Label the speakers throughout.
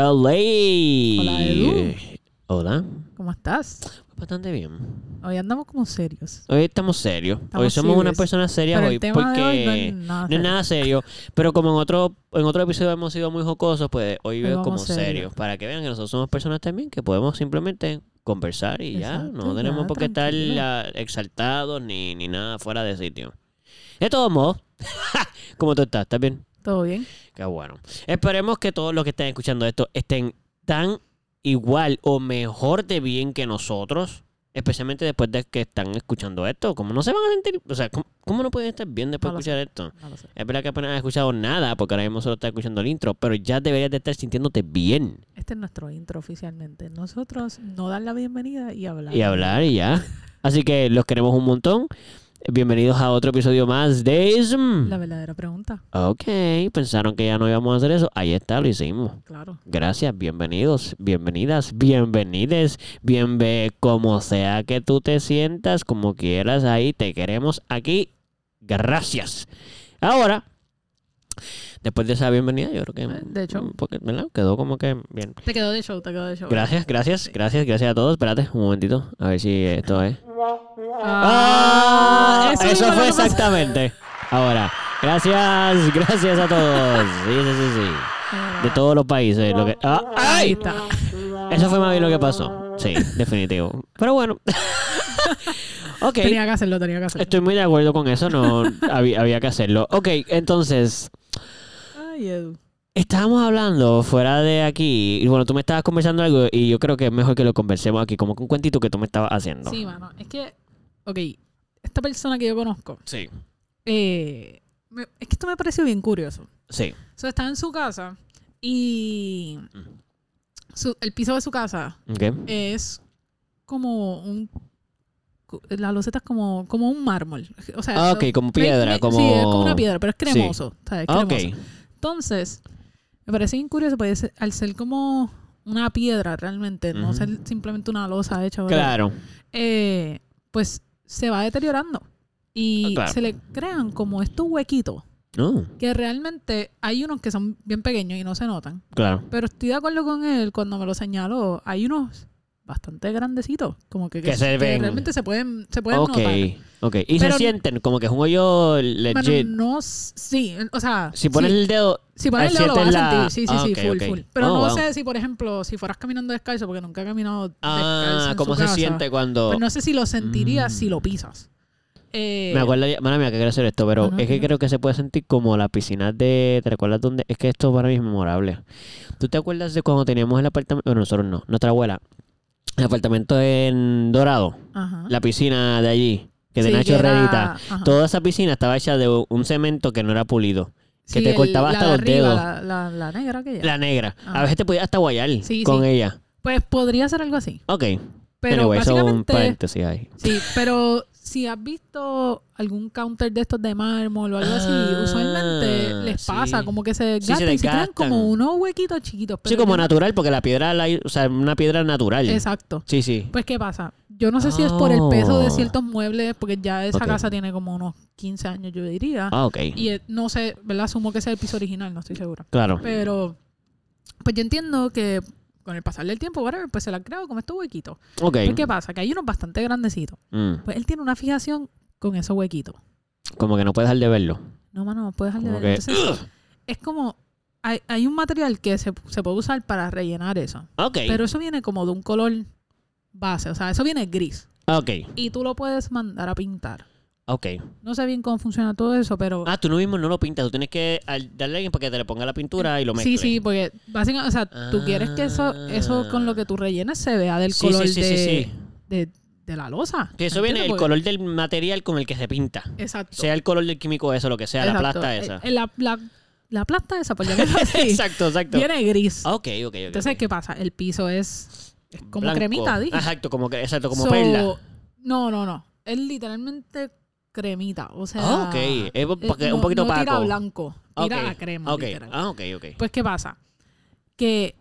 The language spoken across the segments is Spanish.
Speaker 1: Échale.
Speaker 2: Hola, Edu.
Speaker 1: Hola.
Speaker 2: ¿Cómo estás?
Speaker 1: Bastante bien.
Speaker 2: Hoy andamos como serios.
Speaker 1: Hoy estamos serios.
Speaker 2: Estamos
Speaker 1: hoy somos unas
Speaker 2: serios.
Speaker 1: personas serias
Speaker 2: Pero
Speaker 1: hoy
Speaker 2: el tema
Speaker 1: porque
Speaker 2: de hoy no es nada
Speaker 1: no es
Speaker 2: serio.
Speaker 1: nada serio. Pero como en otro, en otro episodio hemos sido muy jocosos, pues hoy
Speaker 2: Hoy
Speaker 1: veo
Speaker 2: vamos
Speaker 1: como
Speaker 2: serios.
Speaker 1: serios. Para que vean que nosotros somos personas también que podemos simplemente conversar y ya.
Speaker 2: Exacto,
Speaker 1: No tenemos
Speaker 2: ya,
Speaker 1: por qué estar
Speaker 2: tranquilo.
Speaker 1: ah, exaltados ni, ni nada fuera de sitio. De todos modos, ¿cómo tú estás? ¿Estás bien?
Speaker 2: ¿Todo bien?
Speaker 1: Qué bueno. Esperemos que todos los que estén escuchando esto estén tan igual o mejor de bien que nosotros. Especialmente después de que están escuchando esto. ¿Cómo no se van a sentir? O sea, ¿cómo, cómo no pueden estar bien después
Speaker 2: No
Speaker 1: de escuchar
Speaker 2: lo
Speaker 1: esto?
Speaker 2: No lo sé.
Speaker 1: Es verdad que apenas has escuchado nada porque ahora mismo solo estás escuchando el intro, pero ya deberías de estar sintiéndote bien.
Speaker 2: Este es nuestro intro oficialmente. Nosotros no dar la bienvenida y hablar.
Speaker 1: Y hablar y ya. Así que los queremos un montón. Bienvenidos a otro episodio más de Ism.
Speaker 2: La verdadera pregunta.
Speaker 1: Ok, pensaron que ya no íbamos a hacer eso. Ahí está, lo hicimos.
Speaker 2: Claro.
Speaker 1: Gracias, bienvenidos, bienvenidas, bienvenides, bienve, como sea que tú te sientas, como quieras ahí, te queremos aquí. Gracias. Ahora, después de esa bienvenida, yo creo que.
Speaker 2: Eh, de hecho.
Speaker 1: mm, porque, ¿verdad? Quedó como que bien.
Speaker 2: Te quedó de show, te quedó de show.
Speaker 1: Gracias, gracias, gracias, gracias a todos. Espérate un momentito, a ver si esto es.
Speaker 2: Ah,
Speaker 1: eso,
Speaker 2: mismo
Speaker 1: fue
Speaker 2: lo que pasó.
Speaker 1: exactamente. Ahora, gracias, gracias a todos. Sí, sí, sí, sí. De todos los países. Lo que... ah,
Speaker 2: Ahí
Speaker 1: ¡Ay!
Speaker 2: está.
Speaker 1: Eso fue más bien lo que pasó. Sí, definitivo. Pero bueno. ok.
Speaker 2: Tenía que hacerlo, tenía que hacerlo.
Speaker 1: Estoy muy de acuerdo con eso. No había, había que hacerlo. Ok, entonces.
Speaker 2: Ay, Edu.
Speaker 1: Estábamos hablando fuera de aquí. Y bueno, tú me estabas conversando algo. Y yo creo que es mejor que lo conversemos aquí. Como que un cuentito que tú me estabas haciendo.
Speaker 2: Sí, mano. Es que, ok, esta persona que yo conozco,
Speaker 1: Sí.
Speaker 2: eh, me- es que esto me pareció bien curioso.
Speaker 1: Sí.
Speaker 2: So, estaba en su casa y su- el piso de su casa
Speaker 1: Ok.
Speaker 2: es como un cu- la loseta es como, como un mármol. O sea,
Speaker 1: Ah, ok,
Speaker 2: lo-
Speaker 1: como piedra,
Speaker 2: me- me-
Speaker 1: como-
Speaker 2: Sí, es como una piedra, pero es
Speaker 1: Sí.
Speaker 2: cremoso. o sea, es
Speaker 1: Ah, Ok.
Speaker 2: cremoso. Entonces, me parece bien curioso, porque es- al ser como una piedra realmente, no
Speaker 1: Ujú.
Speaker 2: ser simplemente una losa hecha, ¿verdad?
Speaker 1: Claro.
Speaker 2: Eh, pues se va deteriorando.
Speaker 1: Ah,
Speaker 2: Y
Speaker 1: claro.
Speaker 2: se le crean como estos huequitos,
Speaker 1: No.
Speaker 2: que realmente hay unos que son bien pequeños y no se notan.
Speaker 1: Claro.
Speaker 2: Pero estoy de acuerdo con él cuando me lo señaló. Hay unos bastante grandecitos, como que,
Speaker 1: Que se ven.
Speaker 2: realmente se pueden, se pueden
Speaker 1: Ok.
Speaker 2: notar.
Speaker 1: Ok. Y se
Speaker 2: Pero-
Speaker 1: sienten como que es un hoyo
Speaker 2: Pero
Speaker 1: legit.
Speaker 2: no, s- sí, o sea,
Speaker 1: Si pones
Speaker 2: sí,
Speaker 1: el dedo.
Speaker 2: si pones
Speaker 1: ah,
Speaker 2: el dedo lo
Speaker 1: sientes
Speaker 2: vas a
Speaker 1: la-
Speaker 2: sentir, sí, sí,
Speaker 1: ah,
Speaker 2: sí,
Speaker 1: ok,
Speaker 2: full,
Speaker 1: ok.
Speaker 2: full. Pero
Speaker 1: Oh,
Speaker 2: no
Speaker 1: wow.
Speaker 2: sé si, por ejemplo, si fueras caminando descalzo, porque nunca he caminado descalzo
Speaker 1: Ah,
Speaker 2: en
Speaker 1: cómo
Speaker 2: su
Speaker 1: se
Speaker 2: casa,
Speaker 1: siente cuando.
Speaker 2: Pues no sé si lo sentirías
Speaker 1: Mm.
Speaker 2: si lo pisas. Eh,
Speaker 1: Me acuerdo, mala mía, que quiero hacer esto, pero
Speaker 2: No, no,
Speaker 1: es que
Speaker 2: dime.
Speaker 1: creo que se puede sentir como la piscina de. ¿Te recuerdas dónde? Es que esto para mí es memorable. ¿Tú te acuerdas de cuando teníamos el apartamento? Bueno, nosotros no, nuestra abuela. El apartamento en Dorado,
Speaker 2: Ajá.
Speaker 1: la piscina de allí, que
Speaker 2: Sí,
Speaker 1: tenía
Speaker 2: que era-
Speaker 1: chorrerita.
Speaker 2: ajá.
Speaker 1: Toda esa piscina estaba hecha de un cemento que no era pulido. que
Speaker 2: Sí,
Speaker 1: te
Speaker 2: el-
Speaker 1: cortaba
Speaker 2: la
Speaker 1: hasta
Speaker 2: de
Speaker 1: los
Speaker 2: arriba,
Speaker 1: dedos.
Speaker 2: La, la- la negra que
Speaker 1: La negra. A
Speaker 2: Ah.
Speaker 1: veces te podías hasta guayar
Speaker 2: Sí,
Speaker 1: con
Speaker 2: sí.
Speaker 1: ella.
Speaker 2: Pues podría ser algo así.
Speaker 1: Ok.
Speaker 2: Pero
Speaker 1: anyway, eso es un
Speaker 2: básicamente...
Speaker 1: paréntesis ahí.
Speaker 2: Sí, pero si has visto algún counter de estos de mármol o algo
Speaker 1: Ah,
Speaker 2: así, usualmente les pasa
Speaker 1: sí.
Speaker 2: como que se
Speaker 1: Sí, se
Speaker 2: desgastan y se crean
Speaker 1: desgastan.
Speaker 2: como unos huequitos chiquitos.
Speaker 1: Sí,
Speaker 2: pero
Speaker 1: como
Speaker 2: yo no-
Speaker 1: natural, porque la piedra, la- o sea, una piedra natural.
Speaker 2: Exacto.
Speaker 1: Sí, sí.
Speaker 2: Pues, ¿qué pasa? Yo no sé si es por el peso de ciertos muebles, porque ya esa
Speaker 1: Ah. Ok.
Speaker 2: casa tiene como unos 15 años, yo diría.
Speaker 1: Ah, ok.
Speaker 2: Y eh, no sé, ¿verdad? Asumo que sea el piso original, no estoy segura.
Speaker 1: Claro.
Speaker 2: Pero, pues yo entiendo que con el pasar del tiempo, whatever, pues se la han creado como estos huequitos.
Speaker 1: Ok.
Speaker 2: Pues, ¿qué pasa? Que hay unos bastante grandecitos.
Speaker 1: Mm.
Speaker 2: Pues él tiene una fijación con esos huequitos.
Speaker 1: Como que no puedes dejar de verlo.
Speaker 2: No, mano, no puedes dejar
Speaker 1: Como
Speaker 2: de ver. Entonces, es como. Hay, hay un material que se, se puede usar para rellenar eso.
Speaker 1: Ok.
Speaker 2: Pero eso viene como de un color base. O sea, eso viene gris.
Speaker 1: Ok.
Speaker 2: Y tú lo puedes mandar a pintar.
Speaker 1: Ok.
Speaker 2: No sé bien cómo funciona todo eso, pero.
Speaker 1: Ah, tú no mismo no lo pintas. Tú tienes que al- darle a alguien para que te le ponga la pintura y lo mezcle.
Speaker 2: sí, sí, porque básicamente. O sea, tú quieres que eso, eso con lo que tú rellenes se vea del
Speaker 1: Sí,
Speaker 2: color
Speaker 1: sí, sí,
Speaker 2: de,
Speaker 1: sí, sí.
Speaker 2: de- de la losa.
Speaker 1: Que eso viene
Speaker 2: ¿Entiendes?
Speaker 1: el
Speaker 2: Porque-
Speaker 1: color del material con el que se pinta.
Speaker 2: Exacto.
Speaker 1: Sea el color del químico eso, lo que sea, la
Speaker 2: exacto.
Speaker 1: plasta
Speaker 2: Eh,
Speaker 1: esa.
Speaker 2: eh, La, la- la plasta esa, pues por llamarlo así,
Speaker 1: exacto, exacto.
Speaker 2: viene gris.
Speaker 1: Ah, Ok, ok, ok.
Speaker 2: Entonces, ¿qué pasa? El piso es, es como cremita, dije.
Speaker 1: Exacto, como, que- exacto, como
Speaker 2: So,
Speaker 1: perla.
Speaker 2: No, no, no. Es literalmente cremita. O sea.
Speaker 1: Ah, ok. Es
Speaker 2: eh,
Speaker 1: porque es
Speaker 2: no-
Speaker 1: un poquito
Speaker 2: no tira a
Speaker 1: opaco.
Speaker 2: blanco. Tira
Speaker 1: Ok,
Speaker 2: a crema.
Speaker 1: ok.
Speaker 2: literal.
Speaker 1: Ah, ok, ok.
Speaker 2: Pues, ¿qué pasa? Que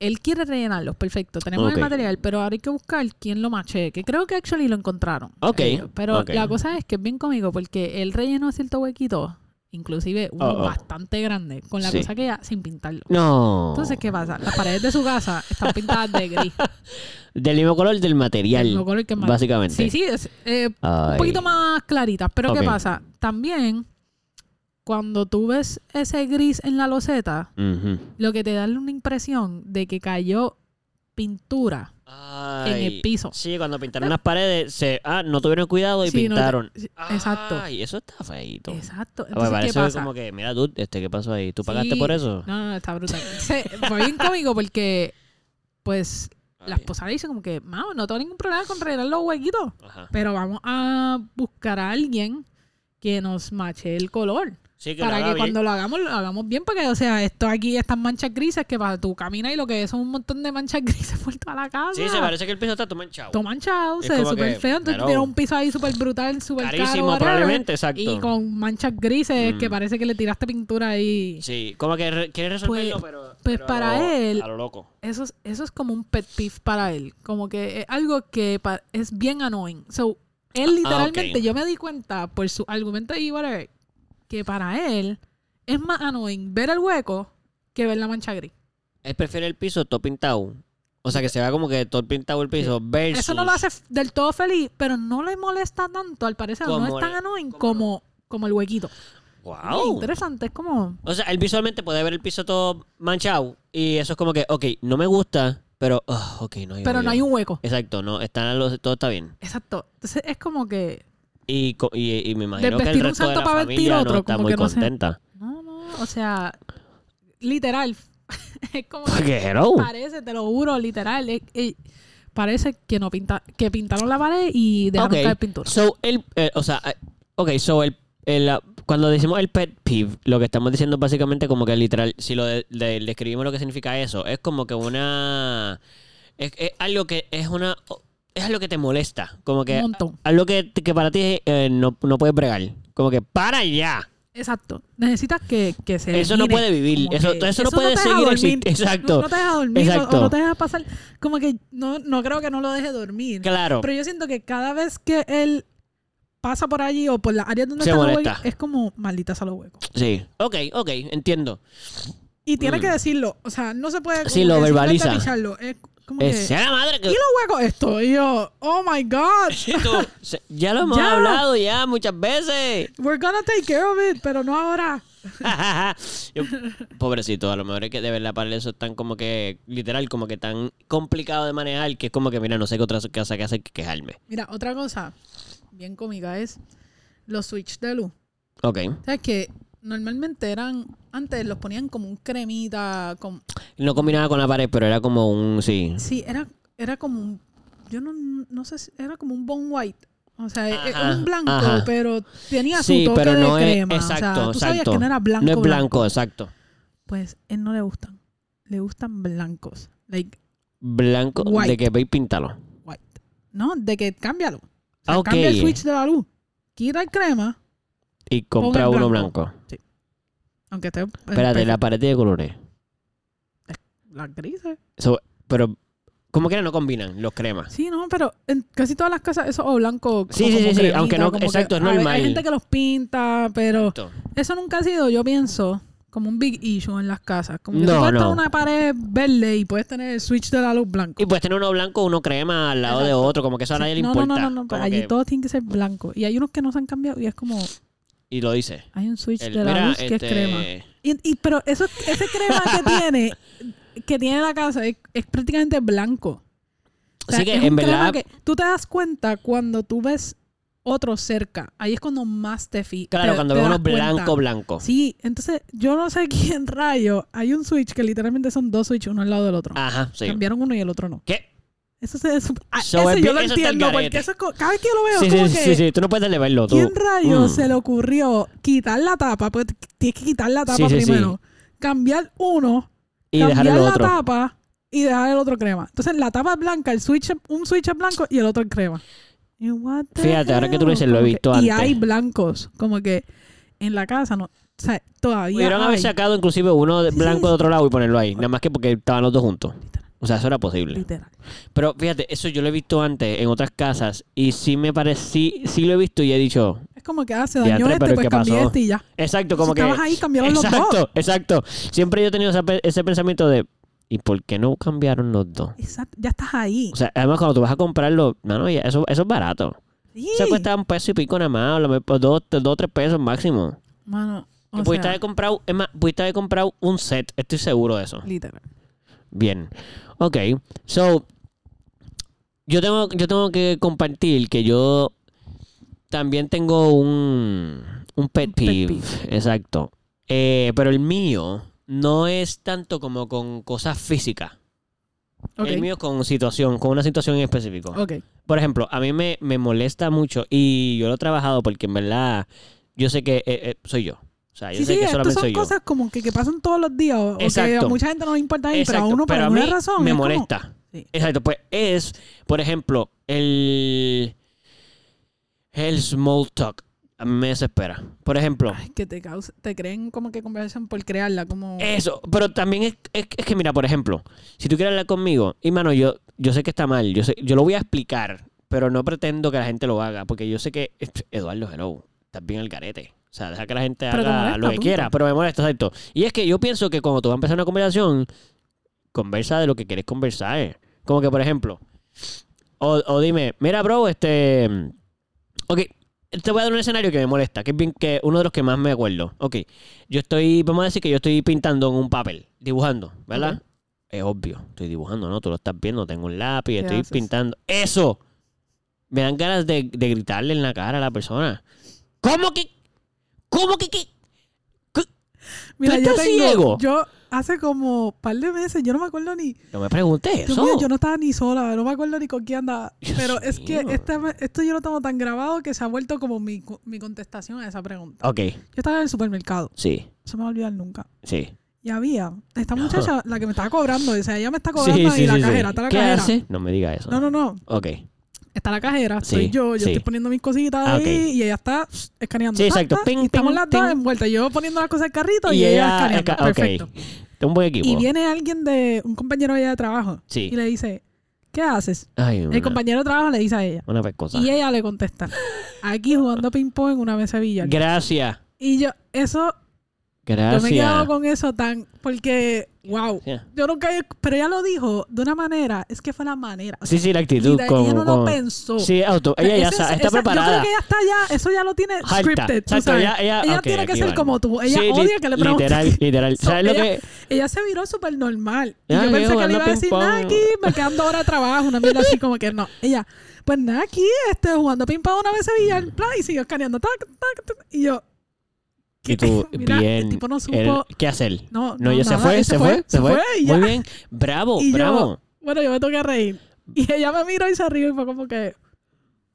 Speaker 2: él quiere rellenarlos, perfecto. Tenemos
Speaker 1: Ok.
Speaker 2: el material, pero ahora hay que buscar quién lo maché. Que creo que actually lo encontraron.
Speaker 1: Ok,
Speaker 2: Eh, Pero
Speaker 1: ok.
Speaker 2: la cosa es que es bien cómico porque él rellenó cierto huequito inclusive uno
Speaker 1: Oh, oh.
Speaker 2: bastante grande, con la
Speaker 1: Sí.
Speaker 2: cosa que ella sin pintarlo.
Speaker 1: No.
Speaker 2: Entonces, ¿qué pasa? Las paredes de su casa están pintadas de gris.
Speaker 1: Del mismo color del material.
Speaker 2: El mismo color que más-
Speaker 1: Básicamente.
Speaker 2: Sí, sí, es, eh, un
Speaker 1: Ay.
Speaker 2: poquito más claritas. Pero
Speaker 1: Ok.
Speaker 2: ¿qué pasa? También, cuando tú ves ese gris en la loseta,
Speaker 1: Ujú.
Speaker 2: lo que te da es una impresión de que cayó pintura.
Speaker 1: Ay.
Speaker 2: el piso.
Speaker 1: Sí, cuando pintaron las paredes, se, ah, no tuvieron cuidado y
Speaker 2: Sí, no te-
Speaker 1: pintaron.
Speaker 2: sí, exacto.
Speaker 1: Ay, eso está feito.
Speaker 2: Exacto.
Speaker 1: Ah, me
Speaker 2: Entonces, ¿qué
Speaker 1: parece
Speaker 2: pasa?
Speaker 1: como que, mira, dude, este, ¿qué pasó ahí? ¿Tú pagaste
Speaker 2: Sí.
Speaker 1: por eso?
Speaker 2: No, no, no, está brutal. Se- Fue bien cómico porque, pues, la
Speaker 1: Ay,
Speaker 2: esposa le dice como que, mamo, no tengo ningún problema con rellenar los huequitos,
Speaker 1: ajá.
Speaker 2: pero vamos a buscar a alguien que nos mache el color.
Speaker 1: Sí, que lo
Speaker 2: para que
Speaker 1: haga bien.
Speaker 2: cuando lo hagamos, lo hagamos bien, porque, o sea, esto aquí, estas manchas grises, que para tú caminas y lo que es son un montón de manchas grises por toda la casa.
Speaker 1: Sí, se parece que el piso está todo manchado.
Speaker 2: Todo manchado,
Speaker 1: Es
Speaker 2: se ve
Speaker 1: como
Speaker 2: súper
Speaker 1: que,
Speaker 2: feo. Entonces
Speaker 1: pero-
Speaker 2: tiene un piso ahí súper brutal, súper caro.
Speaker 1: Carísimo,
Speaker 2: whatever,
Speaker 1: probablemente, exacto.
Speaker 2: Y con manchas grises que
Speaker 1: Mm.
Speaker 2: parece que le tiraste pintura ahí.
Speaker 1: Sí, como que re- quiere resolverlo,
Speaker 2: Pues-
Speaker 1: pero.
Speaker 2: pues
Speaker 1: pero a
Speaker 2: para
Speaker 1: lo-
Speaker 2: él-
Speaker 1: A lo loco.
Speaker 2: Eso es, eso es como un pet peeve para él. Como que es algo que pa- es bien annoying. So, él literalmente,
Speaker 1: Ah, ok.
Speaker 2: yo me di cuenta por su argumento y whatever, que para él es más annoying ver el hueco que ver la mancha gris.
Speaker 1: Él prefiere el piso todo pintado. O sea, que se vea como que todo pintado el piso. Versus.
Speaker 2: Eso no lo hace f- del todo feliz, pero no le molesta tanto, al parecer. No
Speaker 1: Como
Speaker 2: es tan
Speaker 1: el-
Speaker 2: annoying
Speaker 1: como-
Speaker 2: como, como el huequito. Es
Speaker 1: ¡Wow!
Speaker 2: interesante, es como...
Speaker 1: O sea, él visualmente puede ver el piso todo manchado. Y eso es como que, ok, no me gusta, pero. ah, ok, no hay
Speaker 2: Pero no hay un hueco.
Speaker 1: Exacto, no, están los, todo está bien.
Speaker 2: Exacto. Entonces es como que...
Speaker 1: Y, co- y, y me imagino que el
Speaker 2: vestir un
Speaker 1: resto de
Speaker 2: santo
Speaker 1: la
Speaker 2: para vestir
Speaker 1: familia no
Speaker 2: otro,
Speaker 1: está
Speaker 2: como
Speaker 1: muy
Speaker 2: que no sé.
Speaker 1: contenta.
Speaker 2: No, no, o sea, literal. es como que
Speaker 1: Porque, hello.
Speaker 2: parece, te lo juro, literal. es- es- parece que no pinta, que pintaron la pared y dejaron
Speaker 1: Ok,
Speaker 2: caer pintura.
Speaker 1: So, el, eh, o sea, eh, ok, so el, el, ah, cuando decimos el pet peeve, lo que estamos diciendo es básicamente como que literal, si lo de- de- describimos lo que significa eso, es como que una, es, es algo que es una, es algo que te molesta, como
Speaker 2: Un
Speaker 1: que
Speaker 2: montón.
Speaker 1: algo que, que para ti eh, no, no puedes bregar, como que para ya,
Speaker 2: Exacto. Necesitas que, que se
Speaker 1: eso no
Speaker 2: elimine,
Speaker 1: puede vivir,
Speaker 2: como
Speaker 1: eso,
Speaker 2: que-
Speaker 1: eso, no puede
Speaker 2: te deja
Speaker 1: seguir
Speaker 2: dormir.
Speaker 1: existiendo, exacto,
Speaker 2: No, no te deja dormir o-
Speaker 1: Exacto.
Speaker 2: o no te deja pasar. Como que no, no creo que no lo deje dormir.
Speaker 1: claro,
Speaker 2: Pero yo siento que cada vez que él pasa por allí o por las áreas donde
Speaker 1: Se
Speaker 2: están los
Speaker 1: molesta.
Speaker 2: huecos, es como maldita solo hueco.
Speaker 1: sí, ok, ok, entiendo,
Speaker 2: Y tiene
Speaker 1: Mm.
Speaker 2: que decirlo. O sea, no se puede. como
Speaker 1: Sí,
Speaker 2: que
Speaker 1: lo
Speaker 2: simplemente
Speaker 1: verbaliza.
Speaker 2: picharlo. Es como que.
Speaker 1: Eh, sea la madre que...
Speaker 2: ¿Y los huecos? Esto. Y yo, oh my God.
Speaker 1: Tú, se- ya lo hemos
Speaker 2: Ya.
Speaker 1: hablado ya muchas veces.
Speaker 2: We're gonna take care of it, pero no ahora.
Speaker 1: Yo- pobrecito, a lo mejor es que de verdad para él eso es tan como que, literal, como que tan complicado de manejar que es como que, mira, no sé qué otra cosa que hacer que quejarme.
Speaker 2: Mira, otra cosa bien cómica es los switch de luz.
Speaker 1: Ok.
Speaker 2: ¿Sabes que Normalmente eran. Antes los ponían como un cremita. Como,
Speaker 1: No combinaba con la pared, pero era como un, sí.
Speaker 2: sí, era, era como un. Yo no, no sé si. Era como un bone white. O sea, e-
Speaker 1: Ajá,
Speaker 2: un blanco,
Speaker 1: ajá.
Speaker 2: pero tenía su
Speaker 1: Sí,
Speaker 2: toque
Speaker 1: pero
Speaker 2: de
Speaker 1: no es,
Speaker 2: crema.
Speaker 1: exacto,
Speaker 2: o sea, tú sabías
Speaker 1: exacto.
Speaker 2: que no era blanco.
Speaker 1: no es blanco, exacto.
Speaker 2: Pues él no le gustan. Le gustan blancos. Like
Speaker 1: Blanco, de
Speaker 2: White.
Speaker 1: que ve y píntalo.
Speaker 2: white. No, de que cámbialo. O sea,
Speaker 1: Ah, ok.
Speaker 2: Cambia el switch de la luz. Quita el crema,
Speaker 1: Y compra
Speaker 2: Ponga el
Speaker 1: uno
Speaker 2: blanco.
Speaker 1: blanco.
Speaker 2: aunque esté.
Speaker 1: Espérate, la pared tiene colores.
Speaker 2: Las grises.
Speaker 1: So, pero, como que no combinan los cremas.
Speaker 2: Sí, no, pero en casi todas las casas eso o blanco.
Speaker 1: Sí,
Speaker 2: o
Speaker 1: sí,
Speaker 2: como
Speaker 1: sí, sí,
Speaker 2: cremita,
Speaker 1: aunque no-
Speaker 2: como que-
Speaker 1: exacto, es
Speaker 2: a ver,
Speaker 1: normal.
Speaker 2: Hay gente que los pinta, pero
Speaker 1: Exacto.
Speaker 2: eso nunca ha sido, yo pienso, como un big issue en las casas. Como que
Speaker 1: No,
Speaker 2: tú puedes
Speaker 1: no.
Speaker 2: tener una pared verde y puedes tener el switch de la luz blanco.
Speaker 1: Y puedes tener uno blanco, uno crema al lado de
Speaker 2: Exacto.
Speaker 1: otro, como que eso a
Speaker 2: Sí,
Speaker 1: nadie le
Speaker 2: no,
Speaker 1: importa.
Speaker 2: no, no, no, no,
Speaker 1: Como
Speaker 2: allí
Speaker 1: que-
Speaker 2: todo tiene que ser blanco. Y hay unos que no se han cambiado y es como,
Speaker 1: Y lo dice.
Speaker 2: hay un switch
Speaker 1: El-
Speaker 2: de la
Speaker 1: mira,
Speaker 2: luz que
Speaker 1: este,
Speaker 2: es crema. Y, y- pero eso, ese crema que tiene, que tiene la casa, es, es prácticamente blanco. O sea,
Speaker 1: Así que
Speaker 2: es
Speaker 1: en
Speaker 2: un crema
Speaker 1: verdad,
Speaker 2: que tú te das cuenta cuando tú ves otro cerca. Ahí es cuando más te fijas.
Speaker 1: claro, cuando veo uno blanco, blanco.
Speaker 2: Sí, entonces yo no sé quién rayo. Hay un switch que literalmente son dos switches, uno al lado del otro.
Speaker 1: Ajá, Ah, sí.
Speaker 2: Cambiaron uno y el otro no.
Speaker 1: ¿Qué?
Speaker 2: Eso, se, eso, ah,
Speaker 1: So,
Speaker 2: eso
Speaker 1: es
Speaker 2: yo
Speaker 1: bien-
Speaker 2: lo
Speaker 1: eso está el
Speaker 2: entiendo,
Speaker 1: garete.
Speaker 2: porque eso es co- cada vez que lo veo,
Speaker 1: Sí,
Speaker 2: es
Speaker 1: sí,
Speaker 2: como
Speaker 1: sí,
Speaker 2: que.
Speaker 1: sí, sí, tú no puedes elevarlo tú.
Speaker 2: ¿Quién rayo
Speaker 1: Mm.
Speaker 2: se le ocurrió quitar la tapa? Pues t- tienes que quitar la
Speaker 1: Sí,
Speaker 2: tapa
Speaker 1: sí, sí.
Speaker 2: primero. Cambiar uno,
Speaker 1: Y
Speaker 2: cambiar
Speaker 1: dejar el
Speaker 2: la
Speaker 1: otro.
Speaker 2: tapa y dejar el otro crema. Entonces la tapa es blanca, el switch, es- un switch es blanco y el otro es crema. Y what the
Speaker 1: Fíjate, ahora que tú lo
Speaker 2: hell,
Speaker 1: dices, lo he
Speaker 2: como
Speaker 1: visto
Speaker 2: que- Y
Speaker 1: antes.
Speaker 2: hay blancos, como que en la casa, no, o sea, todavía
Speaker 1: Pudieron haber
Speaker 2: hay.
Speaker 1: sacado inclusive uno de
Speaker 2: Sí,
Speaker 1: blanco
Speaker 2: sí,
Speaker 1: de otro lado y ponerlo ahí. Nada más que porque estaban los dos juntos.
Speaker 2: Literal,
Speaker 1: O sea, eso era posible.
Speaker 2: literal.
Speaker 1: Pero fíjate, eso yo lo he visto antes en otras casas y sí me parece, sí, sí lo he visto y he dicho,
Speaker 2: Es como que ah, se
Speaker 1: Diantre,
Speaker 2: dañó este,
Speaker 1: pero
Speaker 2: pues
Speaker 1: ¿qué
Speaker 2: cambié
Speaker 1: pasó?
Speaker 2: este y ya.
Speaker 1: Exacto, como
Speaker 2: Si
Speaker 1: que.
Speaker 2: estabas ahí, cambiaron los
Speaker 1: exacto,
Speaker 2: dos.
Speaker 1: Exacto, Siempre yo he tenido esa pe- ese pensamiento de. ¿Y por qué no cambiaron los dos?
Speaker 2: Exacto, ya estás ahí.
Speaker 1: O sea, además cuando tú vas a comprarlo, mano, ya eso, eso es barato.
Speaker 2: Sí.
Speaker 1: Eso cuesta un peso y pico nada más, o lo me- o dos, dos o tres pesos máximo.
Speaker 2: Mano, o
Speaker 1: Y pudiste
Speaker 2: sea,
Speaker 1: haber comprado, es más, pudiste haber comprado un set, estoy seguro de eso.
Speaker 2: literal.
Speaker 1: Bien. Ok. So, yo tengo, yo tengo que compartir que yo también tengo un, un pet
Speaker 2: pet
Speaker 1: peeve.
Speaker 2: peeve.
Speaker 1: Exacto. Eh, pero el mío no es tanto como con cosas físicas.
Speaker 2: Ok,
Speaker 1: El mío es con situación, con una situación en específico.
Speaker 2: ok.
Speaker 1: Por ejemplo, a mí me, me molesta mucho y yo lo he trabajado porque en verdad yo sé que eh, eh, soy yo. O sea, yo
Speaker 2: Sí,
Speaker 1: sé
Speaker 2: sí,
Speaker 1: que
Speaker 2: estas
Speaker 1: solamente
Speaker 2: son
Speaker 1: soy yo.
Speaker 2: cosas como que, que pasan todos los días o, o que
Speaker 1: Exacto.
Speaker 2: a mucha gente no le importa ahí, pero a
Speaker 1: Exacto,
Speaker 2: uno por
Speaker 1: pero a
Speaker 2: alguna
Speaker 1: mí
Speaker 2: razón
Speaker 1: Me
Speaker 2: es como-
Speaker 1: molesta.
Speaker 2: Sí.
Speaker 1: Exacto, pues es, por ejemplo, el, el small talk. A mí me desespera. Por ejemplo,
Speaker 2: Ay, que te, causa, te creen como que conversación por crearla, como...
Speaker 1: eso. Pero también es, es- es que, mira, por ejemplo, si tú quieres hablar conmigo, y mano, yo, yo sé que está mal, yo, sé, yo lo voy a explicar, pero no pretendo que la gente lo haga, porque yo sé que, Eduardo, hello, estás bien al carete. O sea, deja que la gente
Speaker 2: Pero te
Speaker 1: haga
Speaker 2: molesta,
Speaker 1: lo que
Speaker 2: punto.
Speaker 1: quiera, pero me molesta, exacto. Y es que yo pienso que cuando tú vas a empezar una conversación, conversa de lo que quieres conversar. Como que, por ejemplo, o, o dime, mira, bro, este. Ok, te voy a dar un escenario que me molesta, que es bien, que uno de los que más me acuerdo. Ok, yo estoy, vamos a decir que yo estoy pintando en un papel, dibujando, ¿verdad?
Speaker 2: Ok.
Speaker 1: Es obvio, estoy dibujando, ¿no? Tú lo estás viendo, tengo un lápiz,
Speaker 2: ¿Qué
Speaker 1: estoy
Speaker 2: haces?
Speaker 1: pintando. ¡Eso! Me dan ganas de, de gritarle en la cara a la persona. ¿Cómo que? ¿Cómo que? qué?
Speaker 2: Mira, yo
Speaker 1: estás
Speaker 2: tengo...
Speaker 1: ciego?
Speaker 2: Yo hace como par de meses, yo no me acuerdo ni...
Speaker 1: No me preguntes
Speaker 2: Dios
Speaker 1: eso.
Speaker 2: mío, yo no estaba ni sola, no me acuerdo ni con quién andaba.
Speaker 1: Dios
Speaker 2: pero es que
Speaker 1: mío.
Speaker 2: esta- esto yo lo tengo tan grabado que se ha vuelto como mi, co- mi contestación a esa pregunta.
Speaker 1: Ok,
Speaker 2: Yo estaba en el supermercado,
Speaker 1: sí,
Speaker 2: no se me va a olvidar nunca.
Speaker 1: sí.
Speaker 2: Y había esta
Speaker 1: No.
Speaker 2: muchacha, la que me estaba cobrando, o sea, ella me está cobrando
Speaker 1: sí,
Speaker 2: y
Speaker 1: sí,
Speaker 2: la
Speaker 1: sí, sí.
Speaker 2: cajera, está la
Speaker 1: ¿Qué
Speaker 2: cajera.
Speaker 1: hace? No me diga eso.
Speaker 2: No, no, no.
Speaker 1: Ok.
Speaker 2: Está la cajera, soy
Speaker 1: Sí,
Speaker 2: yo, yo
Speaker 1: sí.
Speaker 2: estoy poniendo mis cositas
Speaker 1: Ah,
Speaker 2: ahí
Speaker 1: ok.
Speaker 2: y ella está pss, escaneando.
Speaker 1: Sí,
Speaker 2: Ta,
Speaker 1: exacto.
Speaker 2: ta,
Speaker 1: Ping,
Speaker 2: y estamos
Speaker 1: ping,
Speaker 2: las dos
Speaker 1: ping.
Speaker 2: envueltas, yo poniendo las cosas al carrito y, ella, escaneando.
Speaker 1: esca- ok.
Speaker 2: Perfecto.
Speaker 1: Un buen equipo.
Speaker 2: Y viene alguien de, un compañero de ella de trabajo
Speaker 1: Sí.
Speaker 2: y le dice, ¿qué haces?
Speaker 1: Ay, una,
Speaker 2: El compañero de trabajo le dice a ella.
Speaker 1: una pescosa.
Speaker 2: Y ella le contesta, aquí jugando ping-pong en una mesa de billar.
Speaker 1: Gracias.
Speaker 2: Y yo, eso, yo me he
Speaker 1: Gracias.
Speaker 2: quedado con eso tan, porque, wow.
Speaker 1: Gracias.
Speaker 2: Yo nunca, he- pero ella lo dijo de una manera, es que fue la manera. O sea,
Speaker 1: Sí, sí, la actitud.
Speaker 2: mira,
Speaker 1: con,
Speaker 2: ella no lo
Speaker 1: con-
Speaker 2: pensó.
Speaker 1: Sí, auto.
Speaker 2: O sea,
Speaker 1: Ella ya
Speaker 2: ese-
Speaker 1: sa- está
Speaker 2: esa- Yo creo
Speaker 1: preparada.
Speaker 2: que ella está ya, eso ya lo tiene
Speaker 1: Jalta.
Speaker 2: scripted. tú
Speaker 1: Exacto,
Speaker 2: sabes.
Speaker 1: ella- ella- ok,
Speaker 2: tiene que
Speaker 1: aquí
Speaker 2: ser
Speaker 1: van.
Speaker 2: como tú. Ella
Speaker 1: Sí,
Speaker 2: odia
Speaker 1: lit-
Speaker 2: que le pregunten.
Speaker 1: Literal, literal.
Speaker 2: So,
Speaker 1: ¿Sabes lo
Speaker 2: ella-
Speaker 1: que?
Speaker 2: Ella se viró súper normal. Y
Speaker 1: Ah,
Speaker 2: yo
Speaker 1: yo
Speaker 2: pensé que le
Speaker 1: jugando
Speaker 2: iba a decir,
Speaker 1: ping-pong.
Speaker 2: nada, aquí me quedando ahora trabajo, una mierda así como que no. Ella, pues nada, aquí este, jugando ping-pong una vez Sevilla, plan, y siguió escaneando. Tac, tac, tac, y yo,
Speaker 1: Y tú,
Speaker 2: mira,
Speaker 1: bien.
Speaker 2: el tipo no supo.
Speaker 1: el- ¿Qué hacer?
Speaker 2: no,
Speaker 1: No, ya se
Speaker 2: nada,
Speaker 1: fue,
Speaker 2: él
Speaker 1: se fue, se fue.
Speaker 2: y
Speaker 1: Muy
Speaker 2: ya.
Speaker 1: bien. Bravo,
Speaker 2: Y yo-
Speaker 1: bravo.
Speaker 2: Bueno, yo me toqué reír. Y ella me miró y se rió y fue como que,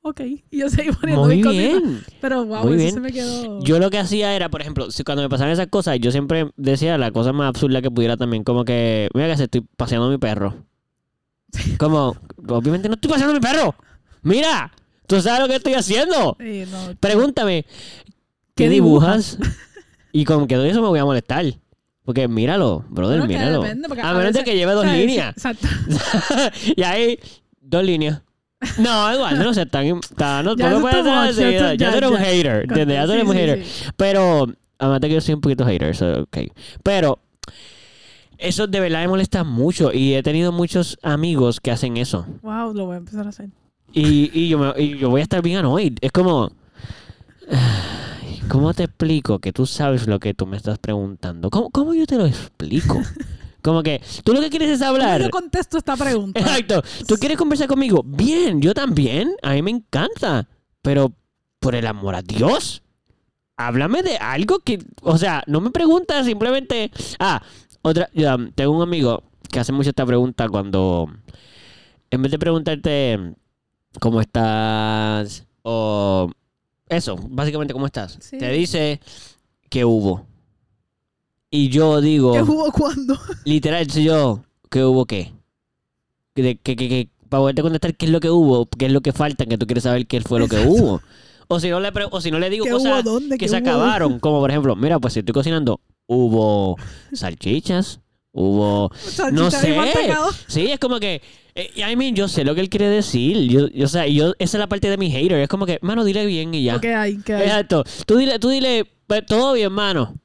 Speaker 2: ok. Y yo seguí poniendo
Speaker 1: Muy
Speaker 2: mis cositas.
Speaker 1: bien.
Speaker 2: Pero wow,
Speaker 1: Muy
Speaker 2: eso
Speaker 1: bien.
Speaker 2: se me quedó.
Speaker 1: Yo lo que hacía era, por ejemplo, si cuando me pasaban esas cosas, yo siempre decía la cosa más absurda que pudiera también, como que, mira que se estoy paseando a mi perro. Como, obviamente no estoy paseando a mi perro. Mira, tú sabes lo que estoy haciendo.
Speaker 2: Sí, no.
Speaker 1: Pregúntame, ¿qué,
Speaker 2: ¿Qué
Speaker 1: dibujas? y con que de eso me voy a molestar. Porque míralo, brother,
Speaker 2: Bueno, que
Speaker 1: míralo.
Speaker 2: depende, porque
Speaker 1: a,
Speaker 2: a
Speaker 1: menos de
Speaker 2: veces-
Speaker 1: que lleve dos
Speaker 2: Sí, sí,
Speaker 1: líneas.
Speaker 2: Exacto.
Speaker 1: y ahí, dos líneas. No, Eduardo, no se están. está- no,
Speaker 2: Ya
Speaker 1: no
Speaker 2: eso
Speaker 1: puedes
Speaker 2: está
Speaker 1: hacer
Speaker 2: mucho,
Speaker 1: así,
Speaker 2: esto
Speaker 1: Ya,
Speaker 2: ya,
Speaker 1: tú eres un
Speaker 2: ya.
Speaker 1: hater. ¿Entiendes? Ya tú
Speaker 2: Sí,
Speaker 1: eres un
Speaker 2: sí,
Speaker 1: hater.
Speaker 2: sí.
Speaker 1: Pero, además de que yo soy un poquito hater, so, ok. Pero, eso de verdad me molesta mucho. Y he tenido muchos amigos que hacen eso.
Speaker 2: Wow, lo voy a empezar a hacer.
Speaker 1: Y, y yo, me- y yo voy a estar bien annoyed. Es como. ay, ¿Cómo te explico que tú sabes lo que tú me estás preguntando? ¿Cómo, cómo yo te lo explico? Como que tú lo que quieres es
Speaker 2: ¿Cómo
Speaker 1: hablar.
Speaker 2: yo contesto esta pregunta?
Speaker 1: Exacto. ¿Tú quieres conversar conmigo? Bien, yo también. A mí me encanta. Pero, por el amor a Dios, háblame de algo que. O sea, no me preguntas, simplemente. Ah, otra. ya, tengo un amigo que hace mucho esta pregunta cuando. En vez de preguntarte. ¿Cómo estás? O. Eso, básicamente, ¿cómo estás?
Speaker 2: Sí.
Speaker 1: Te dice. ¿Qué hubo? Y yo digo.
Speaker 2: ¿Qué hubo cuando?
Speaker 1: Literal, soy yo. ¿Qué hubo qué? Que, que, que, que- para poderte contestar qué es lo que hubo, qué es lo que falta, que tú quieres saber qué fue lo que hubo. O si no le, pre- o si no le digo
Speaker 2: ¿Qué hubo
Speaker 1: cosas
Speaker 2: dónde?
Speaker 1: que
Speaker 2: ¿Qué
Speaker 1: se
Speaker 2: hubo?
Speaker 1: acabaron, como por ejemplo, mira, pues si estoy cocinando, hubo salchichas, hubo no
Speaker 2: Salchicha y
Speaker 1: sé.
Speaker 2: mantecado.
Speaker 1: Sí, es como que eh, I mean, yo sé lo que él quiere decir. Yo, yo- o sea, yo esa es la parte de mi hater, es como que, mano, dile bien y ya.
Speaker 2: ¿Qué hay? ¿Qué hay?
Speaker 1: Exacto. Tú dile, tú dile, "Pues, todo bien, mano.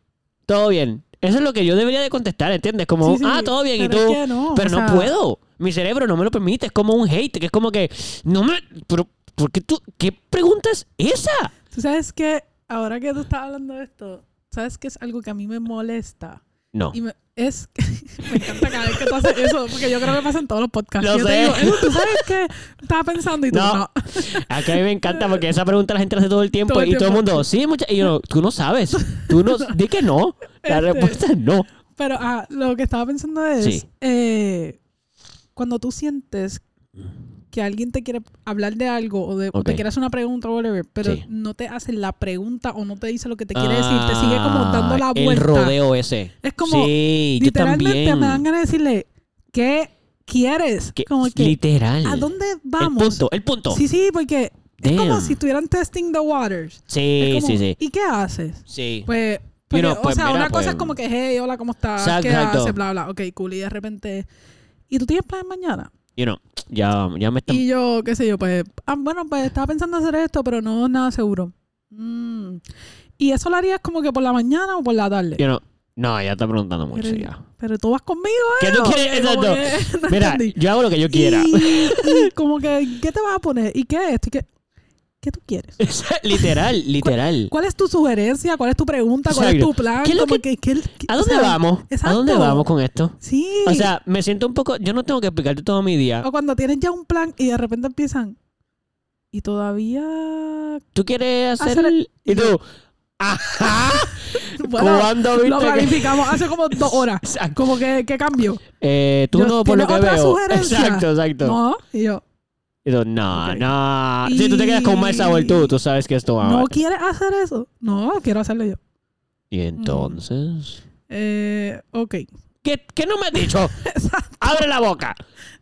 Speaker 1: Todo bien. Eso es lo que yo debería de contestar, ¿entiendes? Como,
Speaker 2: Sí, sí,
Speaker 1: ah, todo bien, y
Speaker 2: pero
Speaker 1: tú.
Speaker 2: es que no,
Speaker 1: pero
Speaker 2: o
Speaker 1: no
Speaker 2: sea-
Speaker 1: puedo. Mi cerebro no me lo permite. Es como un hate, que es como que, no me. Pero, ¿por qué tú? ¿Qué pregunta es esa?
Speaker 2: Tú sabes que ahora que tú estás hablando de esto, sabes que es algo que a mí me molesta.
Speaker 1: No.
Speaker 2: Y me, es me encanta cada vez que tú haces eso, porque yo creo que pasa en todos los podcasts.
Speaker 1: Lo
Speaker 2: Yo te
Speaker 1: sé.
Speaker 2: digo, "Edu, tú sabes que estaba pensando y tú
Speaker 1: No.
Speaker 2: no.
Speaker 1: Acá a mí me encanta porque esa pregunta la gente la hace todo el tiempo
Speaker 2: Todo el
Speaker 1: y todo el
Speaker 2: tiempo.
Speaker 1: mundo, sí, mucha. Y yo, tú no sabes. Tú no. Di que no. La
Speaker 2: Este-
Speaker 1: respuesta es no.
Speaker 2: Pero ah, lo que estaba pensando es
Speaker 1: Sí.
Speaker 2: eh, cuando tú sientes que alguien te quiere hablar de algo o, de- o
Speaker 1: Ok.
Speaker 2: te quiere hacer una pregunta o whatever, pero
Speaker 1: Sí.
Speaker 2: no te hace la pregunta o no te dice lo que te quiere decir, te sigue como dando la
Speaker 1: Ah,
Speaker 2: vuelta.
Speaker 1: El rodeo ese.
Speaker 2: Es como,
Speaker 1: sí, yo
Speaker 2: Literalmente
Speaker 1: también.
Speaker 2: me dan ganas de decirle, ¿qué quieres?
Speaker 1: Que-
Speaker 2: como que,
Speaker 1: literal.
Speaker 2: ¿a dónde
Speaker 1: El
Speaker 2: vamos?
Speaker 1: punto, el punto.
Speaker 2: Sí, sí, porque es como
Speaker 1: Damn.
Speaker 2: si estuvieran testing the waters.
Speaker 1: Sí,
Speaker 2: Es como,
Speaker 1: sí, sí.
Speaker 2: ¿Y qué haces?
Speaker 1: Sí.
Speaker 2: Pues, porque,
Speaker 1: know, pues,
Speaker 2: o sea,
Speaker 1: mira,
Speaker 2: una cosa
Speaker 1: pues-
Speaker 2: es como que, hey, hola, ¿cómo estás?
Speaker 1: Exacto,
Speaker 2: ¿Qué
Speaker 1: exacto.
Speaker 2: haces? Bla, bla. Ok, cool. Y de repente, ¿y tú tienes planes mañana?
Speaker 1: You know, ya, ya me están.
Speaker 2: Y yo, qué sé yo, pues, ah, bueno, pues estaba pensando hacer esto, pero no nada seguro. Mm. ¿Y eso lo harías como que por la mañana o por la tarde?
Speaker 1: you know, no, ya está preguntando mucho
Speaker 2: Pero-
Speaker 1: ya.
Speaker 2: Pero tú vas conmigo, ¿eh?
Speaker 1: ¿Qué tú
Speaker 2: O sea,
Speaker 1: quieres?
Speaker 2: como
Speaker 1: Exacto.
Speaker 2: que- no
Speaker 1: Mira,
Speaker 2: entendí.
Speaker 1: yo hago lo que yo quiera.
Speaker 2: Y, y como que, ¿qué te vas a poner? ¿Y qué es esto? ¿Y qué, qué tú quieres?
Speaker 1: literal, literal.
Speaker 2: ¿Cuál es tu sugerencia? ¿Cuál es tu pregunta? ¿Cuál es
Speaker 1: Exacto.
Speaker 2: tu plan?
Speaker 1: ¿Qué es lo
Speaker 2: Como
Speaker 1: que-
Speaker 2: que- que-
Speaker 1: ¿A
Speaker 2: o
Speaker 1: dónde
Speaker 2: sea,
Speaker 1: vamos? ¿A
Speaker 2: exacto.
Speaker 1: dónde vamos con esto?
Speaker 2: Sí.
Speaker 1: O sea, me siento un poco. Yo no tengo que explicarte todo mi día.
Speaker 2: o cuando tienes ya un plan y de repente empiezan. Y todavía.
Speaker 1: ¿Tú quieres hacer,
Speaker 2: Hacer
Speaker 1: el.?
Speaker 2: el-
Speaker 1: Y tú. ¡Ajá!
Speaker 2: Bueno,
Speaker 1: ¿Cuándo
Speaker 2: lo
Speaker 1: viste que.?
Speaker 2: planificamos hace como dos horas.
Speaker 1: Exacto.
Speaker 2: Como que, ¿qué cambio?
Speaker 1: Eh, tú
Speaker 2: Yo-
Speaker 1: no, por lo que
Speaker 2: ¿tienes otra
Speaker 1: veo.
Speaker 2: sugerencia?
Speaker 1: Exacto, exacto.
Speaker 2: No. Y yo,
Speaker 1: Y tú, no,
Speaker 2: Ok.
Speaker 1: no. Si tú te quedas con un mal sabor, tú, tú sabes que esto va
Speaker 2: ¿no
Speaker 1: mal.
Speaker 2: quieres hacer eso? No, quiero hacerlo yo.
Speaker 1: Y entonces.
Speaker 2: Eh, ok.
Speaker 1: ¿Qué, qué no me has dicho?
Speaker 2: Exacto.
Speaker 1: ¡Abre la boca!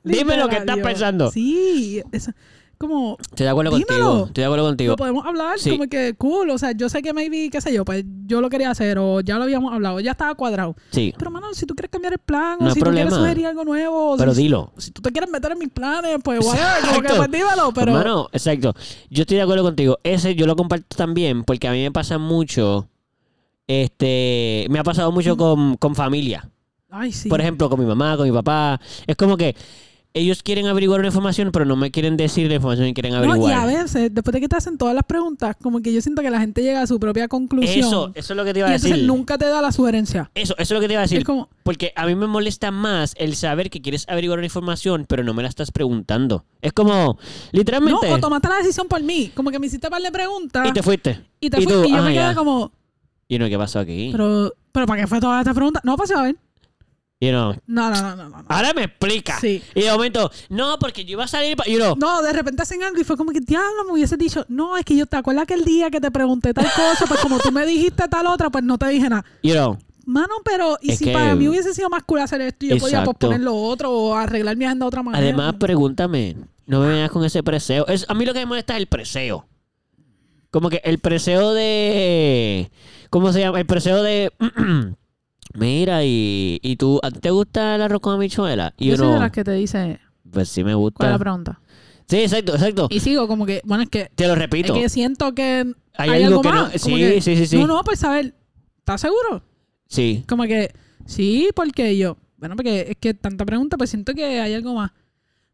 Speaker 1: Dime lo que
Speaker 2: Literal,
Speaker 1: estás
Speaker 2: yo-
Speaker 1: pensando.
Speaker 2: Sí, es como
Speaker 1: Estoy de acuerdo
Speaker 2: Dímelo.
Speaker 1: contigo. Estoy de acuerdo contigo.
Speaker 2: lo podemos hablar
Speaker 1: sí.
Speaker 2: como que cool, o sea, yo sé que maybe, qué sé yo, pues yo lo quería hacer o ya lo habíamos hablado, ya estaba cuadrado.
Speaker 1: Sí.
Speaker 2: Pero mano, si tú quieres cambiar el plan
Speaker 1: No
Speaker 2: o
Speaker 1: hay
Speaker 2: si tú
Speaker 1: problema.
Speaker 2: quieres sugerir algo nuevo, o
Speaker 1: Pero
Speaker 2: si,
Speaker 1: dilo.
Speaker 2: si tú te quieres meter en mis planes, pues whatever, como que
Speaker 1: Exacto.
Speaker 2: pues dímelo, pero
Speaker 1: Hermano, exacto. Yo estoy de acuerdo contigo. Ese yo lo comparto también porque a mí me pasa mucho. Este. Me ha pasado mucho con, con familia.
Speaker 2: ay Mm. sí.
Speaker 1: Por ejemplo, con mi mamá, con mi papá. Es como que. Ellos quieren averiguar una información, pero no me quieren decir la información que quieren
Speaker 2: No,
Speaker 1: averiguar.
Speaker 2: y a veces, después de que te hacen todas las preguntas, como que yo siento que la gente llega a su propia conclusión.
Speaker 1: Eso, eso es lo que te
Speaker 2: y
Speaker 1: iba a
Speaker 2: entonces
Speaker 1: decir.
Speaker 2: nunca te da la sugerencia.
Speaker 1: Eso, eso es lo que te iba a decir.
Speaker 2: Es como,
Speaker 1: Porque a mí me molesta más el saber que quieres averiguar una información, pero no me la estás preguntando. Es como,
Speaker 2: no,
Speaker 1: literalmente,
Speaker 2: o tomaste la decisión por mí. Como que me hiciste par de preguntas.
Speaker 1: y te fuiste.
Speaker 2: Y te fui-
Speaker 1: tú,
Speaker 2: y yo
Speaker 1: ah,
Speaker 2: me quedé
Speaker 1: ya.
Speaker 2: como,
Speaker 1: You know, ¿qué pasó aquí?
Speaker 2: pero, pero ¿para qué fue toda esta pregunta? No, pues se va a ver.
Speaker 1: You know,
Speaker 2: No, no, no, no, no. no.
Speaker 1: ahora me explica.
Speaker 2: Sí.
Speaker 1: Y de momento, no, porque yo iba a salir, pa- you know.
Speaker 2: No, de repente hacen algo y fue como que, diablo, me hubiese dicho, no, es que yo te acuerdas aquel día que te pregunté tal cosa, pues como tú me dijiste tal otra, pues no te dije nada.
Speaker 1: you know.
Speaker 2: Mano, pero, y
Speaker 1: Es
Speaker 2: si
Speaker 1: que-
Speaker 2: para mí hubiese sido más cool hacer esto y yo podía
Speaker 1: Exacto.
Speaker 2: posponer lo otro o arreglar mi agenda de otra manera.
Speaker 1: Además, pregúntame, no me vengas con ese preseo. Es, a mí lo que me molesta es el preseo. Como que el preseo de... ¿Cómo se llama? El preseo de... Mira, y, y tú, ¿a ti te gusta el arroz con habichuela? Y
Speaker 2: yo soy
Speaker 1: uno,
Speaker 2: de las que te dice,
Speaker 1: pues sí me
Speaker 2: ¿cuál es
Speaker 1: gusta.
Speaker 2: la pregunta?
Speaker 1: Sí, exacto, exacto.
Speaker 2: Y sigo como que, bueno, es que,
Speaker 1: Te lo
Speaker 2: es
Speaker 1: repito.
Speaker 2: que siento que
Speaker 1: Hay
Speaker 2: hay,
Speaker 1: algo
Speaker 2: algo,
Speaker 1: que no-
Speaker 2: más. Como
Speaker 1: sí,
Speaker 2: que,
Speaker 1: sí, sí, sí.
Speaker 2: No, no, pues a ver, ¿estás seguro?
Speaker 1: Sí.
Speaker 2: Como que, sí, porque yo, bueno, porque es que tanta pregunta, pues siento que hay algo más.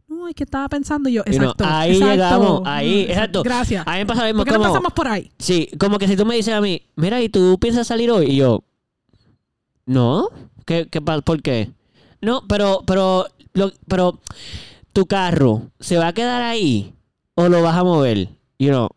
Speaker 2: No, es que estaba pensando y yo,
Speaker 1: Y uno,
Speaker 2: exacto.
Speaker 1: ahí
Speaker 2: exacto.
Speaker 1: llegamos, ahí,
Speaker 2: Mm,
Speaker 1: exacto.
Speaker 2: Gracias.
Speaker 1: A mí me pasa lo mismo
Speaker 2: ¿Por qué no
Speaker 1: como...
Speaker 2: pasamos por ahí?
Speaker 1: sí, como que si tú me dices a mí, mira, ¿y tú piensas salir hoy? Y yo, no, ¿qué, qué pa- por qué? No, pero, pero, lo- pero, ¿tu carro se va a quedar ahí o lo vas a mover? Y uno,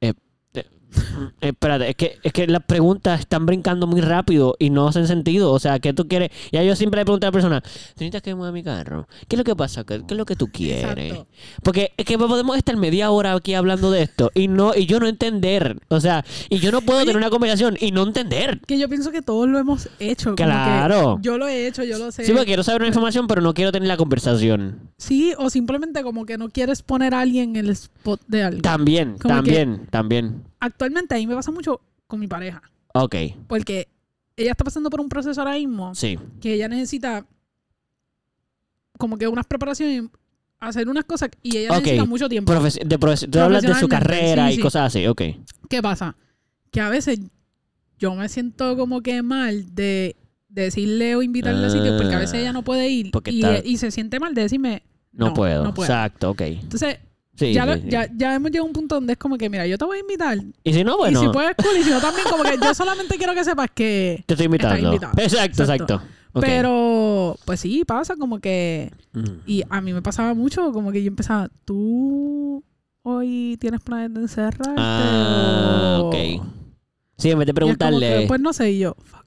Speaker 1: eh, eh, espérate, es que, es que las preguntas están brincando muy rápido y no hacen sentido. O sea, ¿qué tú quieres? Ya yo siempre le pregunto a la persona, ¿tú necesitas que mueva mi carro? ¿Qué es lo que pasa? ¿Qué, qué es lo que tú quieres?
Speaker 2: Exacto.
Speaker 1: Porque es que podemos estar media hora aquí hablando de esto y no y yo no entender. O sea, y yo no puedo tener una conversación y no entender.
Speaker 2: Que yo pienso que todos lo hemos hecho. como que
Speaker 1: Claro.
Speaker 2: yo lo he hecho, yo lo sé.
Speaker 1: Sí, porque quiero saber una información, pero no quiero tener la conversación.
Speaker 2: Sí, o simplemente como que no quieres poner a alguien en el spot de algo.
Speaker 1: También,
Speaker 2: Como
Speaker 1: también, también.
Speaker 2: Actualmente ahí me pasa mucho con mi pareja.
Speaker 1: Ok.
Speaker 2: Porque ella está pasando por un proceso ahora mismo
Speaker 1: Sí.
Speaker 2: que ella necesita como que unas preparaciones, hacer unas cosas y ella
Speaker 1: Ok.
Speaker 2: necesita mucho tiempo.
Speaker 1: Profe- de profe- tú hablas de su
Speaker 2: Profesionalmente,
Speaker 1: carrera
Speaker 2: sí,
Speaker 1: y
Speaker 2: sí.
Speaker 1: cosas así, ok.
Speaker 2: ¿Qué pasa? Que a veces yo me siento como que mal de decirle o invitarle a sitios porque a veces
Speaker 1: Ah,
Speaker 2: ella no puede ir
Speaker 1: porque
Speaker 2: y, e,
Speaker 1: está-
Speaker 2: y se siente mal de decirme
Speaker 1: No, puedo.
Speaker 2: no puedo.
Speaker 1: Exacto, ok.
Speaker 2: Entonces,
Speaker 1: Sí,
Speaker 2: ya, lo-
Speaker 1: sí, sí.
Speaker 2: ya, ya hemos llegado a un punto donde es como que, mira, yo te voy a invitar.
Speaker 1: Y si no,
Speaker 2: Y si
Speaker 1: bueno,
Speaker 2: puedes, cool. Y si no, también como que yo solamente quiero que sepas que...
Speaker 1: te estoy invitando.
Speaker 2: invitado.
Speaker 1: Exacto, exacto.
Speaker 2: Exacto.
Speaker 1: Ok.
Speaker 2: Pero, pues sí, pasa como que...
Speaker 1: Mm.
Speaker 2: Y a mí me pasaba mucho, como que yo empezaba, tú hoy tienes planes de encerrarte.
Speaker 1: Ah,
Speaker 2: o-?"
Speaker 1: ok.
Speaker 2: Y es como
Speaker 1: Sí, en vez de preguntarle.
Speaker 2: que, pues no sé, y yo, fuck.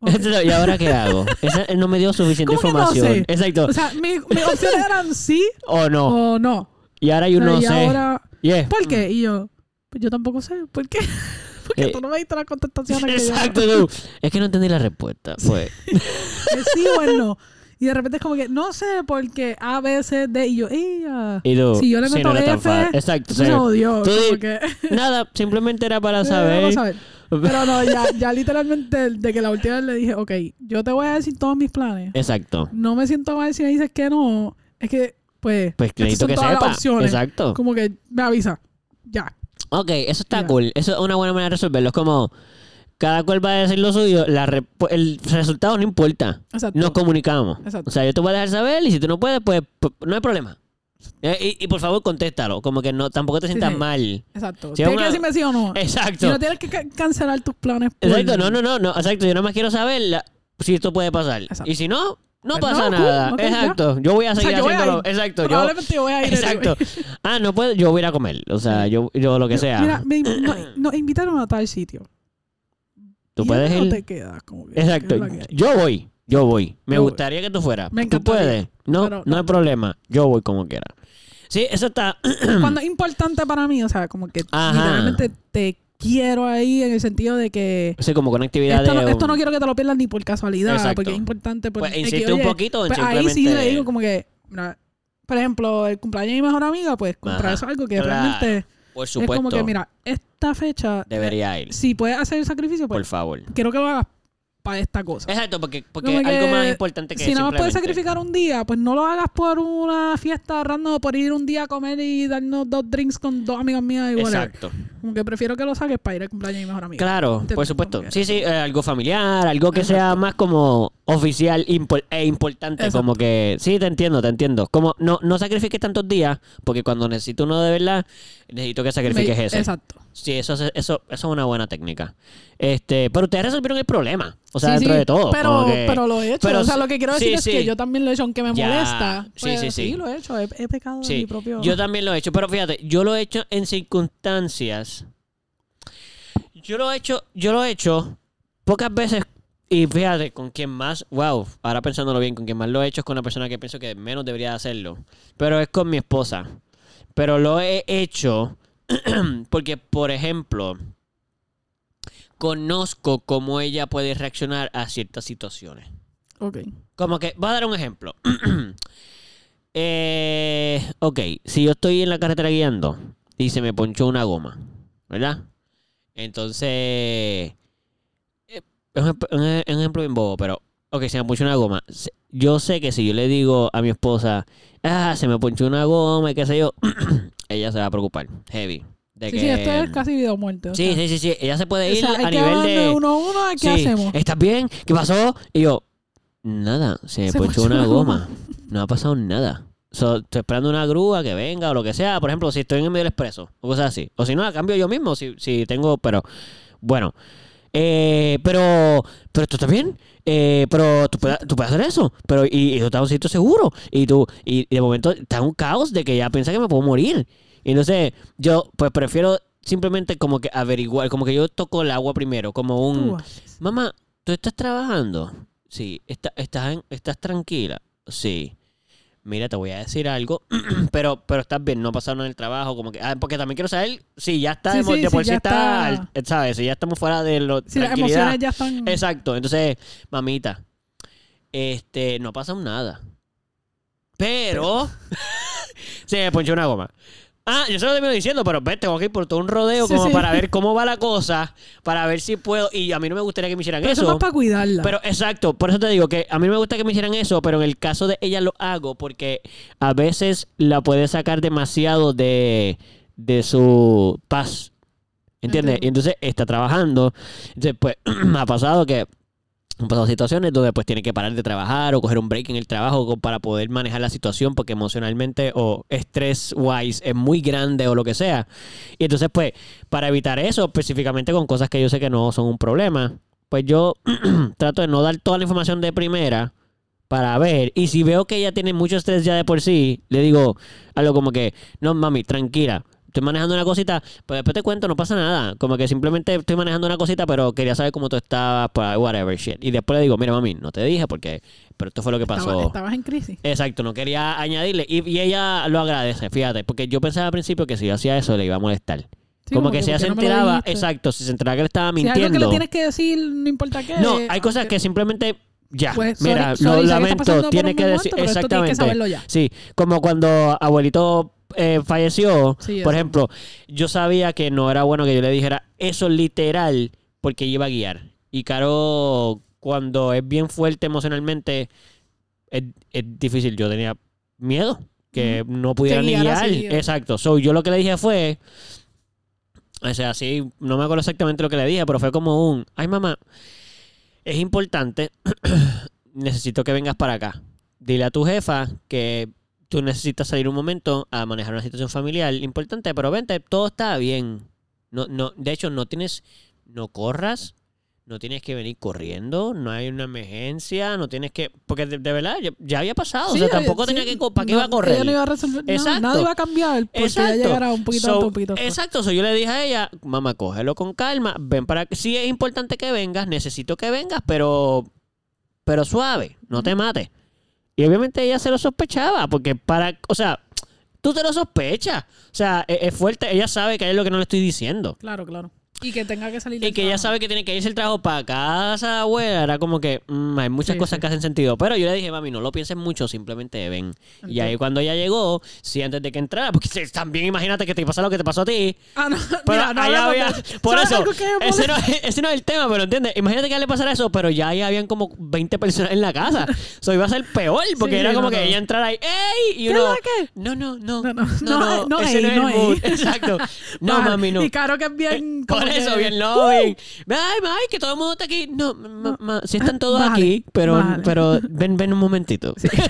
Speaker 2: Ok.
Speaker 1: ¿Y ahora qué hago? Esa- eh, no me dio suficiente
Speaker 2: ¿Cómo que no
Speaker 1: información.
Speaker 2: sé?
Speaker 1: Exacto.
Speaker 2: O sea, mi- mis opciones eran sí
Speaker 1: O no.
Speaker 2: o no.
Speaker 1: Y ahora Oh. yo
Speaker 2: O sea,
Speaker 1: no
Speaker 2: y
Speaker 1: sé.
Speaker 2: ahora,
Speaker 1: Yeah.
Speaker 2: ¿por qué? Y yo, pues yo tampoco sé, ¿por qué? Porque
Speaker 1: Eh,
Speaker 2: tú no me diste las contestaciones que yo.
Speaker 1: Exacto, tú. Es que no entendí la respuesta. Pues.
Speaker 2: que sí o el no. Y de repente es como que, no sé, porque A, B, C, D, y yo, ella.
Speaker 1: Y tú.
Speaker 2: Si yo le
Speaker 1: sí,
Speaker 2: meto
Speaker 1: no era tan
Speaker 2: F,
Speaker 1: fácil. Exacto.
Speaker 2: Se
Speaker 1: sí.
Speaker 2: odió.
Speaker 1: Tú di-
Speaker 2: como que-
Speaker 1: Nada, simplemente era para
Speaker 2: Vamos
Speaker 1: saber.
Speaker 2: a ver. Pero no, ya, ya literalmente de, que la última vez le dije, ok, yo te voy a decir todos mis planes.
Speaker 1: Exacto.
Speaker 2: No me siento mal si me dices que no. Es que, pues,
Speaker 1: Pues
Speaker 2: estas
Speaker 1: necesito
Speaker 2: son
Speaker 1: que
Speaker 2: todas
Speaker 1: sepa.
Speaker 2: las opciones.
Speaker 1: Exacto.
Speaker 2: Como que me avisa. Ya.
Speaker 1: Ok, eso está
Speaker 2: Ya.
Speaker 1: cool. Eso es una buena manera de resolverlo. Es como. Cada cual va a decir lo suyo. La re- pues, el resultado no importa.
Speaker 2: Exacto.
Speaker 1: nos comunicamos.
Speaker 2: Exacto.
Speaker 1: O sea, yo te voy a dejar saber y si tú no puedes, pues p- no hay problema. Eh, y, y por favor, contéstalo. Como que no tampoco te sientas
Speaker 2: sí.
Speaker 1: mal.
Speaker 2: Exacto.
Speaker 1: Si
Speaker 2: tienes
Speaker 1: una-
Speaker 2: que decirme sí o no. Si
Speaker 1: Exacto.
Speaker 2: no tienes que ca- cancelar tus planes. por-
Speaker 1: Exacto. No, no, no, no. Exacto. Yo nada más quiero saber la- si esto puede pasar.
Speaker 2: Exacto.
Speaker 1: Y si no, no
Speaker 2: Pues
Speaker 1: pasa
Speaker 2: no, cool,
Speaker 1: nada.
Speaker 2: ok,
Speaker 1: exacto. Yo voy a
Speaker 2: sea,
Speaker 1: seguir
Speaker 2: yo voy a
Speaker 1: haciéndolo.
Speaker 2: ir.
Speaker 1: Exacto. Yo.
Speaker 2: Probablemente voy a ir.
Speaker 1: Exacto. Ah, no puedo. Yo voy a ir a comer. O sea, yo, yo lo que sea.
Speaker 2: Mira, me, no- nos invitaron a tal sitio.
Speaker 1: tú
Speaker 2: Y
Speaker 1: puedes
Speaker 2: no
Speaker 1: ir.
Speaker 2: te quedas como que-
Speaker 1: Exacto.
Speaker 2: que es la que hay.
Speaker 1: Yo voy. Yo voy. Me
Speaker 2: Yo voy.
Speaker 1: gustaría que tú fueras.
Speaker 2: Me
Speaker 1: tú
Speaker 2: encantaría,
Speaker 1: puedes. No,
Speaker 2: pero
Speaker 1: no
Speaker 2: no.
Speaker 1: hay problema. Yo voy como quiera. Sí, eso está.
Speaker 2: cuando es importante para mí, o sea, como que
Speaker 1: Ajá.
Speaker 2: literalmente te quiero ahí en el sentido de que
Speaker 1: Sí, como conectividad
Speaker 2: esto no,
Speaker 1: de.
Speaker 2: esto no
Speaker 1: un-
Speaker 2: quiero que te lo pierdas ni por casualidad,
Speaker 1: Exacto.
Speaker 2: porque es importante. Por,
Speaker 1: Pues
Speaker 2: es que,
Speaker 1: insiste un
Speaker 2: oye,
Speaker 1: poquito en
Speaker 2: pues ahí
Speaker 1: simplemente.
Speaker 2: sí le digo como que, mira, por ejemplo, el cumpleaños de mi mejor amiga, pues comprar
Speaker 1: Ajá.
Speaker 2: eso algo que
Speaker 1: Claro,
Speaker 2: realmente
Speaker 1: por
Speaker 2: es
Speaker 1: supuesto.
Speaker 2: como que, mira, eh, esta fecha,
Speaker 1: debería ir.
Speaker 2: si puedes hacer el sacrificio,
Speaker 1: Por
Speaker 2: pues
Speaker 1: favor.
Speaker 2: quiero que lo hagas para esta cosa.
Speaker 1: Exacto, porque, porque
Speaker 2: Como
Speaker 1: es algo
Speaker 2: que
Speaker 1: más importante que
Speaker 2: si nada más puedes
Speaker 1: simplemente-
Speaker 2: sacrificar un día, pues no lo hagas por una fiesta random o por ir un día a comer y darnos dos drinks con dos amigas mías y whatever.
Speaker 1: Exacto.
Speaker 2: Como que prefiero que lo saques para ir al cumpleaños de mi mejor amiga.
Speaker 1: Claro,
Speaker 2: Entiendo,
Speaker 1: por supuesto.
Speaker 2: como
Speaker 1: Sí,
Speaker 2: que-
Speaker 1: sí, eh, algo familiar, algo que sea más como oficial impor- e importante.
Speaker 2: Exacto.
Speaker 1: Como que. Sí, te entiendo, te entiendo. Como no, no sacrifiques tantos días, porque cuando necesito uno de verdad, necesito que sacrifiques
Speaker 2: Me-
Speaker 1: ese.
Speaker 2: Exacto.
Speaker 1: Sí, eso, es- eso, eso es una buena técnica. Este, pero ustedes resolvieron el problema. O sea,
Speaker 2: Sí,
Speaker 1: dentro
Speaker 2: sí,
Speaker 1: de todo.
Speaker 2: Pero,
Speaker 1: como que-
Speaker 2: pero lo he hecho.
Speaker 1: Pero
Speaker 2: o sea,
Speaker 1: sí-
Speaker 2: lo que quiero
Speaker 1: sí,
Speaker 2: decir es
Speaker 1: sí.
Speaker 2: que yo también lo he hecho, aunque me
Speaker 1: Ya.
Speaker 2: molesta.
Speaker 1: Sí,
Speaker 2: pues,
Speaker 1: sí, sí.
Speaker 2: lo he hecho. He, he pecado de
Speaker 1: Sí,
Speaker 2: mi propio.
Speaker 1: yo también lo he hecho, pero fíjate, yo lo he hecho en circunstancias. Yo lo he hecho, yo lo he hecho pocas veces y fíjate, con quien más, wow, ahora pensándolo bien, con quien más lo he hecho es con una persona que pienso que menos debería hacerlo, pero es con mi esposa. Pero lo he hecho porque, por ejemplo, conozco cómo ella puede reaccionar a ciertas situaciones.
Speaker 2: Ok.
Speaker 1: Como que, voy a dar un ejemplo. Eh, ok, si yo estoy en la carretera guiando y se me ponchó una goma, ¿verdad? Entonces, eh, es un, es un ejemplo bien bobo, pero, ok, se me ponchó una goma. Se- Yo sé que si yo le digo a mi esposa, ah, se me ponchó una goma y qué sé yo, ella se va a preocupar, heavy. De
Speaker 2: Sí,
Speaker 1: que-
Speaker 2: sí, esto es casi vida o muerte. o
Speaker 1: Sí,
Speaker 2: sea.
Speaker 1: sí, sí, sí, ella se puede
Speaker 2: O
Speaker 1: ir
Speaker 2: sea, hay
Speaker 1: a
Speaker 2: que
Speaker 1: nivel
Speaker 2: hablar
Speaker 1: de...
Speaker 2: uno a uno, ¿qué
Speaker 1: Sí,
Speaker 2: hacemos?
Speaker 1: ¿Estás bien? ¿Qué pasó? Y yo, nada, se, me ponchó una goma. No ha pasado nada. So, estoy esperando una grúa que venga o lo que sea. Por ejemplo, si estoy en el medio del expreso o cosas así. O si no, la cambio yo mismo si, si tengo, pero bueno. Eh, pero, pero tú estás bien. Eh, pero tú puedes, tú puedes hacer eso. Pero, y, y tú estás en un sitio seguro. Y tú, y, y de momento está en un caos de que ya piensa que me puedo morir. Y entonces, yo, pues prefiero simplemente como que averiguar, como que yo toco el agua primero, como un.
Speaker 2: Tú haces.
Speaker 1: Mamá, ¿tú estás trabajando? Sí. ¿Está- ¿Estás, en- ¿Estás tranquila? Sí. Mira, te voy a decir algo, pero, pero estás bien, no pasaron en el trabajo, como que... ah, porque también quiero saber si ya está,
Speaker 2: Sí,
Speaker 1: de, mo-
Speaker 2: sí,
Speaker 1: de
Speaker 2: si
Speaker 1: por sí
Speaker 2: ya
Speaker 1: está,
Speaker 2: está-
Speaker 1: al- eh, ¿sabes? Si ya estamos fuera de lo...
Speaker 2: Si las
Speaker 1: tranquilidad.
Speaker 2: emociones ya están.
Speaker 1: Exacto, entonces, mamita, este, no pasa nada. Pero, se me ponchó una goma. Ah, yo se lo termino diciendo, pero vete, tengo que ir por todo un rodeo
Speaker 2: Sí,
Speaker 1: como
Speaker 2: sí.
Speaker 1: para ver cómo va la cosa, para ver si puedo. Y a mí no me gustaría que me hicieran
Speaker 2: Pero eso
Speaker 1: eso.
Speaker 2: es más para cuidarla.
Speaker 1: Pero exacto, por eso te digo que a mí no me gusta que me hicieran eso, pero en el caso de ella lo hago porque a veces la puede sacar demasiado de, de su paz. ¿Entiendes?
Speaker 2: Entiendo.
Speaker 1: Y entonces está trabajando. Entonces, pues ha pasado que han pasado situaciones donde pues tiene que parar de trabajar o coger un break en el trabajo co- para poder manejar la situación porque emocionalmente o estrés wise es muy grande o lo que sea. Y entonces pues para evitar eso específicamente con cosas que yo sé que no son un problema, pues yo trato de no dar toda la información de primera para ver y si veo que ella tiene mucho estrés ya de por sí, le digo algo como que, "No mami, tranquila." Estoy manejando una cosita, pues después te cuento, no pasa nada. Como que simplemente estoy manejando una cosita, pero quería saber cómo tú estabas, pa- whatever shit. Y después le digo, mira, mami, no te dije porque, pero esto fue lo que pasó.
Speaker 2: Estaba- estabas en crisis.
Speaker 1: Exacto, no quería añadirle. Y, y ella lo agradece, fíjate, porque yo pensaba al principio que si yo hacía eso le iba a molestar.
Speaker 2: Sí,
Speaker 1: como, que si
Speaker 2: ¿por
Speaker 1: ella se
Speaker 2: qué no me lo
Speaker 1: enteraba,
Speaker 2: dijiste?
Speaker 1: exacto, si se enteraba que le estaba
Speaker 2: Si hay algo
Speaker 1: mintiendo.
Speaker 2: que le tienes que decir, no importa qué.
Speaker 1: No,
Speaker 2: eh,
Speaker 1: hay cosas que simplemente ya.
Speaker 2: Pues, sorry,
Speaker 1: mira,
Speaker 2: sorry, sé
Speaker 1: lo
Speaker 2: que está
Speaker 1: lamento,
Speaker 2: pasando por
Speaker 1: tienes
Speaker 2: un
Speaker 1: que
Speaker 2: mal
Speaker 1: decir
Speaker 2: momento, pero esto tienes que
Speaker 1: exactamente.
Speaker 2: saberlo ya.
Speaker 1: Sí, como cuando abuelito eh, falleció,
Speaker 2: Sí,
Speaker 1: por
Speaker 2: eso.
Speaker 1: ejemplo, yo sabía que no era bueno que yo le dijera eso literal porque iba a guiar. Y Caro cuando es bien fuerte emocionalmente es, es difícil, yo tenía miedo que no pudiera
Speaker 2: Que
Speaker 1: ni
Speaker 2: guiara
Speaker 1: guiar.
Speaker 2: seguido.
Speaker 1: Exacto. So, yo lo que le dije fue o sea, sí, no me acuerdo exactamente lo que le dije, pero fue como un, ay mamá, es importante, necesito que vengas para acá. Dile a tu jefa que tú necesitas salir un momento a manejar una situación familiar importante, pero vente, todo está bien. No, no, de hecho, no tienes, no corras, no tienes que venir corriendo, no hay una emergencia, no tienes que, porque de, de verdad ya, ya había pasado, o
Speaker 2: Sí,
Speaker 1: sea,
Speaker 2: eh,
Speaker 1: tampoco
Speaker 2: sí,
Speaker 1: tenía que, co- ¿para qué
Speaker 2: no,
Speaker 1: iba a correr?
Speaker 2: Ella no iba a resolver. no,
Speaker 1: Exacto.
Speaker 2: nada iba a cambiar porque ya llegará un poquito pues.
Speaker 1: So,
Speaker 2: antes, un poquito después.
Speaker 1: Exacto. So, yo le dije a ella, mamá, cógelo con calma. Ven para que. Sí, es importante que vengas, necesito que vengas, pero. Pero suave, no te mates. Y obviamente ella se lo sospechaba, porque para. O sea, tú te lo sospechas. O sea, e-, es, es fuerte. Ella sabe que es lo que no le estoy diciendo.
Speaker 2: Claro, claro. Y que tenga que salir
Speaker 1: Y
Speaker 2: del
Speaker 1: que ella
Speaker 2: trabajo.
Speaker 1: sabe que tiene que irse el trabajo para casa, abuela. Era como que mm, hay muchas
Speaker 2: Sí,
Speaker 1: cosas
Speaker 2: sí.
Speaker 1: que hacen sentido. Pero yo le dije, mami, no lo pienses mucho, simplemente ven. Y ahí cuando ella llegó, sí, antes de que entrara, porque sí, también imagínate que te pasa lo que te pasó a ti.
Speaker 2: Ah, no,
Speaker 1: Pero
Speaker 2: mira, no
Speaker 1: ahí
Speaker 2: hablamos
Speaker 1: había.
Speaker 2: de eso.
Speaker 1: Por
Speaker 2: ¿Sabes
Speaker 1: eso.
Speaker 2: algo que me
Speaker 1: Ese
Speaker 2: molesta?
Speaker 1: no, es- ese no es el tema, pero ¿entiendes? Imagínate que le pasara eso, pero ya ahí habían como 20 personas en la casa. Eso iba a ser peor, porque
Speaker 2: Sí,
Speaker 1: era
Speaker 2: sí,
Speaker 1: como
Speaker 2: no,
Speaker 1: que
Speaker 2: no.
Speaker 1: ella entrara ahí, ¡ey! Y
Speaker 2: ¿Qué es
Speaker 1: uno.
Speaker 2: la que?
Speaker 1: No, no, no.
Speaker 2: No, no, no, no,
Speaker 1: ese
Speaker 2: ey,
Speaker 1: no
Speaker 2: no,
Speaker 1: es el mood.
Speaker 2: ey.
Speaker 1: Exacto. No,
Speaker 2: Vale.
Speaker 1: mami, no.
Speaker 2: Ah, Y claro que es bien.
Speaker 1: Eh,
Speaker 2: como
Speaker 1: Por eso,
Speaker 2: que- ¡Uh!
Speaker 1: bien loving. Ay, ay, que todo el mundo está aquí. No, ma- ma- sí están todos
Speaker 2: Ah, Vale,
Speaker 1: aquí, pero,
Speaker 2: vale.
Speaker 1: pero ven, ven un momentito.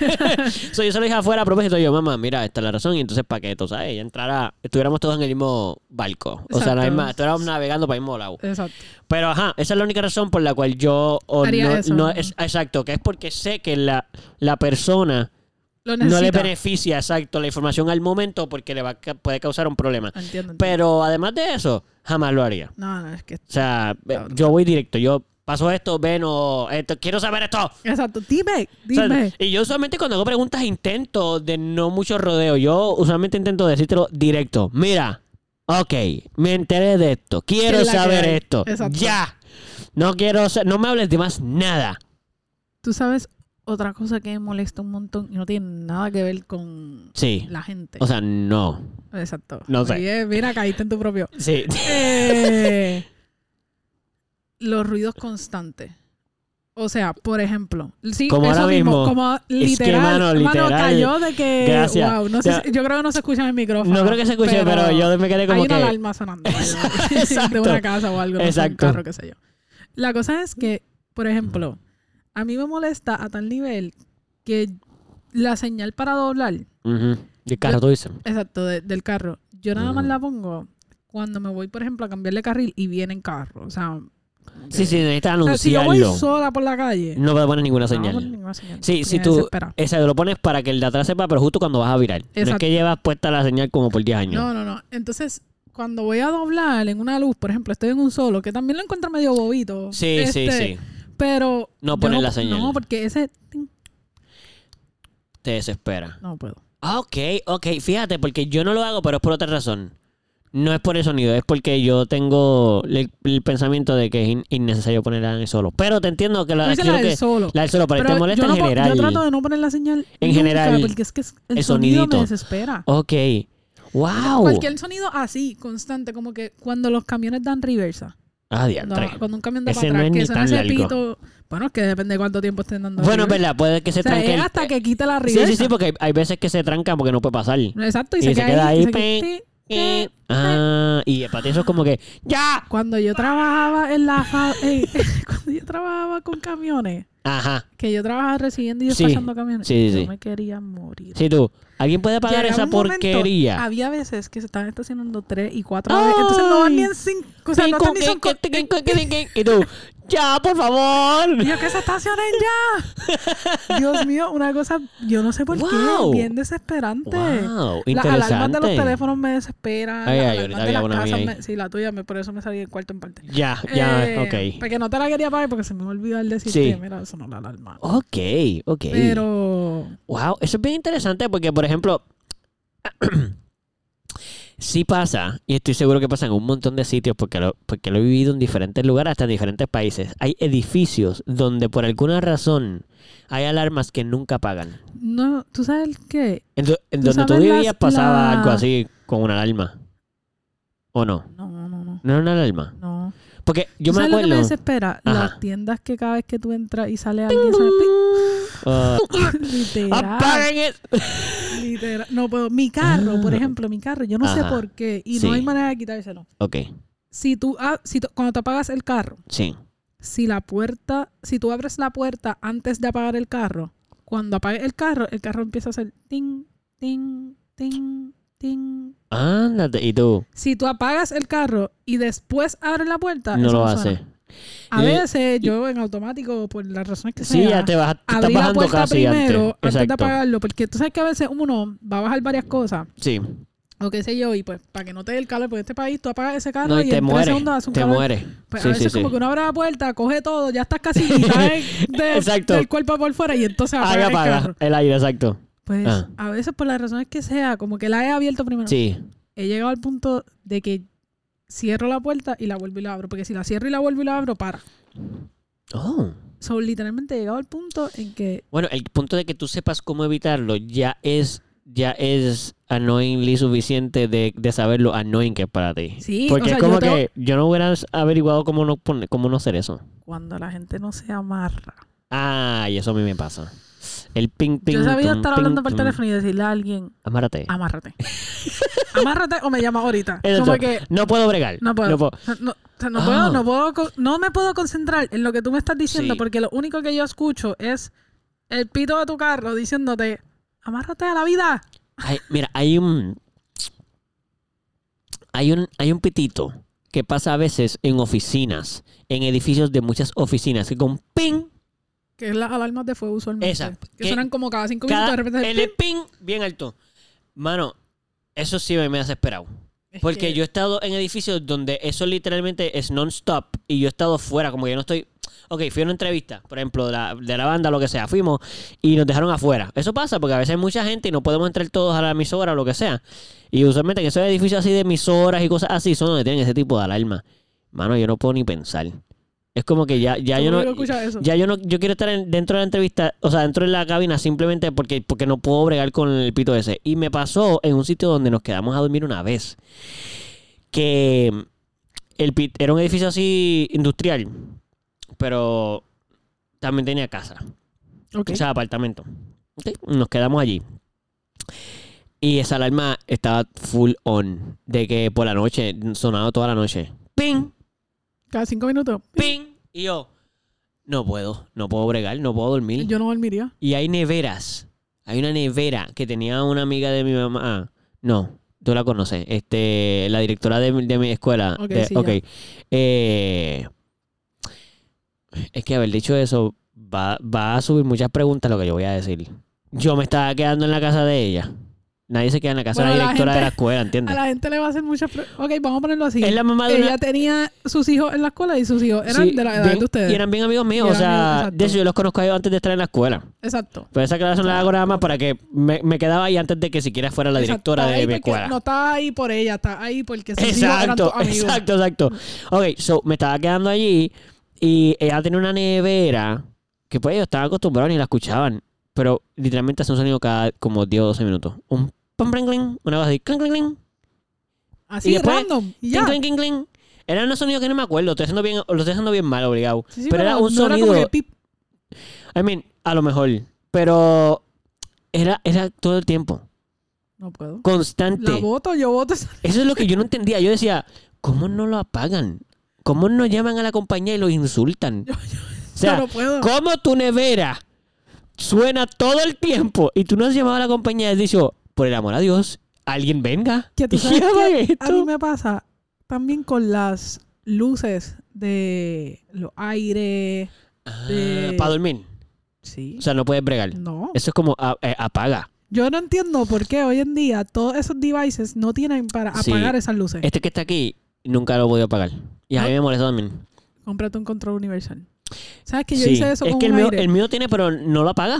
Speaker 1: So, yo se lo dije afuera a propósito. Yo, mamá, mira, esta es la razón. Y entonces, ¿para qué? Tú sabes, ella entrara, estuviéramos todos en el mismo barco. O sea, la
Speaker 2: Exacto.
Speaker 1: misma, estuviéramos navegando para el mismo lado.
Speaker 2: Exacto.
Speaker 1: Pero ajá, esa es la única razón por la cual yo o
Speaker 2: Haría
Speaker 1: no,
Speaker 2: eso.
Speaker 1: no es, exacto, que es porque sé que la, la persona
Speaker 2: Lo
Speaker 1: no le
Speaker 2: necesita.
Speaker 1: beneficia exacto la información al momento porque le va a ca- puede causar un problema.
Speaker 2: Entiendo, entiendo.
Speaker 1: Pero además de eso, jamás lo haría.
Speaker 2: No, no, es que.
Speaker 1: O sea, eh, yo voy directo. Yo paso esto, ven o esto, quiero saber esto.
Speaker 2: Exacto. Dime,
Speaker 1: O sea,
Speaker 2: dime.
Speaker 1: y yo usualmente cuando hago preguntas intento de no mucho rodeo. Yo usualmente intento decírtelo directo. Mira, ok, me enteré de esto.
Speaker 2: ¿Qué
Speaker 1: Quiero
Speaker 2: es la que
Speaker 1: saber
Speaker 2: hay?
Speaker 1: esto.
Speaker 2: Exacto.
Speaker 1: Ya. No quiero, sa- no me hables de más nada.
Speaker 2: Tú sabes otra cosa que me molesta un montón y no tiene nada que ver con
Speaker 1: Sí.
Speaker 2: la gente.
Speaker 1: O sea, no.
Speaker 2: Exacto.
Speaker 1: no sé.
Speaker 2: Oye, mira, caíste en tu propio.
Speaker 1: Sí.
Speaker 2: Eh, los ruidos constantes. O sea, por ejemplo, sí,
Speaker 1: Como
Speaker 2: eso
Speaker 1: ahora mismo.
Speaker 2: como literal,
Speaker 1: que, mano,
Speaker 2: mano,
Speaker 1: literal.
Speaker 2: cayó de que,
Speaker 1: Gracias.
Speaker 2: wow, no sé
Speaker 1: Ya.
Speaker 2: si- yo creo que no se escucha en el micrófono.
Speaker 1: No creo que se escuche, pero, yo me quedé
Speaker 2: hay
Speaker 1: como
Speaker 2: una
Speaker 1: que.
Speaker 2: alarma sonando
Speaker 1: Exacto.
Speaker 2: de una casa o algo, no sé, un
Speaker 1: Exacto.
Speaker 2: carro, qué sé yo. La cosa es que, por ejemplo, a mí me molesta a tal nivel que la señal para doblar,
Speaker 1: Ujú. De carro, tú dices.
Speaker 2: exacto, de- del carro, yo nada más
Speaker 1: Ujú.
Speaker 2: la pongo cuando me voy, por ejemplo, a cambiar de carril y vienen carros, o sea,
Speaker 1: Sí, sí, necesitas
Speaker 2: o sea, Ah, si yo voy
Speaker 1: anunciarlo.
Speaker 2: sola por la calle,
Speaker 1: No va a poner ninguna
Speaker 2: no voy a
Speaker 1: señal.
Speaker 2: poner ninguna señal.
Speaker 1: Sí,
Speaker 2: porque
Speaker 1: si
Speaker 2: me
Speaker 1: tú.
Speaker 2: desespera.
Speaker 1: Exacto, lo pones para que el de atrás sepa, pero justo cuando vas a virar. No es
Speaker 2: Exacto.
Speaker 1: que llevas puesta la señal como por 10 años.
Speaker 2: No, no, no. Entonces, cuando voy a doblar en una luz, por ejemplo, estoy en un solo, que también lo encuentro medio bobito.
Speaker 1: sí, sí,
Speaker 2: este,
Speaker 1: sí.
Speaker 2: Pero.
Speaker 1: No
Speaker 2: yo
Speaker 1: pones la señal.
Speaker 2: No, porque ese. ting,
Speaker 1: Te desespera.
Speaker 2: No puedo.
Speaker 1: Ah, ok, ok. Fíjate, porque yo no lo hago, pero es por otra razón. No es por el sonido, es porque yo tengo el, el pensamiento de que es in- innecesario ponerla en el solo. Pero te entiendo que la,
Speaker 2: Yo hice
Speaker 1: aquí
Speaker 2: la
Speaker 1: lo que-
Speaker 2: del solo.
Speaker 1: la del solo, pero, te
Speaker 2: yo
Speaker 1: molesta
Speaker 2: no
Speaker 1: en
Speaker 2: po-
Speaker 1: general.
Speaker 2: Yo trato de no poner la señal.
Speaker 1: En
Speaker 2: nunca,
Speaker 1: general,
Speaker 2: Porque es que es- el,
Speaker 1: el
Speaker 2: sonido
Speaker 1: sonidito.
Speaker 2: me desespera.
Speaker 1: Ok. ¡Wow!
Speaker 2: Cualquier sonido así, constante, como que cuando los camiones dan reversa.
Speaker 1: Ah,
Speaker 2: Cuando,
Speaker 1: diantre.
Speaker 2: cuando un camión da
Speaker 1: Ese
Speaker 2: para
Speaker 1: no
Speaker 2: atrás,
Speaker 1: es
Speaker 2: que
Speaker 1: ni
Speaker 2: ese no
Speaker 1: tan
Speaker 2: es el
Speaker 1: largo.
Speaker 2: pito. Bueno, es que depende de cuánto tiempo estén dando.
Speaker 1: Bueno,
Speaker 2: reversa.
Speaker 1: verdad, puede que se
Speaker 2: O sea,
Speaker 1: tranque.
Speaker 2: es
Speaker 1: el-
Speaker 2: hasta que quite la
Speaker 1: Sí,
Speaker 2: reversa.
Speaker 1: sí, sí, porque hay, hay veces que se tranca porque no puede pasar.
Speaker 2: Exacto, y,
Speaker 1: Y
Speaker 2: se, queda ahí. y se queda
Speaker 1: ping,
Speaker 2: ahí.
Speaker 1: Eh, ah, y para ti eso es como que ¡Ya!
Speaker 2: Cuando yo trabajaba en la fa- eh, cuando yo trabajaba con camiones,
Speaker 1: Ajá.
Speaker 2: que yo trabajaba recibiendo y
Speaker 1: Sí,
Speaker 2: despachando camiones,
Speaker 1: sí, sí,
Speaker 2: yo
Speaker 1: sí.
Speaker 2: me quería morir.
Speaker 1: Sí, tú. ¿Alguien puede pagar
Speaker 2: Llegaba
Speaker 1: esa
Speaker 2: un momento, ah,
Speaker 1: porquería?
Speaker 2: había veces que se estaban estacionando tres y cuatro veces, entonces no van ni en cinco, o sea, no
Speaker 1: Tin,
Speaker 2: están ni
Speaker 1: cun,
Speaker 2: son co-
Speaker 1: tin, tin, cun, tin, tin, Y tú, ¡Ya, por favor!
Speaker 2: Y yo, que se estacionen ya. Dios mío, una cosa, yo no sé por
Speaker 1: Wow.
Speaker 2: qué, bien desesperante.
Speaker 1: ¡Wow!
Speaker 2: Las
Speaker 1: Interesante.
Speaker 2: alarmas de los teléfonos me desesperan.
Speaker 1: Ay,
Speaker 2: las
Speaker 1: ay,
Speaker 2: alarmas
Speaker 1: ahorita
Speaker 2: de
Speaker 1: había
Speaker 2: las
Speaker 1: una mía
Speaker 2: casas
Speaker 1: ahí.
Speaker 2: me- sí, la tuya, me- por eso me salí del cuarto en parte.
Speaker 1: Ya, ya,
Speaker 2: Eh,
Speaker 1: ok.
Speaker 2: Porque no te la quería pagar porque se me olvidó el decirte,
Speaker 1: Sí.
Speaker 2: mira, sonó la alarma.
Speaker 1: Ok, ok.
Speaker 2: Pero
Speaker 1: Wow, eso es bien interesante porque, por ejemplo, sí pasa, y estoy seguro que pasa en un montón de sitios porque lo, porque lo he vivido en diferentes lugares, hasta en diferentes países. Hay edificios donde por alguna razón hay alarmas que nunca pagan.
Speaker 2: no, ¿tú sabes el qué?
Speaker 1: En, do- en
Speaker 2: ¿Tú
Speaker 1: donde tú
Speaker 2: sabes las-
Speaker 1: vivías pasaba
Speaker 2: la-
Speaker 1: algo así con una alarma. ¿O no?
Speaker 2: No, no, no.
Speaker 1: No era una alarma.
Speaker 2: No.
Speaker 1: Porque yo
Speaker 2: ¿Tú
Speaker 1: me
Speaker 2: sabes lo que me
Speaker 1: acuerdo...
Speaker 2: desespera?
Speaker 1: Ajá.
Speaker 2: Las tiendas que cada vez que tú entras y sale alguien, sale ping,
Speaker 1: Ah,
Speaker 2: literal,
Speaker 1: ¡Apaguen eso!
Speaker 2: literal. No puedo. Mi carro, por
Speaker 1: Ah.
Speaker 2: ejemplo, mi carro, yo no sé
Speaker 1: Ajá.
Speaker 2: por qué y
Speaker 1: Sí.
Speaker 2: no hay manera de quitárselo.
Speaker 1: Ok,
Speaker 2: Si tú, ah, si tú- cuando te apagas el carro,
Speaker 1: sí.
Speaker 2: si la puerta, si tú abres la puerta antes de apagar el carro, cuando apagues el carro, el carro empieza a hacer ting, ting, ting, ting.
Speaker 1: Ándate, y tú
Speaker 2: Si tú apagas el carro y después abres la puerta,
Speaker 1: no
Speaker 2: Ah, eso
Speaker 1: lo
Speaker 2: suena.
Speaker 1: haces.
Speaker 2: A
Speaker 1: Eh,
Speaker 2: veces yo en automático, por las razones que
Speaker 1: Sí,
Speaker 2: sea,
Speaker 1: ya te vas, te estás
Speaker 2: abrí la
Speaker 1: bajando
Speaker 2: puerta
Speaker 1: casi
Speaker 2: primero
Speaker 1: antes.
Speaker 2: antes, de
Speaker 1: Exacto.
Speaker 2: apagarlo, porque tú sabes que a veces uno va a bajar varias cosas
Speaker 1: sí.
Speaker 2: o qué sé yo, y pues para que no te dé el calor, porque en este país tú apagas ese carro
Speaker 1: No,
Speaker 2: y
Speaker 1: y te
Speaker 2: en tres
Speaker 1: mueres.
Speaker 2: segundos hace un
Speaker 1: Te
Speaker 2: calor
Speaker 1: mueres.
Speaker 2: Pues a
Speaker 1: sí,
Speaker 2: veces
Speaker 1: sí, sí.
Speaker 2: como que uno abre la puerta, coge todo, ya estás casi mitad de- de-
Speaker 1: Exacto.
Speaker 2: del cuerpo por fuera y entonces
Speaker 1: Ah,
Speaker 2: apaga
Speaker 1: ya
Speaker 2: el
Speaker 1: apaga
Speaker 2: carro.
Speaker 1: el aire, exacto.
Speaker 2: Pues
Speaker 1: Ah.
Speaker 2: a veces por las razones que sea, como que la he abierto primero.
Speaker 1: Sí.
Speaker 2: He llegado al punto de que cierro la puerta y la vuelvo y la abro, porque si la cierro y la vuelvo y la abro, para.
Speaker 1: Oh.
Speaker 2: So, literalmente he llegado al punto en que
Speaker 1: Bueno, el punto de que tú sepas cómo evitarlo ya es ya es annoyingly suficiente de, de saberlo annoying que es para ti.
Speaker 2: Sí,
Speaker 1: Porque
Speaker 2: o sea,
Speaker 1: es como
Speaker 2: yo tengo-
Speaker 1: que yo no hubiera averiguado cómo no poner- cómo no hacer eso.
Speaker 2: cuando la gente no se amarra.
Speaker 1: Ah, y eso a mí me pasa. El ping ping.
Speaker 2: Yo sabía
Speaker 1: tum,
Speaker 2: estar
Speaker 1: ping,
Speaker 2: hablando por
Speaker 1: tum.
Speaker 2: teléfono y decirle a alguien,
Speaker 1: Amárrate.
Speaker 2: amárrate. amárrate o me llama ahorita.
Speaker 1: Exacto.
Speaker 2: Como que
Speaker 1: No puedo bregar.
Speaker 2: No puedo.
Speaker 1: No puedo.
Speaker 2: No, no, o sea, no
Speaker 1: Ah.
Speaker 2: puedo, no puedo co- no me puedo concentrar en lo que tú me estás diciendo
Speaker 1: Sí.
Speaker 2: porque lo único que yo escucho es el pito de tu carro diciéndote, amárrate a la vida.
Speaker 1: Ay, mira, hay un, hay un. Hay un pitito que pasa a veces en oficinas, en edificios de muchas oficinas, que con ping,
Speaker 2: Que es las alarmas de fuego usualmente.
Speaker 1: Esa.
Speaker 2: Que
Speaker 1: Que
Speaker 2: suenan como cada cinco minutos
Speaker 1: cada,
Speaker 2: de repente.
Speaker 1: el ping bien alto. Mano, eso sí me me ha desesperado.
Speaker 2: Es
Speaker 1: Porque
Speaker 2: que-
Speaker 1: yo he estado en edificios donde eso literalmente es non-stop y yo he estado fuera, como que yo no estoy... Ok, fui a una entrevista, por ejemplo, de la, de la banda, lo que sea, fuimos y nos dejaron afuera. Eso pasa porque a veces hay mucha gente y no podemos entrar todos a la emisora o lo que sea. Y usualmente en esos edificios así de emisoras y cosas así son donde tienen ese tipo de alarma. Mano, yo no puedo ni pensar. Es como que ya, ya
Speaker 2: tú
Speaker 1: yo
Speaker 2: no
Speaker 1: no...
Speaker 2: escuchas eso.
Speaker 1: Ya yo no, yo quiero estar en- dentro de la entrevista, o sea, dentro de la cabina simplemente porque, porque no puedo bregar con el pito ese. Y me pasó en un sitio donde nos quedamos a dormir una vez. Que el pit era un edificio así industrial, pero también tenía casa.
Speaker 2: Ok.
Speaker 1: O sea, apartamento. Ok, Nos quedamos allí. Y esa alarma estaba full on. De que por la noche, sonaba toda la noche. ¡Ping!
Speaker 2: cada cinco minutos.
Speaker 1: ¡Ping! Y yo, no puedo, no puedo bregar, no puedo dormir.
Speaker 2: Yo no dormiría.
Speaker 1: Y hay neveras. Hay una nevera que tenía una amiga de mi mamá. Ah, No, tú la conoces. Este, la directora de, mi- de mi escuela.
Speaker 2: Ok,
Speaker 1: De-
Speaker 2: sí, ya.
Speaker 1: ok. Eh, es que haber dicho eso va, va a subir muchas preguntas lo que yo voy a decir. Yo me estaba quedando en la casa de ella. Nadie se queda en la casa de
Speaker 2: Bueno,
Speaker 1: la
Speaker 2: la
Speaker 1: directora de
Speaker 2: gente-
Speaker 1: la escuela,
Speaker 2: A
Speaker 1: ¿entiendes?
Speaker 2: la gente le va a hacer muchas. pre- Ok, vamos a ponerlo así.
Speaker 1: Es la mamá de una-
Speaker 2: Ella tenía sus hijos en la escuela y sus hijos eran
Speaker 1: Sí,
Speaker 2: de la edad
Speaker 1: bien-
Speaker 2: de ustedes.
Speaker 1: Y eran bien amigos míos.
Speaker 2: Y
Speaker 1: O
Speaker 2: eran
Speaker 1: sea,
Speaker 2: amigos,
Speaker 1: de hecho,
Speaker 2: exacto.
Speaker 1: yo los conozco a ellos antes de estar en la escuela.
Speaker 2: Exacto.
Speaker 1: Pero esa aclaración la hago nada más para que me, me quedaba ahí antes de que siquiera fuera la
Speaker 2: Exacto.
Speaker 1: directora
Speaker 2: Está ahí
Speaker 1: de mi
Speaker 2: porque
Speaker 1: escuela.
Speaker 2: No está ahí por ella, está ahí porque sus hijos eran tus
Speaker 1: Exacto,
Speaker 2: amigos.
Speaker 1: exacto, exacto. Ok, so me estaba quedando allí y ella tenía una nevera que pues ellos estaban acostumbrados y la escuchaban. Pero literalmente hace un sonido cada como 10 o 12 minutos. Un pam, pam, cling, una cosa así, clang, clang, clang,
Speaker 2: Así
Speaker 1: Y después,
Speaker 2: random. Y ya.
Speaker 1: Cling, cling, cling, cling. Eran unos sonidos que no me acuerdo. Estoy haciendo bien, lo estoy haciendo bien mal, obligado.
Speaker 2: Sí, sí,
Speaker 1: pero, era
Speaker 2: no
Speaker 1: un sonido.
Speaker 2: como que pip.
Speaker 1: I mean, a lo mejor. Pero era, era todo el tiempo.
Speaker 2: No puedo. La
Speaker 1: Constante.
Speaker 2: voto, yo voto. esa-
Speaker 1: Eso es lo que yo no entendía. Yo decía, ¿cómo no lo apagan? ¿Cómo no llaman a la compañía y los insultan?
Speaker 2: Yo, yo-
Speaker 1: O sea,
Speaker 2: yo no puedo.
Speaker 1: ¿Cómo tu nevera suena todo el tiempo y tú no has llamado a la compañía y has dicho, por el amor a Dios, alguien venga?
Speaker 2: Que tú
Speaker 1: y
Speaker 2: sabes
Speaker 1: llama
Speaker 2: que a mí
Speaker 1: esto?
Speaker 2: me pasa también con las luces de los aires. me-
Speaker 1: para Ah, dormir.
Speaker 2: Sí.
Speaker 1: O sea, no puedes bregar.
Speaker 2: No.
Speaker 1: Eso es como a- eh, apaga.
Speaker 2: Yo no entiendo por qué hoy en día todos esos devices no tienen para
Speaker 1: Sí.
Speaker 2: apagar esas luces.
Speaker 1: Este que está aquí nunca lo voy a apagar. Y a mí me molesta también.
Speaker 2: Cómprate un control universal. ¿Sabes que yo
Speaker 1: Sí.
Speaker 2: hice eso
Speaker 1: es
Speaker 2: con
Speaker 1: que el
Speaker 2: un
Speaker 1: mío,
Speaker 2: aire? Ah.
Speaker 1: el mío tiene, pero no lo apaga.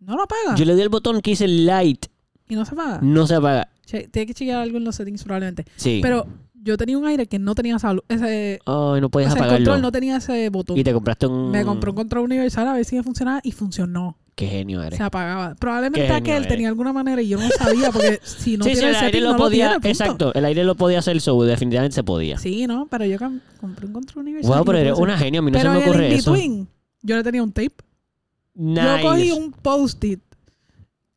Speaker 2: No lo apaga.
Speaker 1: Yo le di el botón que dice light,
Speaker 2: Y no se apaga.
Speaker 1: no se apaga.
Speaker 2: Che- tiene que chequear algo en los settings probablemente.
Speaker 1: Sí.
Speaker 2: Pero yo tenía un aire que no tenía esa lu- ese,
Speaker 1: Ay, no puedes
Speaker 2: o sea, el
Speaker 1: apagarlo.
Speaker 2: control no tenía ese botón.
Speaker 1: Y te Mm. compraste un.
Speaker 2: Me compré un control universal a ver si funcionaba y funcionó.
Speaker 1: Qué genio eres.
Speaker 2: Se apagaba.
Speaker 1: Qué
Speaker 2: Probablemente
Speaker 1: genio
Speaker 2: aquel
Speaker 1: eres.
Speaker 2: tenía alguna manera y yo no sabía porque si no
Speaker 1: sí, sí,
Speaker 2: tiene
Speaker 1: el
Speaker 2: el
Speaker 1: aire
Speaker 2: setting
Speaker 1: lo
Speaker 2: no
Speaker 1: podía.
Speaker 2: lo tiene, punto.
Speaker 1: exacto, el aire lo podía hacer, so definitivamente se podía.
Speaker 2: Sí, no, pero yo cam- compré un control universal.
Speaker 1: wow,
Speaker 2: y
Speaker 1: pero
Speaker 2: lo
Speaker 1: eres
Speaker 2: puse.
Speaker 1: una genio, a mí no se
Speaker 2: Pero
Speaker 1: me
Speaker 2: en el
Speaker 1: ocurre eso.
Speaker 2: in-between yo le tenía un tape.
Speaker 1: Nice.
Speaker 2: Yo cogí un post-it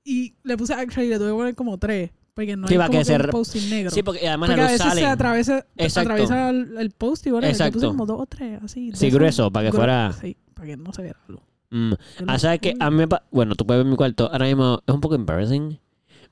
Speaker 2: y le puse action y le tuve que poner como tres. Porque no
Speaker 1: Sí,
Speaker 2: hay
Speaker 1: para
Speaker 2: como
Speaker 1: que
Speaker 2: que
Speaker 1: se re-
Speaker 2: un post-it negro.
Speaker 1: Sí, porque además
Speaker 2: porque a
Speaker 1: la luz
Speaker 2: veces
Speaker 1: sale.
Speaker 2: se atraviesa,
Speaker 1: Exacto.
Speaker 2: atraviesa el, el post-it, ¿vale? Le puse
Speaker 1: Exacto.
Speaker 2: como dos o tres, así. de
Speaker 1: Sí,
Speaker 2: esos-
Speaker 1: grueso, para que
Speaker 2: gru-
Speaker 1: fuera-
Speaker 2: Sí, para que no se viera la luz.
Speaker 1: Mm.
Speaker 2: Yo
Speaker 1: Ah,
Speaker 2: lo-
Speaker 1: ¿sabes qué? A mí me pa- Bueno, tú puedes ver mi cuarto. Ahora mismo es un poco embarrassing.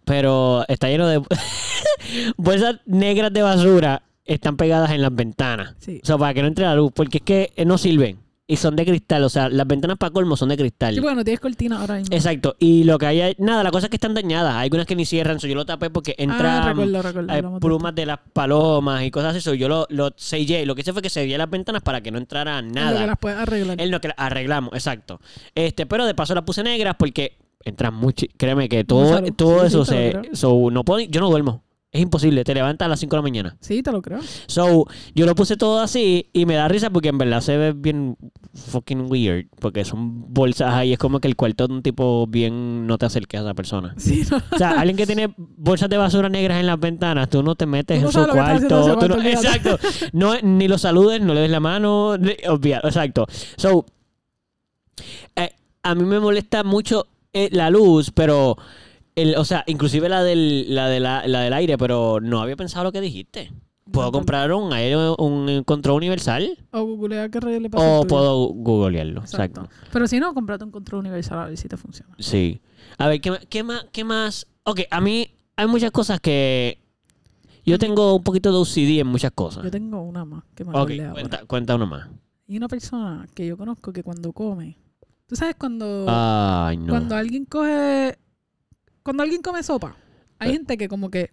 Speaker 1: Pero está lleno de... Bolsas negras de basura están pegadas en las ventanas.
Speaker 2: Sí.
Speaker 1: O sea, para que no entre la luz. Porque es que eh, no sirven. Y son de cristal. O sea, las ventanas para colmo son de cristal.
Speaker 2: Sí, porque no tienes cortina ahora mismo.
Speaker 1: Exacto. Y lo que hay... ahí- Nada, la cosa es que están dañadas. Hay algunas que ni cierran. so yo lo tapé porque
Speaker 2: ah,
Speaker 1: entra...
Speaker 2: recuerdo, recuerdo.
Speaker 1: hay
Speaker 2: hablamos de
Speaker 1: plumas de las palomas y cosas así. so yo lo, lo sellé. Lo que hice fue que sellé las ventanas para que no entrara
Speaker 2: esto. En
Speaker 1: nada.
Speaker 2: Lo que las puedes arreglar.
Speaker 1: Es lo que la- arreglamos, exacto. Este, pero de paso las puse negras porque entran mucho. Créeme que todo,
Speaker 2: salud.
Speaker 1: todo
Speaker 2: Sí, sí,
Speaker 1: eso
Speaker 2: te lo
Speaker 1: se.
Speaker 2: creo.
Speaker 1: So, no puedo, yo no duermo. Es imposible. Te levantas a las 5 de la mañana.
Speaker 2: Sí, te lo creo.
Speaker 1: So, yo lo puse todo así y me da risa porque en verdad se ve bien fucking weird. Porque son bolsas ahí. Es como que el cuarto de un tipo bien no te acerques a esa persona.
Speaker 2: Sí, no.
Speaker 1: O sea, alguien que tiene bolsas de basura negras en las ventanas, tú no te metes
Speaker 2: Tú no
Speaker 1: en su
Speaker 2: sabes lo que está haciendo
Speaker 1: cuarto.
Speaker 2: ese
Speaker 1: tú no-
Speaker 2: vato, olvídate.
Speaker 1: exacto. No, ni lo saludes, no le des la mano. ni- Obviar, exacto. So, eh, a mí me molesta mucho eh, la luz, pero. el- o sea, inclusive la del, la, de la, la del aire, pero no había pensado lo que dijiste. ¿Puedo
Speaker 2: No,
Speaker 1: comprar un aire, un control universal?
Speaker 2: O googlea qué red le pasa al
Speaker 1: ¿O
Speaker 2: tuyo.
Speaker 1: puedo googlearlo?
Speaker 2: Exacto.
Speaker 1: Exacto.
Speaker 2: Pero si no, comprate un control universal a ver si te funciona.
Speaker 1: Sí. A ver, ¿qué, ma- qué, más, ¿qué más? Ok, a mí hay muchas cosas que... Yo tengo un poquito de OCD en muchas
Speaker 2: Yo
Speaker 1: cosas.
Speaker 2: tengo una más que me
Speaker 1: Ok,
Speaker 2: acordé ahora.
Speaker 1: cuenta, cuenta uno más.
Speaker 2: Y una persona que yo conozco que cuando come... ¿Tú sabes cuando,
Speaker 1: Ay, Ah, no.
Speaker 2: cuando alguien coge... Cuando alguien come sopa, hay
Speaker 1: Eh.
Speaker 2: gente que como que...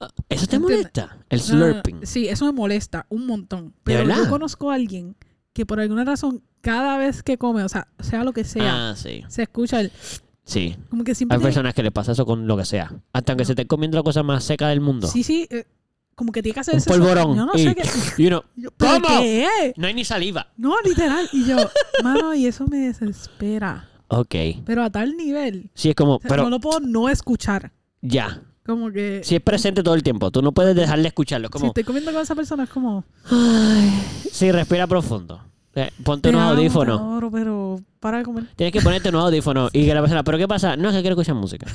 Speaker 2: ah,
Speaker 1: Ah, ¿Eso te
Speaker 2: ¿entiendes?
Speaker 1: molesta? El
Speaker 2: No, no, no.
Speaker 1: slurping.
Speaker 2: Ah, Sí, eso me molesta un montón. Pero
Speaker 1: verdad?
Speaker 2: yo conozco a alguien que por alguna razón cada vez que come, o sea, sea lo que sea,
Speaker 1: Ah, sí.
Speaker 2: se escucha el...
Speaker 1: Sí.
Speaker 2: Como que siempre...
Speaker 1: Hay
Speaker 2: tiene-
Speaker 1: personas que le pasa eso con lo que sea. Hasta que
Speaker 2: No.
Speaker 1: se esté comiendo la cosa más seca del mundo.
Speaker 2: Sí, sí. eh, como que tiene que hacer
Speaker 1: Un
Speaker 2: ese sonido.
Speaker 1: polvorón.
Speaker 2: Yo no
Speaker 1: y,
Speaker 2: sé qué...
Speaker 1: y uno,
Speaker 2: yo, ¿pero
Speaker 1: ¿Cómo?
Speaker 2: qué es?
Speaker 1: no hay ni saliva.
Speaker 2: No, literal. Y yo, mano, y eso me desespera.
Speaker 1: Ok.
Speaker 2: Pero a tal nivel.
Speaker 1: Sí, es como,
Speaker 2: o sea,
Speaker 1: pero
Speaker 2: no lo puedo no escuchar.
Speaker 1: ya.
Speaker 2: Como que.
Speaker 1: Si es presente todo el tiempo, tú no puedes dejar de escucharlo. Es
Speaker 2: Si
Speaker 1: como,
Speaker 2: estoy comiendo con esa persona, es como.
Speaker 1: sí, respira profundo. Eh, ponte
Speaker 2: te
Speaker 1: unos
Speaker 2: amo, te
Speaker 1: audífonos.
Speaker 2: adoro, pero para de comer.
Speaker 1: Tienes que ponerte un audífono y que la persona, ¿pero qué pasa? No, es que quiero escuchar música.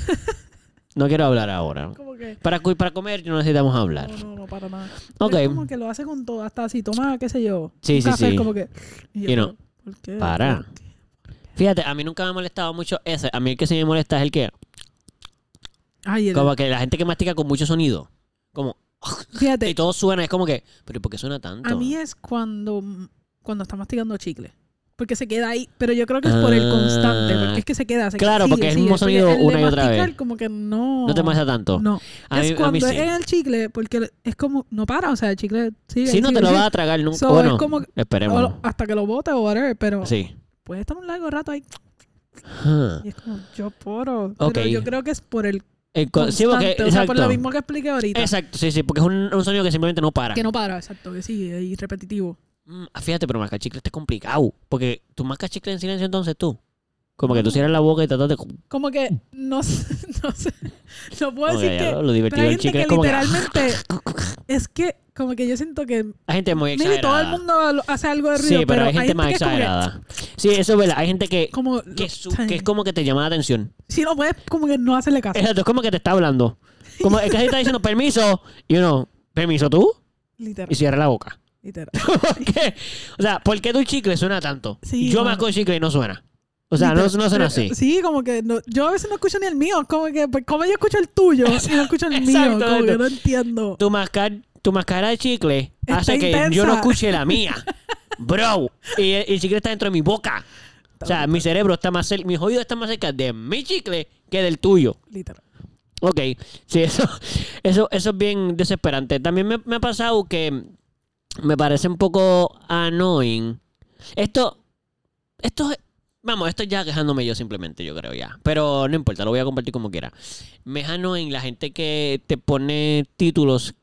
Speaker 1: No quiero hablar ahora.
Speaker 2: Como que.
Speaker 1: Para, cu- para comer no necesitamos hablar.
Speaker 2: No, no, no, para nada.
Speaker 1: Ok.
Speaker 2: Es como que lo hace con todo. Hasta si toma, qué sé yo.
Speaker 1: Sí,
Speaker 2: un
Speaker 1: sí,
Speaker 2: café,
Speaker 1: sí.
Speaker 2: como que. yo,
Speaker 1: Y no.
Speaker 2: ¿Por qué?
Speaker 1: Para. Fíjate, a mí nunca me ha molestado mucho ese. A mí el que sí me molesta es el que...
Speaker 2: Ay, el-
Speaker 1: Como que la gente que mastica con mucho sonido. Como... Y
Speaker 2: fíjate,
Speaker 1: todo suena, es como que... ¿Pero por qué suena tanto?
Speaker 2: a mí es cuando. Cuando está mastigando chicle. Porque se queda ahí. Pero yo creo que es por el constante.
Speaker 1: Ah.
Speaker 2: Porque es que se queda. se-
Speaker 1: Claro,
Speaker 2: sigue,
Speaker 1: porque es el
Speaker 2: sigue,
Speaker 1: mismo
Speaker 2: porque
Speaker 1: sonido
Speaker 2: el de
Speaker 1: una y otra vez.
Speaker 2: masticar Como que no.
Speaker 1: No te molesta tanto.
Speaker 2: No.
Speaker 1: a, mí,
Speaker 2: es
Speaker 1: a mí
Speaker 2: cuando
Speaker 1: sí.
Speaker 2: es el chicle, porque es como, no para, o sea, el chicle sigue.
Speaker 1: Si no
Speaker 2: sigue,
Speaker 1: te lo
Speaker 2: sigue.
Speaker 1: vas a tragar nunca.
Speaker 2: So, es
Speaker 1: bueno,
Speaker 2: como que-
Speaker 1: esperemos.
Speaker 2: O lo- hasta que lo bote o whatever, pero
Speaker 1: Sí.
Speaker 2: puede estar un largo rato ahí.
Speaker 1: Huh.
Speaker 2: Y es como, yo poro.
Speaker 1: Ok,
Speaker 2: Pero yo creo que es por el
Speaker 1: El co- Eh,
Speaker 2: constante,
Speaker 1: Sí, porque...
Speaker 2: o sea, por lo
Speaker 1: exacto.
Speaker 2: mismo que expliqué ahorita.
Speaker 1: Exacto, sí, sí, porque es un, un sonido que simplemente no para.
Speaker 2: Que no para, exacto, que sigue y repetitivo.
Speaker 1: Mm, ah, fíjate, pero mascar chicle está complicado. Porque tú mascas chicle en silencio entonces tú. Como que tú cierras la boca y tratas de...
Speaker 2: Como que no, s- no sé. No puedo
Speaker 1: Ok, ya
Speaker 2: decir
Speaker 1: lo,
Speaker 2: que.
Speaker 1: lo
Speaker 2: Pero
Speaker 1: divertido
Speaker 2: hay
Speaker 1: del
Speaker 2: gente
Speaker 1: chicle
Speaker 2: que
Speaker 1: es como que-
Speaker 2: literalmente. es que, como que yo siento que.
Speaker 1: ah, Hay gente muy
Speaker 2: Maybe
Speaker 1: exagerada.
Speaker 2: todo el mundo lo- hace algo de
Speaker 1: sí,
Speaker 2: ruido,
Speaker 1: pero, hay gente más
Speaker 2: que es como que-
Speaker 1: exagerada. Sí, eso es verdad. Hay gente que,
Speaker 2: Como,
Speaker 1: que,
Speaker 2: lo-
Speaker 1: su-
Speaker 2: o sea,
Speaker 1: que es como que te llama la atención.
Speaker 2: Si no puedes, como que no hacerle caso.
Speaker 1: Exacto, es como que te está hablando. Como es que te está diciendo permiso y uno, permiso tú y
Speaker 2: Literal.
Speaker 1: cierra la boca.
Speaker 2: Literal.
Speaker 1: ¿Por qué? O sea, ¿por qué tu chicle suena tanto?
Speaker 2: Sí,
Speaker 1: Yo
Speaker 2: mano.
Speaker 1: masco el chicle y no suena. O sea, no,
Speaker 2: Literal.
Speaker 1: no suena
Speaker 2: Pero,
Speaker 1: así.
Speaker 2: Sí, como que no- yo a veces no escucho ni el mío. Como que, pues, como yo escucho el tuyo y no escucho el mío.
Speaker 1: exacto,
Speaker 2: Como que
Speaker 1: exacto.
Speaker 2: no entiendo.
Speaker 1: Tu, mascar- tu mascara de chicle
Speaker 2: Está
Speaker 1: hace que yo
Speaker 2: intensa.
Speaker 1: no escuche la mía. Bro, y el, el chicle está dentro de mi boca. O sea, mi cerebro está más cerca, mis oídos están más cerca de mi chicle que del tuyo.
Speaker 2: Literal.
Speaker 1: Ok, sí, eso, eso, eso es bien desesperante. También me, me ha pasado que me parece un poco annoying. Esto, esto, es- vamos, esto ya quejándome yo simplemente, yo creo ya. Pero no importa, lo voy a compartir como quiera. Me es annoying la gente que te pone títulos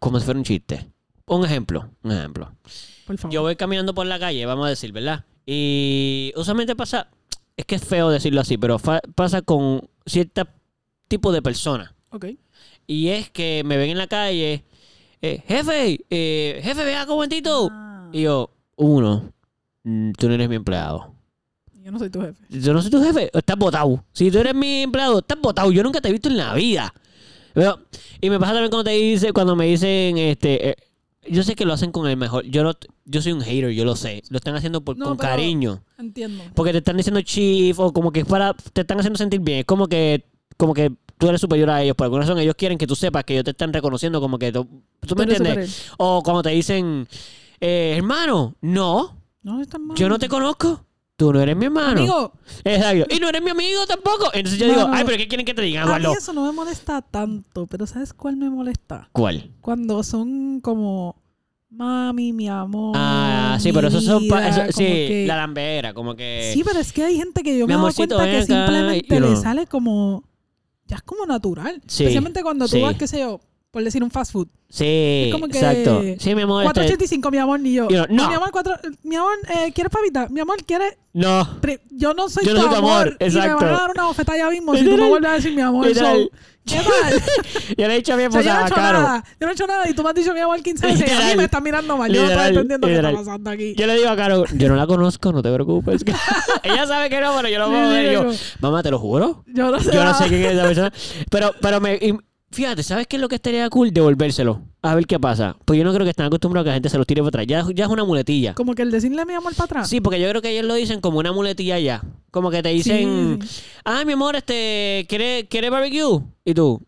Speaker 1: como si fuera un chiste. Un ejemplo, un ejemplo.
Speaker 2: Por favor.
Speaker 1: Yo voy caminando por la calle, vamos a decir, ¿verdad? Y usualmente pasa, es que es feo decirlo así, pero fa- pasa con cierto tipo de personas.
Speaker 2: Ok.
Speaker 1: Y es que me ven en la calle, eh, jefe, eh, jefe, vea un momentito.
Speaker 2: Ah,
Speaker 1: Y yo, uno, mm, tú no eres mi empleado.
Speaker 2: yo no soy tu jefe.
Speaker 1: Yo no soy tu jefe, estás botado. Si tú eres mi empleado, estás botado. Yo nunca te he visto en la vida. Pero- y me pasa también cuando te dice, cuando me dicen, este, eh, yo sé que lo hacen con el mejor. Yo no, yo soy un hater, yo lo sé. Lo están haciendo por,
Speaker 2: No,
Speaker 1: con
Speaker 2: pero-
Speaker 1: cariño.
Speaker 2: Entiendo.
Speaker 1: Porque te están diciendo chief o como que es para, te están haciendo sentir bien. Es como que, como que tú eres superior a ellos. Por alguna razón ellos quieren que tú sepas que ellos te están reconociendo como que tú, ¿tú me
Speaker 2: Tú eres
Speaker 1: entiendes. O cuando te dicen, eh, hermano, no,
Speaker 2: No, estás mal.
Speaker 1: yo no te conozco. Tú no eres mi hermano.
Speaker 2: Amigo,
Speaker 1: Exacto. Y no eres mi amigo tampoco. Entonces yo
Speaker 2: No,
Speaker 1: digo,
Speaker 2: no,
Speaker 1: ay,
Speaker 2: no.
Speaker 1: pero ¿qué quieren que te diga,
Speaker 2: a mí
Speaker 1: Eduardo?
Speaker 2: eso no me molesta tanto, pero ¿sabes cuál me molesta?
Speaker 1: ¿Cuál?
Speaker 2: Cuando son como mami, mi amor.
Speaker 1: Ah, sí,
Speaker 2: mi
Speaker 1: pero eso son. pa-
Speaker 2: vida,
Speaker 1: eso-
Speaker 2: como
Speaker 1: sí,
Speaker 2: que-
Speaker 1: la lambera, como que.
Speaker 2: Sí, pero es que hay gente que yo
Speaker 1: Mi
Speaker 2: me he dado
Speaker 1: amorcito,
Speaker 2: cuenta
Speaker 1: ven
Speaker 2: que
Speaker 1: acá,
Speaker 2: simplemente
Speaker 1: y
Speaker 2: le
Speaker 1: no.
Speaker 2: sale como. Ya es como natural.
Speaker 1: Sí,
Speaker 2: Especialmente cuando tú
Speaker 1: sí.
Speaker 2: vas, qué sé yo, por decir un fast food.
Speaker 1: sí,
Speaker 2: es como que-
Speaker 1: exacto. Sí, mi amor. este-
Speaker 2: 485, mi amor, ni yo.
Speaker 1: Y yo, no.
Speaker 2: Mi amor, cuatro, mi amor eh, ¿quieres papita? Mi amor, ¿quieres
Speaker 1: No.
Speaker 2: Pri- Yo no soy
Speaker 1: Yo no
Speaker 2: tu
Speaker 1: soy tu
Speaker 2: amor.
Speaker 1: amor,
Speaker 2: Y me
Speaker 1: exacto.
Speaker 2: van a dar una bofetada ya mismo si tú
Speaker 1: Literal.
Speaker 2: me vuelves a decir mi amor. so,
Speaker 1: Literal.
Speaker 2: ¿Qué tal?
Speaker 1: Yo le he dicho a mi
Speaker 2: O sea, yo
Speaker 1: esposa,
Speaker 2: no he
Speaker 1: a
Speaker 2: hecho
Speaker 1: Caro.
Speaker 2: nada. Yo no he hecho nada y tú me has dicho mi amor 15 veces. Y a mí
Speaker 1: Literal.
Speaker 2: me estás mirando mal. Yo no
Speaker 1: Literal,
Speaker 2: estoy entendiendo qué
Speaker 1: literal.
Speaker 2: está pasando aquí.
Speaker 1: Yo le digo a Caro, yo no la conozco, no te preocupes. Ella sabe que no, pero yo lo
Speaker 2: Sí,
Speaker 1: puedo ver. Y Yo,
Speaker 2: digo.
Speaker 1: mamá, te lo juro.
Speaker 2: Yo no sé.
Speaker 1: Yo no
Speaker 2: nada.
Speaker 1: sé quién es esa persona. Pero, pero me. y fíjate, ¿sabes qué es lo que estaría cool? Devolvérselo. A ver qué pasa. Pues yo no creo que estén acostumbrados a que la gente se los tire para atrás. Ya, ya es una muletilla.
Speaker 2: Como que el decirle mi amor para atrás.
Speaker 1: Sí, porque yo creo que ellos lo dicen como una muletilla ya. Como que te dicen, ah, mi amor, este, ¿quiere, ¿quiere barbecue? Y tú,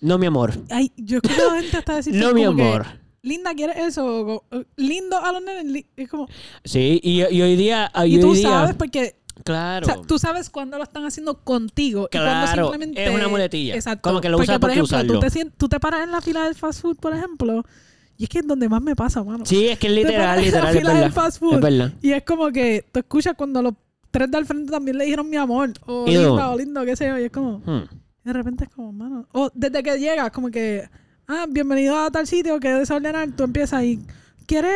Speaker 1: no, mi amor.
Speaker 2: Ay, yo he escuchado gente hasta decir
Speaker 1: No,
Speaker 2: como
Speaker 1: mi
Speaker 2: que,
Speaker 1: amor.
Speaker 2: Linda, ¿quieres eso? O, o, Lindo a los nenes. li- Es como,
Speaker 1: Sí, y, y hoy día... ah, Y,
Speaker 2: y tú
Speaker 1: hoy día-
Speaker 2: sabes porque
Speaker 1: Claro.
Speaker 2: o sea, tú sabes cuándo lo están haciendo contigo y
Speaker 1: Claro,
Speaker 2: cuándo simplemente
Speaker 1: es una muletilla.
Speaker 2: Exacto.
Speaker 1: Como que lo
Speaker 2: Porque,
Speaker 1: usas
Speaker 2: por
Speaker 1: porque
Speaker 2: ejemplo,
Speaker 1: usarlo.
Speaker 2: Tú te, sien- tú te paras en la fila del fast food, por ejemplo, y es que es donde más me pasa, mano.
Speaker 1: sí, es que es
Speaker 2: Te paras
Speaker 1: literal,
Speaker 2: en la
Speaker 1: literal, es
Speaker 2: fila del
Speaker 1: verdad.
Speaker 2: fast food.
Speaker 1: Es verdad.
Speaker 2: Y es como que tú escuchas cuando los tres de al frente también le dijeron mi amor, o
Speaker 1: Ew.
Speaker 2: linda, o lindo, qué sé yo, y es como,
Speaker 1: Hmm.
Speaker 2: de repente es como, mano. O desde que llegas, como que, ah, bienvenido a tal sitio, que desordenar, tú empiezas ahí, ¿quieres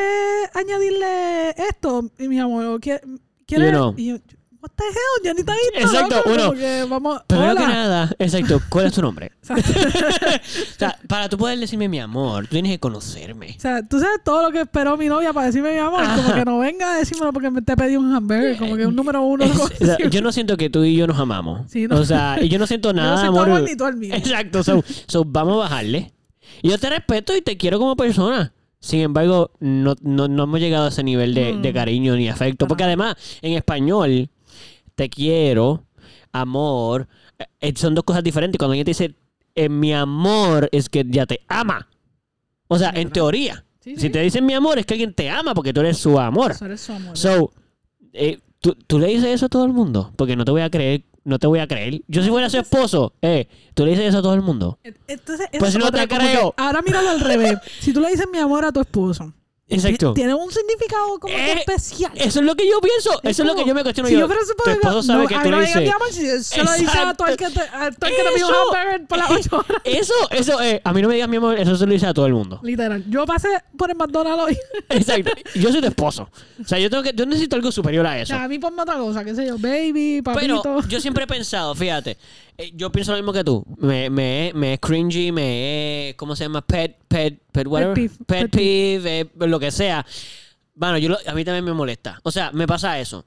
Speaker 2: añadirle esto, y mi amor? O ¿quie- ¿Quieres?
Speaker 1: You know.
Speaker 2: Y yo, what the hell, yo ni te he visto,
Speaker 1: Exacto,
Speaker 2: loco,
Speaker 1: uno.
Speaker 2: como que vamos,
Speaker 1: Primero
Speaker 2: hola.
Speaker 1: que nada, exacto, ¿cuál es tu nombre?
Speaker 2: O sea,
Speaker 1: O sea, para tú poder decirme mi amor, tú tienes que conocerme.
Speaker 2: o sea, tú sabes todo lo que esperó mi novia para decirme mi amor. Como
Speaker 1: Ajá.
Speaker 2: que no venga a decírmelo porque me te pedí un hamburger. Como que un número uno.
Speaker 1: Es-
Speaker 2: como
Speaker 1: Eh, o sea,
Speaker 2: decir-
Speaker 1: yo no siento que tú y yo nos amamos.
Speaker 2: Sí, no.
Speaker 1: O sea, y yo no siento
Speaker 2: yo no
Speaker 1: nada de
Speaker 2: soy tu
Speaker 1: amor. Eh,
Speaker 2: amor ni tú el mío.
Speaker 1: Exacto, so, so, vamos a bajarle. Yo te respeto y te quiero como persona. Sin embargo, no, no, no hemos llegado a ese nivel de, de
Speaker 2: Mm.
Speaker 1: cariño ni afecto.
Speaker 2: Para
Speaker 1: Porque
Speaker 2: nada.
Speaker 1: además, en español, te quiero, amor, eh, son dos cosas diferentes. Cuando alguien te dice, eh, mi amor es que ya te ama. O sea, en
Speaker 2: Literal.
Speaker 1: teoría.
Speaker 2: Sí,
Speaker 1: Si
Speaker 2: sí.
Speaker 1: te dicen mi amor, es que alguien te ama porque tú eres su amor.
Speaker 2: Eso eres su amor.
Speaker 1: So, eh, ¿tú, tú le dices eso a todo el mundo? Porque no te voy a creer, no te voy a creer. Yo si fuera su esposo, eh, ¿tú le dices eso a todo el mundo?
Speaker 2: Entonces, esa
Speaker 1: Pues
Speaker 2: es
Speaker 1: no te
Speaker 2: otra, como que
Speaker 1: creo.
Speaker 2: Ahora míralo al revés. Si tú le dices mi amor a tu esposo
Speaker 1: Exacto.
Speaker 2: Tiene un significado como que
Speaker 1: Eh,
Speaker 2: especial.
Speaker 1: Eso es lo que yo pienso. Eso es lo que
Speaker 2: como,
Speaker 1: yo me cuestiono.
Speaker 2: si
Speaker 1: yo,
Speaker 2: yo fuera su
Speaker 1: tu esposo sabe que tú le dices.
Speaker 2: se lo dice a todo el que te, a todo el que te pidió
Speaker 1: Eso.
Speaker 2: hamburger por las 8 horas.
Speaker 1: Eso, eso, eh, a mí no me digas mi amor, eso se lo dice a todo el mundo.
Speaker 2: Literal. Yo pasé por el McDonald's hoy.
Speaker 1: Exacto. Yo soy tu esposo. O sea, yo tengo que, yo necesito algo superior a
Speaker 2: O
Speaker 1: eso.
Speaker 2: sea, a mí ponme otra cosa, qué sé yo, baby, papito.
Speaker 1: Pero yo siempre he pensado, fíjate, eh, yo pienso lo mismo que tú. Me, me, me es cringy, me es, ¿cómo se llama? Pet, pet, pet, whatever.
Speaker 2: peeve,
Speaker 1: Pet,
Speaker 2: pet
Speaker 1: peeve, eh, lo que sea. Bueno, yo lo- a mí también me molesta. O sea, me pasa eso.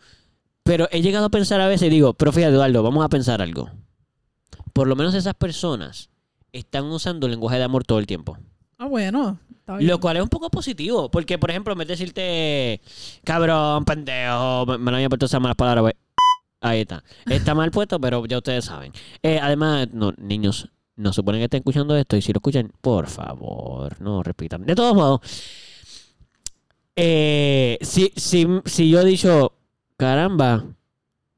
Speaker 1: Pero he llegado a pensar a veces y digo, pero fíjate, Eduardo, vamos a pensar algo. Por lo menos esas personas están usando el lenguaje de amor todo el tiempo.
Speaker 2: Ah, bueno. Está bien.
Speaker 1: Lo cual es un poco positivo, porque por ejemplo, en vez de decirte cabrón, pendejo, me, me lo había puesto esas malas palabras, güey. Ahí está. Está mal puesto, pero ya ustedes saben. Eh, además, no, niños, no suponen que estén escuchando esto, y si lo escuchan, por favor, no repitan. De todos modos, eh, si, si, si yo he dicho, caramba,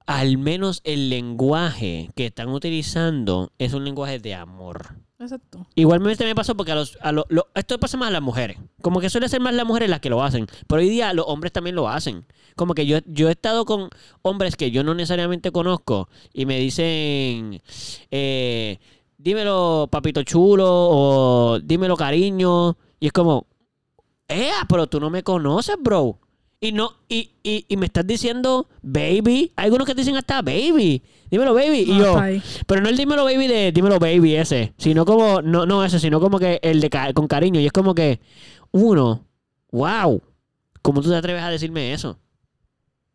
Speaker 1: al menos el lenguaje que están utilizando es un lenguaje de amor.
Speaker 2: Exacto.
Speaker 1: Igualmente me pasó porque a los, a lo- lo- esto pasa más a las mujeres. Como que suele ser más las mujeres las que lo hacen. Pero hoy día los hombres también lo hacen. Como que yo, yo he estado con hombres que yo no necesariamente conozco y me dicen, eh, dímelo papito chulo o dímelo cariño. Y es como, eh, pero tú no me conoces, bro. Y no, y, y, y me estás diciendo baby. Hay algunos que te dicen hasta baby. Dímelo baby.
Speaker 2: No,
Speaker 1: y yo,
Speaker 2: Ah, está ahí.
Speaker 1: pero no el dímelo baby de dímelo baby ese, sino como, no, no ese, sino como que el de ca- con cariño. Y es como que, uno, wow, ¿cómo tú te atreves a decirme eso?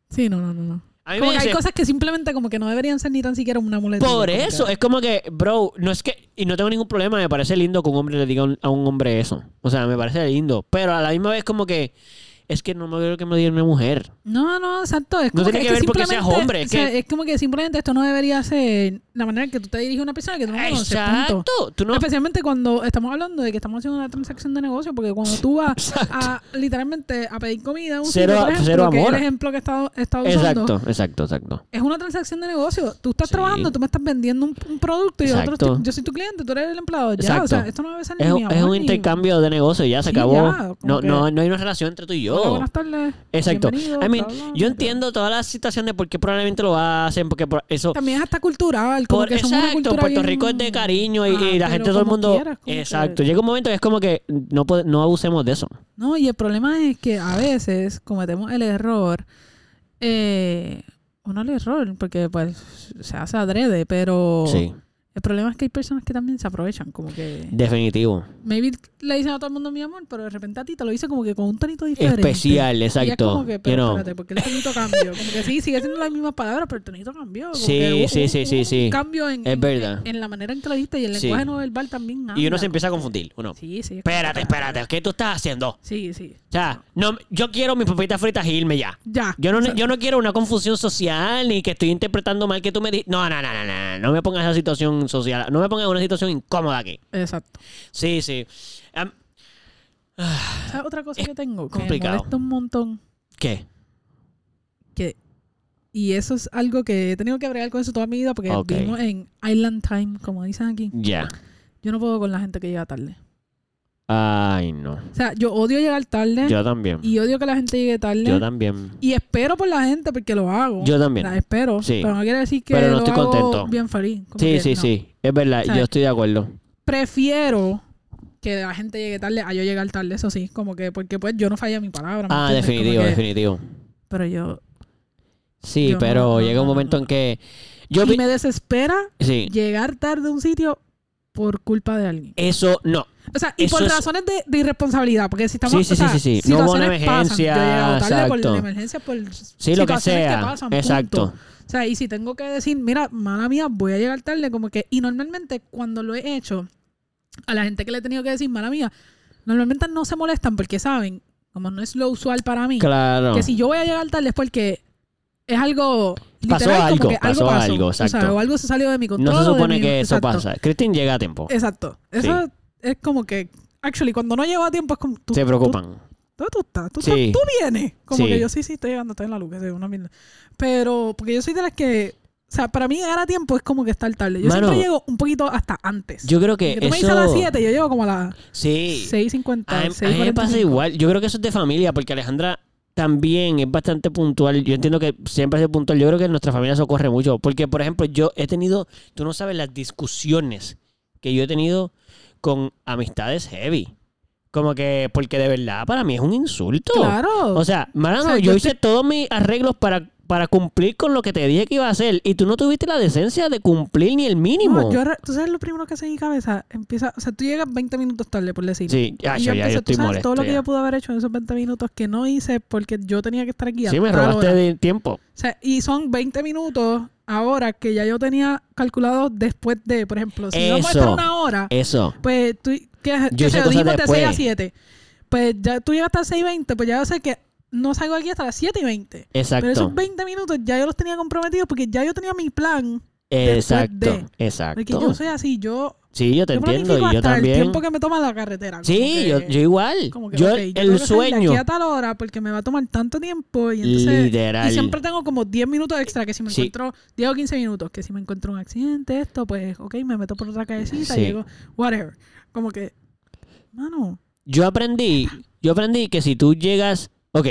Speaker 2: Sí, no, no, no. no.
Speaker 1: A mí
Speaker 2: Como
Speaker 1: me
Speaker 2: que hay
Speaker 1: dice,
Speaker 2: cosas que simplemente como que no deberían ser ni tan siquiera una muletilla.
Speaker 1: por
Speaker 2: como
Speaker 1: eso,
Speaker 2: que-
Speaker 1: es como que, bro, no es que, y no tengo ningún problema, me parece lindo que un hombre le diga a un- a un hombre eso. O sea, me parece lindo, pero a la misma vez como que, es que no me veo que me lo diga una mujer.
Speaker 2: No, no, exacto. Es
Speaker 1: No
Speaker 2: como
Speaker 1: tiene que ver porque
Speaker 2: simplemente-
Speaker 1: seas hombre, es
Speaker 2: o sea,
Speaker 1: que-
Speaker 2: es como que simplemente esto no debería ser la manera en que tú te diriges a una persona que tú no conoces. punto.
Speaker 1: Exacto, tú no...
Speaker 2: Especialmente cuando estamos hablando de que estamos haciendo una transacción de negocio, porque cuando tú vas a literalmente a pedir comida, a un
Speaker 1: Cero-
Speaker 2: sitio, por ejemplo,
Speaker 1: cero
Speaker 2: que es
Speaker 1: amor.
Speaker 2: el ejemplo que he estado, he estado usando,
Speaker 1: Exacto, exacto, exacto.
Speaker 2: es una transacción de negocio. Tú estás
Speaker 1: Sí.
Speaker 2: trabajando, tú me estás vendiendo un, un producto y yo, otro
Speaker 1: Exacto.
Speaker 2: estoy- yo soy tu cliente, tú eres el empleado. Ya,
Speaker 1: Exacto.
Speaker 2: o sea, esto no debe ser ni
Speaker 1: Es,
Speaker 2: mi
Speaker 1: un- es
Speaker 2: amor,
Speaker 1: un
Speaker 2: ni-
Speaker 1: intercambio de negocio, ya se
Speaker 2: Sí,
Speaker 1: acabó.
Speaker 2: ya, como
Speaker 1: no,
Speaker 2: que-
Speaker 1: no, no hay una relación entre tú y yo.
Speaker 2: Hola, buenas tardes.
Speaker 1: Exacto.
Speaker 2: Bienvenido,
Speaker 1: I mean,
Speaker 2: bla, bla,
Speaker 1: yo
Speaker 2: bla.
Speaker 1: entiendo toda la situación de por qué probablemente lo hacen, porque por eso.
Speaker 2: También es hasta cultural, como
Speaker 1: Por,
Speaker 2: que somos una
Speaker 1: exacto,
Speaker 2: cultura
Speaker 1: Puerto
Speaker 2: bien-
Speaker 1: Rico es de cariño y,
Speaker 2: Ah,
Speaker 1: y la
Speaker 2: pero
Speaker 1: gente, todo el
Speaker 2: como
Speaker 1: mundo.
Speaker 2: quieras, como que-
Speaker 1: exacto. Llega un momento que es como que no, pod- no abusemos de eso.
Speaker 2: No, y el problema es que a veces cometemos el error, eh, o no el error, porque pues se hace adrede, pero
Speaker 1: Sí,
Speaker 2: el problema es que hay personas que también se aprovechan, como que
Speaker 1: definitivo.
Speaker 2: maybe le dicen a todo el mundo mi amor, pero de repente a ti te lo dice como que con un tonito diferente.
Speaker 1: Especial,
Speaker 2: Y es
Speaker 1: exacto.
Speaker 2: como que,
Speaker 1: You
Speaker 2: pero
Speaker 1: know.
Speaker 2: espérate, porque el tonito cambió. Como que sí, sigue siendo las mismas palabras, pero el tonito cambió. Como
Speaker 1: Sí,
Speaker 2: que hubo-
Speaker 1: sí,
Speaker 2: hubo-
Speaker 1: sí, sí,
Speaker 2: hubo un
Speaker 1: sí.
Speaker 2: cambio en,
Speaker 1: Es
Speaker 2: en-
Speaker 1: verdad.
Speaker 2: en la manera en que lo dijiste y el
Speaker 1: Sí.
Speaker 2: lenguaje no verbal también.
Speaker 1: y uno
Speaker 2: anda,
Speaker 1: se empieza a
Speaker 2: como
Speaker 1: confundir. Uno,
Speaker 2: que- Sí, sí. es como
Speaker 1: espérate,
Speaker 2: que-
Speaker 1: espérate, ¿qué tú estás haciendo? O
Speaker 2: Sí, sí.
Speaker 1: sea, no, yo quiero mis papitas fritas y irme ya.
Speaker 2: Ya.
Speaker 1: Yo no,
Speaker 2: O sea,
Speaker 1: yo no quiero una confusión social ni que estoy interpretando mal que tú me dices. No, no, no, no, no, no me pongas en esa situación social. No me pongas en una situación incómoda aquí.
Speaker 2: Exacto.
Speaker 1: Sí, sí. Am-
Speaker 2: ¿Sabes Ah, otra cosa
Speaker 1: Es
Speaker 2: que tengo? Que
Speaker 1: complicado.
Speaker 2: me molesta un montón.
Speaker 1: ¿Qué?
Speaker 2: Que, y eso es algo que he tenido que bregar con eso toda mi vida porque
Speaker 1: Ok.
Speaker 2: vivimos en Island Time, como dicen aquí.
Speaker 1: Ya.
Speaker 2: Yo no puedo con la gente que llega tarde.
Speaker 1: Ay, no.
Speaker 2: O sea, yo odio llegar tarde
Speaker 1: Yo también.
Speaker 2: ¿Eh? y odio que la gente llegue tarde.
Speaker 1: Yo también.
Speaker 2: y espero por la gente porque lo hago.
Speaker 1: Yo también.
Speaker 2: La espero.
Speaker 1: Sí.
Speaker 2: Pero no quiere decir que
Speaker 1: Pero no
Speaker 2: lo
Speaker 1: estoy
Speaker 2: hago
Speaker 1: contento.
Speaker 2: bien feliz. Como
Speaker 1: Sí,
Speaker 2: que
Speaker 1: sí,
Speaker 2: no.
Speaker 1: sí. Es verdad,
Speaker 2: ¿Sabes?
Speaker 1: yo estoy de acuerdo.
Speaker 2: Prefiero que la gente llegue tarde a yo llegar tarde, eso sí. Como que, porque pues yo no fallé mi palabra. ¿me
Speaker 1: Ah,
Speaker 2: entiendes? Como
Speaker 1: definitivo,
Speaker 2: que-
Speaker 1: definitivo.
Speaker 2: Pero yo...
Speaker 1: Sí,
Speaker 2: Yo no,
Speaker 1: pero
Speaker 2: no,
Speaker 1: llega un
Speaker 2: no, no,
Speaker 1: momento
Speaker 2: no.
Speaker 1: en que. Yo
Speaker 2: y
Speaker 1: vi-
Speaker 2: me desespera
Speaker 1: Sí.
Speaker 2: llegar tarde a un sitio por culpa de alguien.
Speaker 1: Eso no.
Speaker 2: O sea, y
Speaker 1: Eso
Speaker 2: por
Speaker 1: es-
Speaker 2: razones de, de irresponsabilidad, porque si estamos
Speaker 1: Sí, sí,
Speaker 2: o sea,
Speaker 1: sí, sí, sí. No hubo una
Speaker 2: situaciones pasan.
Speaker 1: emergencia,
Speaker 2: Yo he llegado tarde por
Speaker 1: exacto.
Speaker 2: la emergencia, por
Speaker 1: Sí, lo que
Speaker 2: situaciones
Speaker 1: sea.
Speaker 2: pasan, punto.
Speaker 1: Exacto.
Speaker 2: O sea, y si tengo que decir, mira, mala mía, voy a llegar tarde, como que, y normalmente cuando lo he hecho, a la gente que le he tenido que decir, mala mía, normalmente no se molestan porque saben, como no es lo usual para mí,
Speaker 1: Claro.
Speaker 2: que si yo voy a llegar tarde es porque es algo literal,
Speaker 1: Pasó
Speaker 2: como
Speaker 1: algo,
Speaker 2: que
Speaker 1: pasó algo,
Speaker 2: o sea,
Speaker 1: exacto.
Speaker 2: o algo se salió de mi control.
Speaker 1: No se
Speaker 2: o de
Speaker 1: supone
Speaker 2: mi-
Speaker 1: que eso
Speaker 2: exacto.
Speaker 1: pasa. Christine llega a tiempo.
Speaker 2: Exacto. Eso es como que, actually, cuando no llego a tiempo es como... Tú,
Speaker 1: Se preocupan.
Speaker 2: Tú, tú, tú estás, tú,
Speaker 1: Sí.
Speaker 2: estás- tú vienes. Como
Speaker 1: Sí.
Speaker 2: que yo sí, sí, estoy llegando, estoy en la luz, que sé, una mierda. Pero, porque yo soy de las que, o O sea, para mí llegar a tiempo es como que estar tarde. Yo
Speaker 1: Mano,
Speaker 2: siempre llego un poquito hasta antes.
Speaker 1: Yo creo que
Speaker 2: Que tú me dices a las
Speaker 1: eso...
Speaker 2: 7, yo llego como a las
Speaker 1: Sí.
Speaker 2: 6.50.
Speaker 1: A, a mí me pasa
Speaker 2: 6:45.
Speaker 1: igual. Yo creo que eso es de familia, porque Alejandra también es bastante puntual. Yo entiendo que siempre es puntual. Yo creo que en nuestra familia eso corre mucho. Porque, por ejemplo, yo he tenido, tú no sabes las discusiones que yo he tenido con amistades heavy. Como que, porque de verdad para mí es un insulto.
Speaker 2: Claro.
Speaker 1: O sea, mano,
Speaker 2: O sea,
Speaker 1: yo,
Speaker 2: yo
Speaker 1: hice todos mis arreglos para, para cumplir con lo que te dije que iba a hacer y tú no tuviste la decencia de cumplir ni el mínimo.
Speaker 2: No, yo ahora- tú sabes lo primero que hace en mi cabeza. Empieza, o sea, tú llegas 20 minutos tarde, por decir.
Speaker 1: Sí, ya,
Speaker 2: Y
Speaker 1: yo, ya, yo
Speaker 2: yo empiezo, tú
Speaker 1: estoy
Speaker 2: sabes
Speaker 1: molesto.
Speaker 2: todo lo que
Speaker 1: ya.
Speaker 2: yo pude haber hecho en esos 20 minutos que no hice porque yo tenía que estar aquí. a
Speaker 1: sí, me
Speaker 2: tal
Speaker 1: robaste
Speaker 2: hora.
Speaker 1: de tiempo.
Speaker 2: O sea, y son 20 minutos ahora que ya yo tenía calculado después de, por ejemplo, si no puedo
Speaker 1: Eso.
Speaker 2: estar una hora,
Speaker 1: Eso.
Speaker 2: pues tú, que,
Speaker 1: Yo
Speaker 2: que
Speaker 1: hice
Speaker 2: se
Speaker 1: cosas
Speaker 2: dijimos de 6 a
Speaker 1: después.
Speaker 2: 7. Pues ya tú llegas hasta 6 y 20, pues ya yo sé que no salgo aquí hasta las 7 y 20.
Speaker 1: Exacto.
Speaker 2: Pero esos 20 minutos ya yo los tenía comprometidos porque ya yo tenía mi plan.
Speaker 1: Exacto.
Speaker 2: después
Speaker 1: Exacto.
Speaker 2: Porque yo soy así, yo
Speaker 1: Sí, yo te
Speaker 2: yo
Speaker 1: entiendo
Speaker 2: planifico
Speaker 1: y yo
Speaker 2: hasta el
Speaker 1: también.
Speaker 2: tiempo que me toma la carretera. como
Speaker 1: Sí,
Speaker 2: que-
Speaker 1: yo, yo igual.
Speaker 2: como que,
Speaker 1: yo
Speaker 2: ok, tengo
Speaker 1: el
Speaker 2: que salir de aquí
Speaker 1: sueño.
Speaker 2: a tal hora porque me va a tomar tanto tiempo y entonces...
Speaker 1: Literal.
Speaker 2: Y siempre tengo como 10 minutos extra que si me
Speaker 1: Sí.
Speaker 2: encuentro 10 o 15 minutos, que si me encuentro un accidente, esto, pues, ok, me meto por otra callecita,
Speaker 1: Sí.
Speaker 2: llego, whatever. Como que, mano,
Speaker 1: Yo aprendí, yo aprendí que si tú llegas, ok,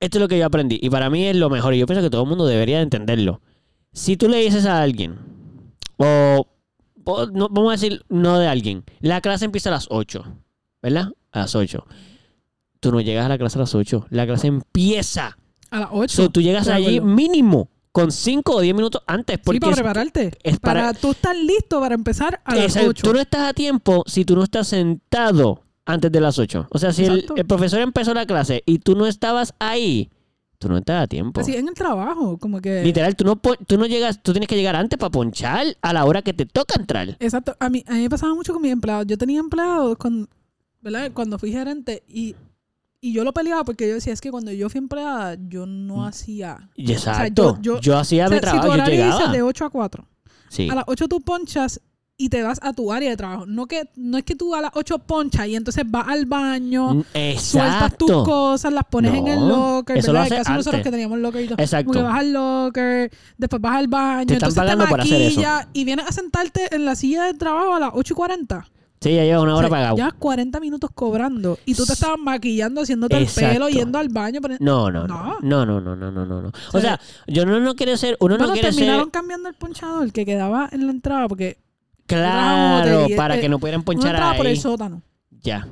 Speaker 1: esto es lo que yo aprendí y para mí es lo mejor y yo pienso que todo el mundo debería de entenderlo. Si tú le dices a alguien, o, o no, vamos a decir no de alguien, la clase empieza a las 8, ¿verdad? A las 8. Tú no llegas a la clase a las 8, la clase empieza.
Speaker 2: a las 8.
Speaker 1: So, tú llegas
Speaker 2: estoy de
Speaker 1: allí
Speaker 2: acuerdo.
Speaker 1: mínimo con 5 o 10 minutos antes
Speaker 2: sí,
Speaker 1: porque
Speaker 2: para
Speaker 1: es-
Speaker 2: prepararte.
Speaker 1: es para-
Speaker 2: para... tú estás listo para empezar a las
Speaker 1: Exacto.
Speaker 2: 8.
Speaker 1: Tú no estás a tiempo si tú no estás sentado antes de las 8. O sea, si el,
Speaker 2: Exacto.
Speaker 1: el profesor empezó la clase y tú no estabas ahí, tú no estás a tiempo.
Speaker 2: Así en el trabajo, como que...
Speaker 1: Literal, tú no, pon- tú no llegas, tú tienes que llegar antes para ponchar a la hora que te toca entrar.
Speaker 2: Exacto. A mí, a mí me pasaba mucho con mis empleados. Yo tenía empleados con, ¿verdad? cuando fui gerente y, y yo lo peleaba porque yo decía, es que cuando yo fui empleada, yo no hacía...
Speaker 1: Y Exacto. yo,
Speaker 2: yo-
Speaker 1: hacía
Speaker 2: O
Speaker 1: mi
Speaker 2: sea, si tu
Speaker 1: Mm. trabajo, yo
Speaker 2: horario
Speaker 1: llegaba.
Speaker 2: dice de 8 a 4,
Speaker 1: Sí.
Speaker 2: a las 8 tú ponchas y te vas a tu área de trabajo. No, que, no es que tú a las 8 ponchas y entonces vas al baño,
Speaker 1: Mm,
Speaker 2: sueltas tus
Speaker 1: Exacto.
Speaker 2: cosas, las pones en
Speaker 1: No,
Speaker 2: el locker.
Speaker 1: eso lo
Speaker 2: ¿verdad?
Speaker 1: haces
Speaker 2: En caso de nosotros
Speaker 1: antes.
Speaker 2: que teníamos locker y todo.
Speaker 1: Exacto.
Speaker 2: Como que vas al locker, después vas al baño,
Speaker 1: Te están
Speaker 2: entonces te
Speaker 1: pagando por hacer eso.
Speaker 2: maquillas y vienes a sentarte en la silla de trabajo a las 8 y 40.
Speaker 1: Sí, ya llevas una hora
Speaker 2: O sea,
Speaker 1: pagado.
Speaker 2: Llevas 40 minutos cobrando y tú te estabas maquillando, haciéndote el
Speaker 1: Exacto.
Speaker 2: pelo, yendo al baño. poni-
Speaker 1: No, no, no.
Speaker 2: No.
Speaker 1: No, no, no, no, no, no. O
Speaker 2: O
Speaker 1: sea,
Speaker 2: sea,
Speaker 1: yo no, no quiero ser, uno no,
Speaker 2: Bueno,
Speaker 1: quiere
Speaker 2: terminaron
Speaker 1: ser
Speaker 2: cambiando el ponchador que quedaba en la entrada porque
Speaker 1: claro
Speaker 2: y-
Speaker 1: para
Speaker 2: eh,
Speaker 1: que no pudieran
Speaker 2: uno
Speaker 1: ponchar
Speaker 2: entraba por el
Speaker 1: ahí.
Speaker 2: sótano.
Speaker 1: Ya,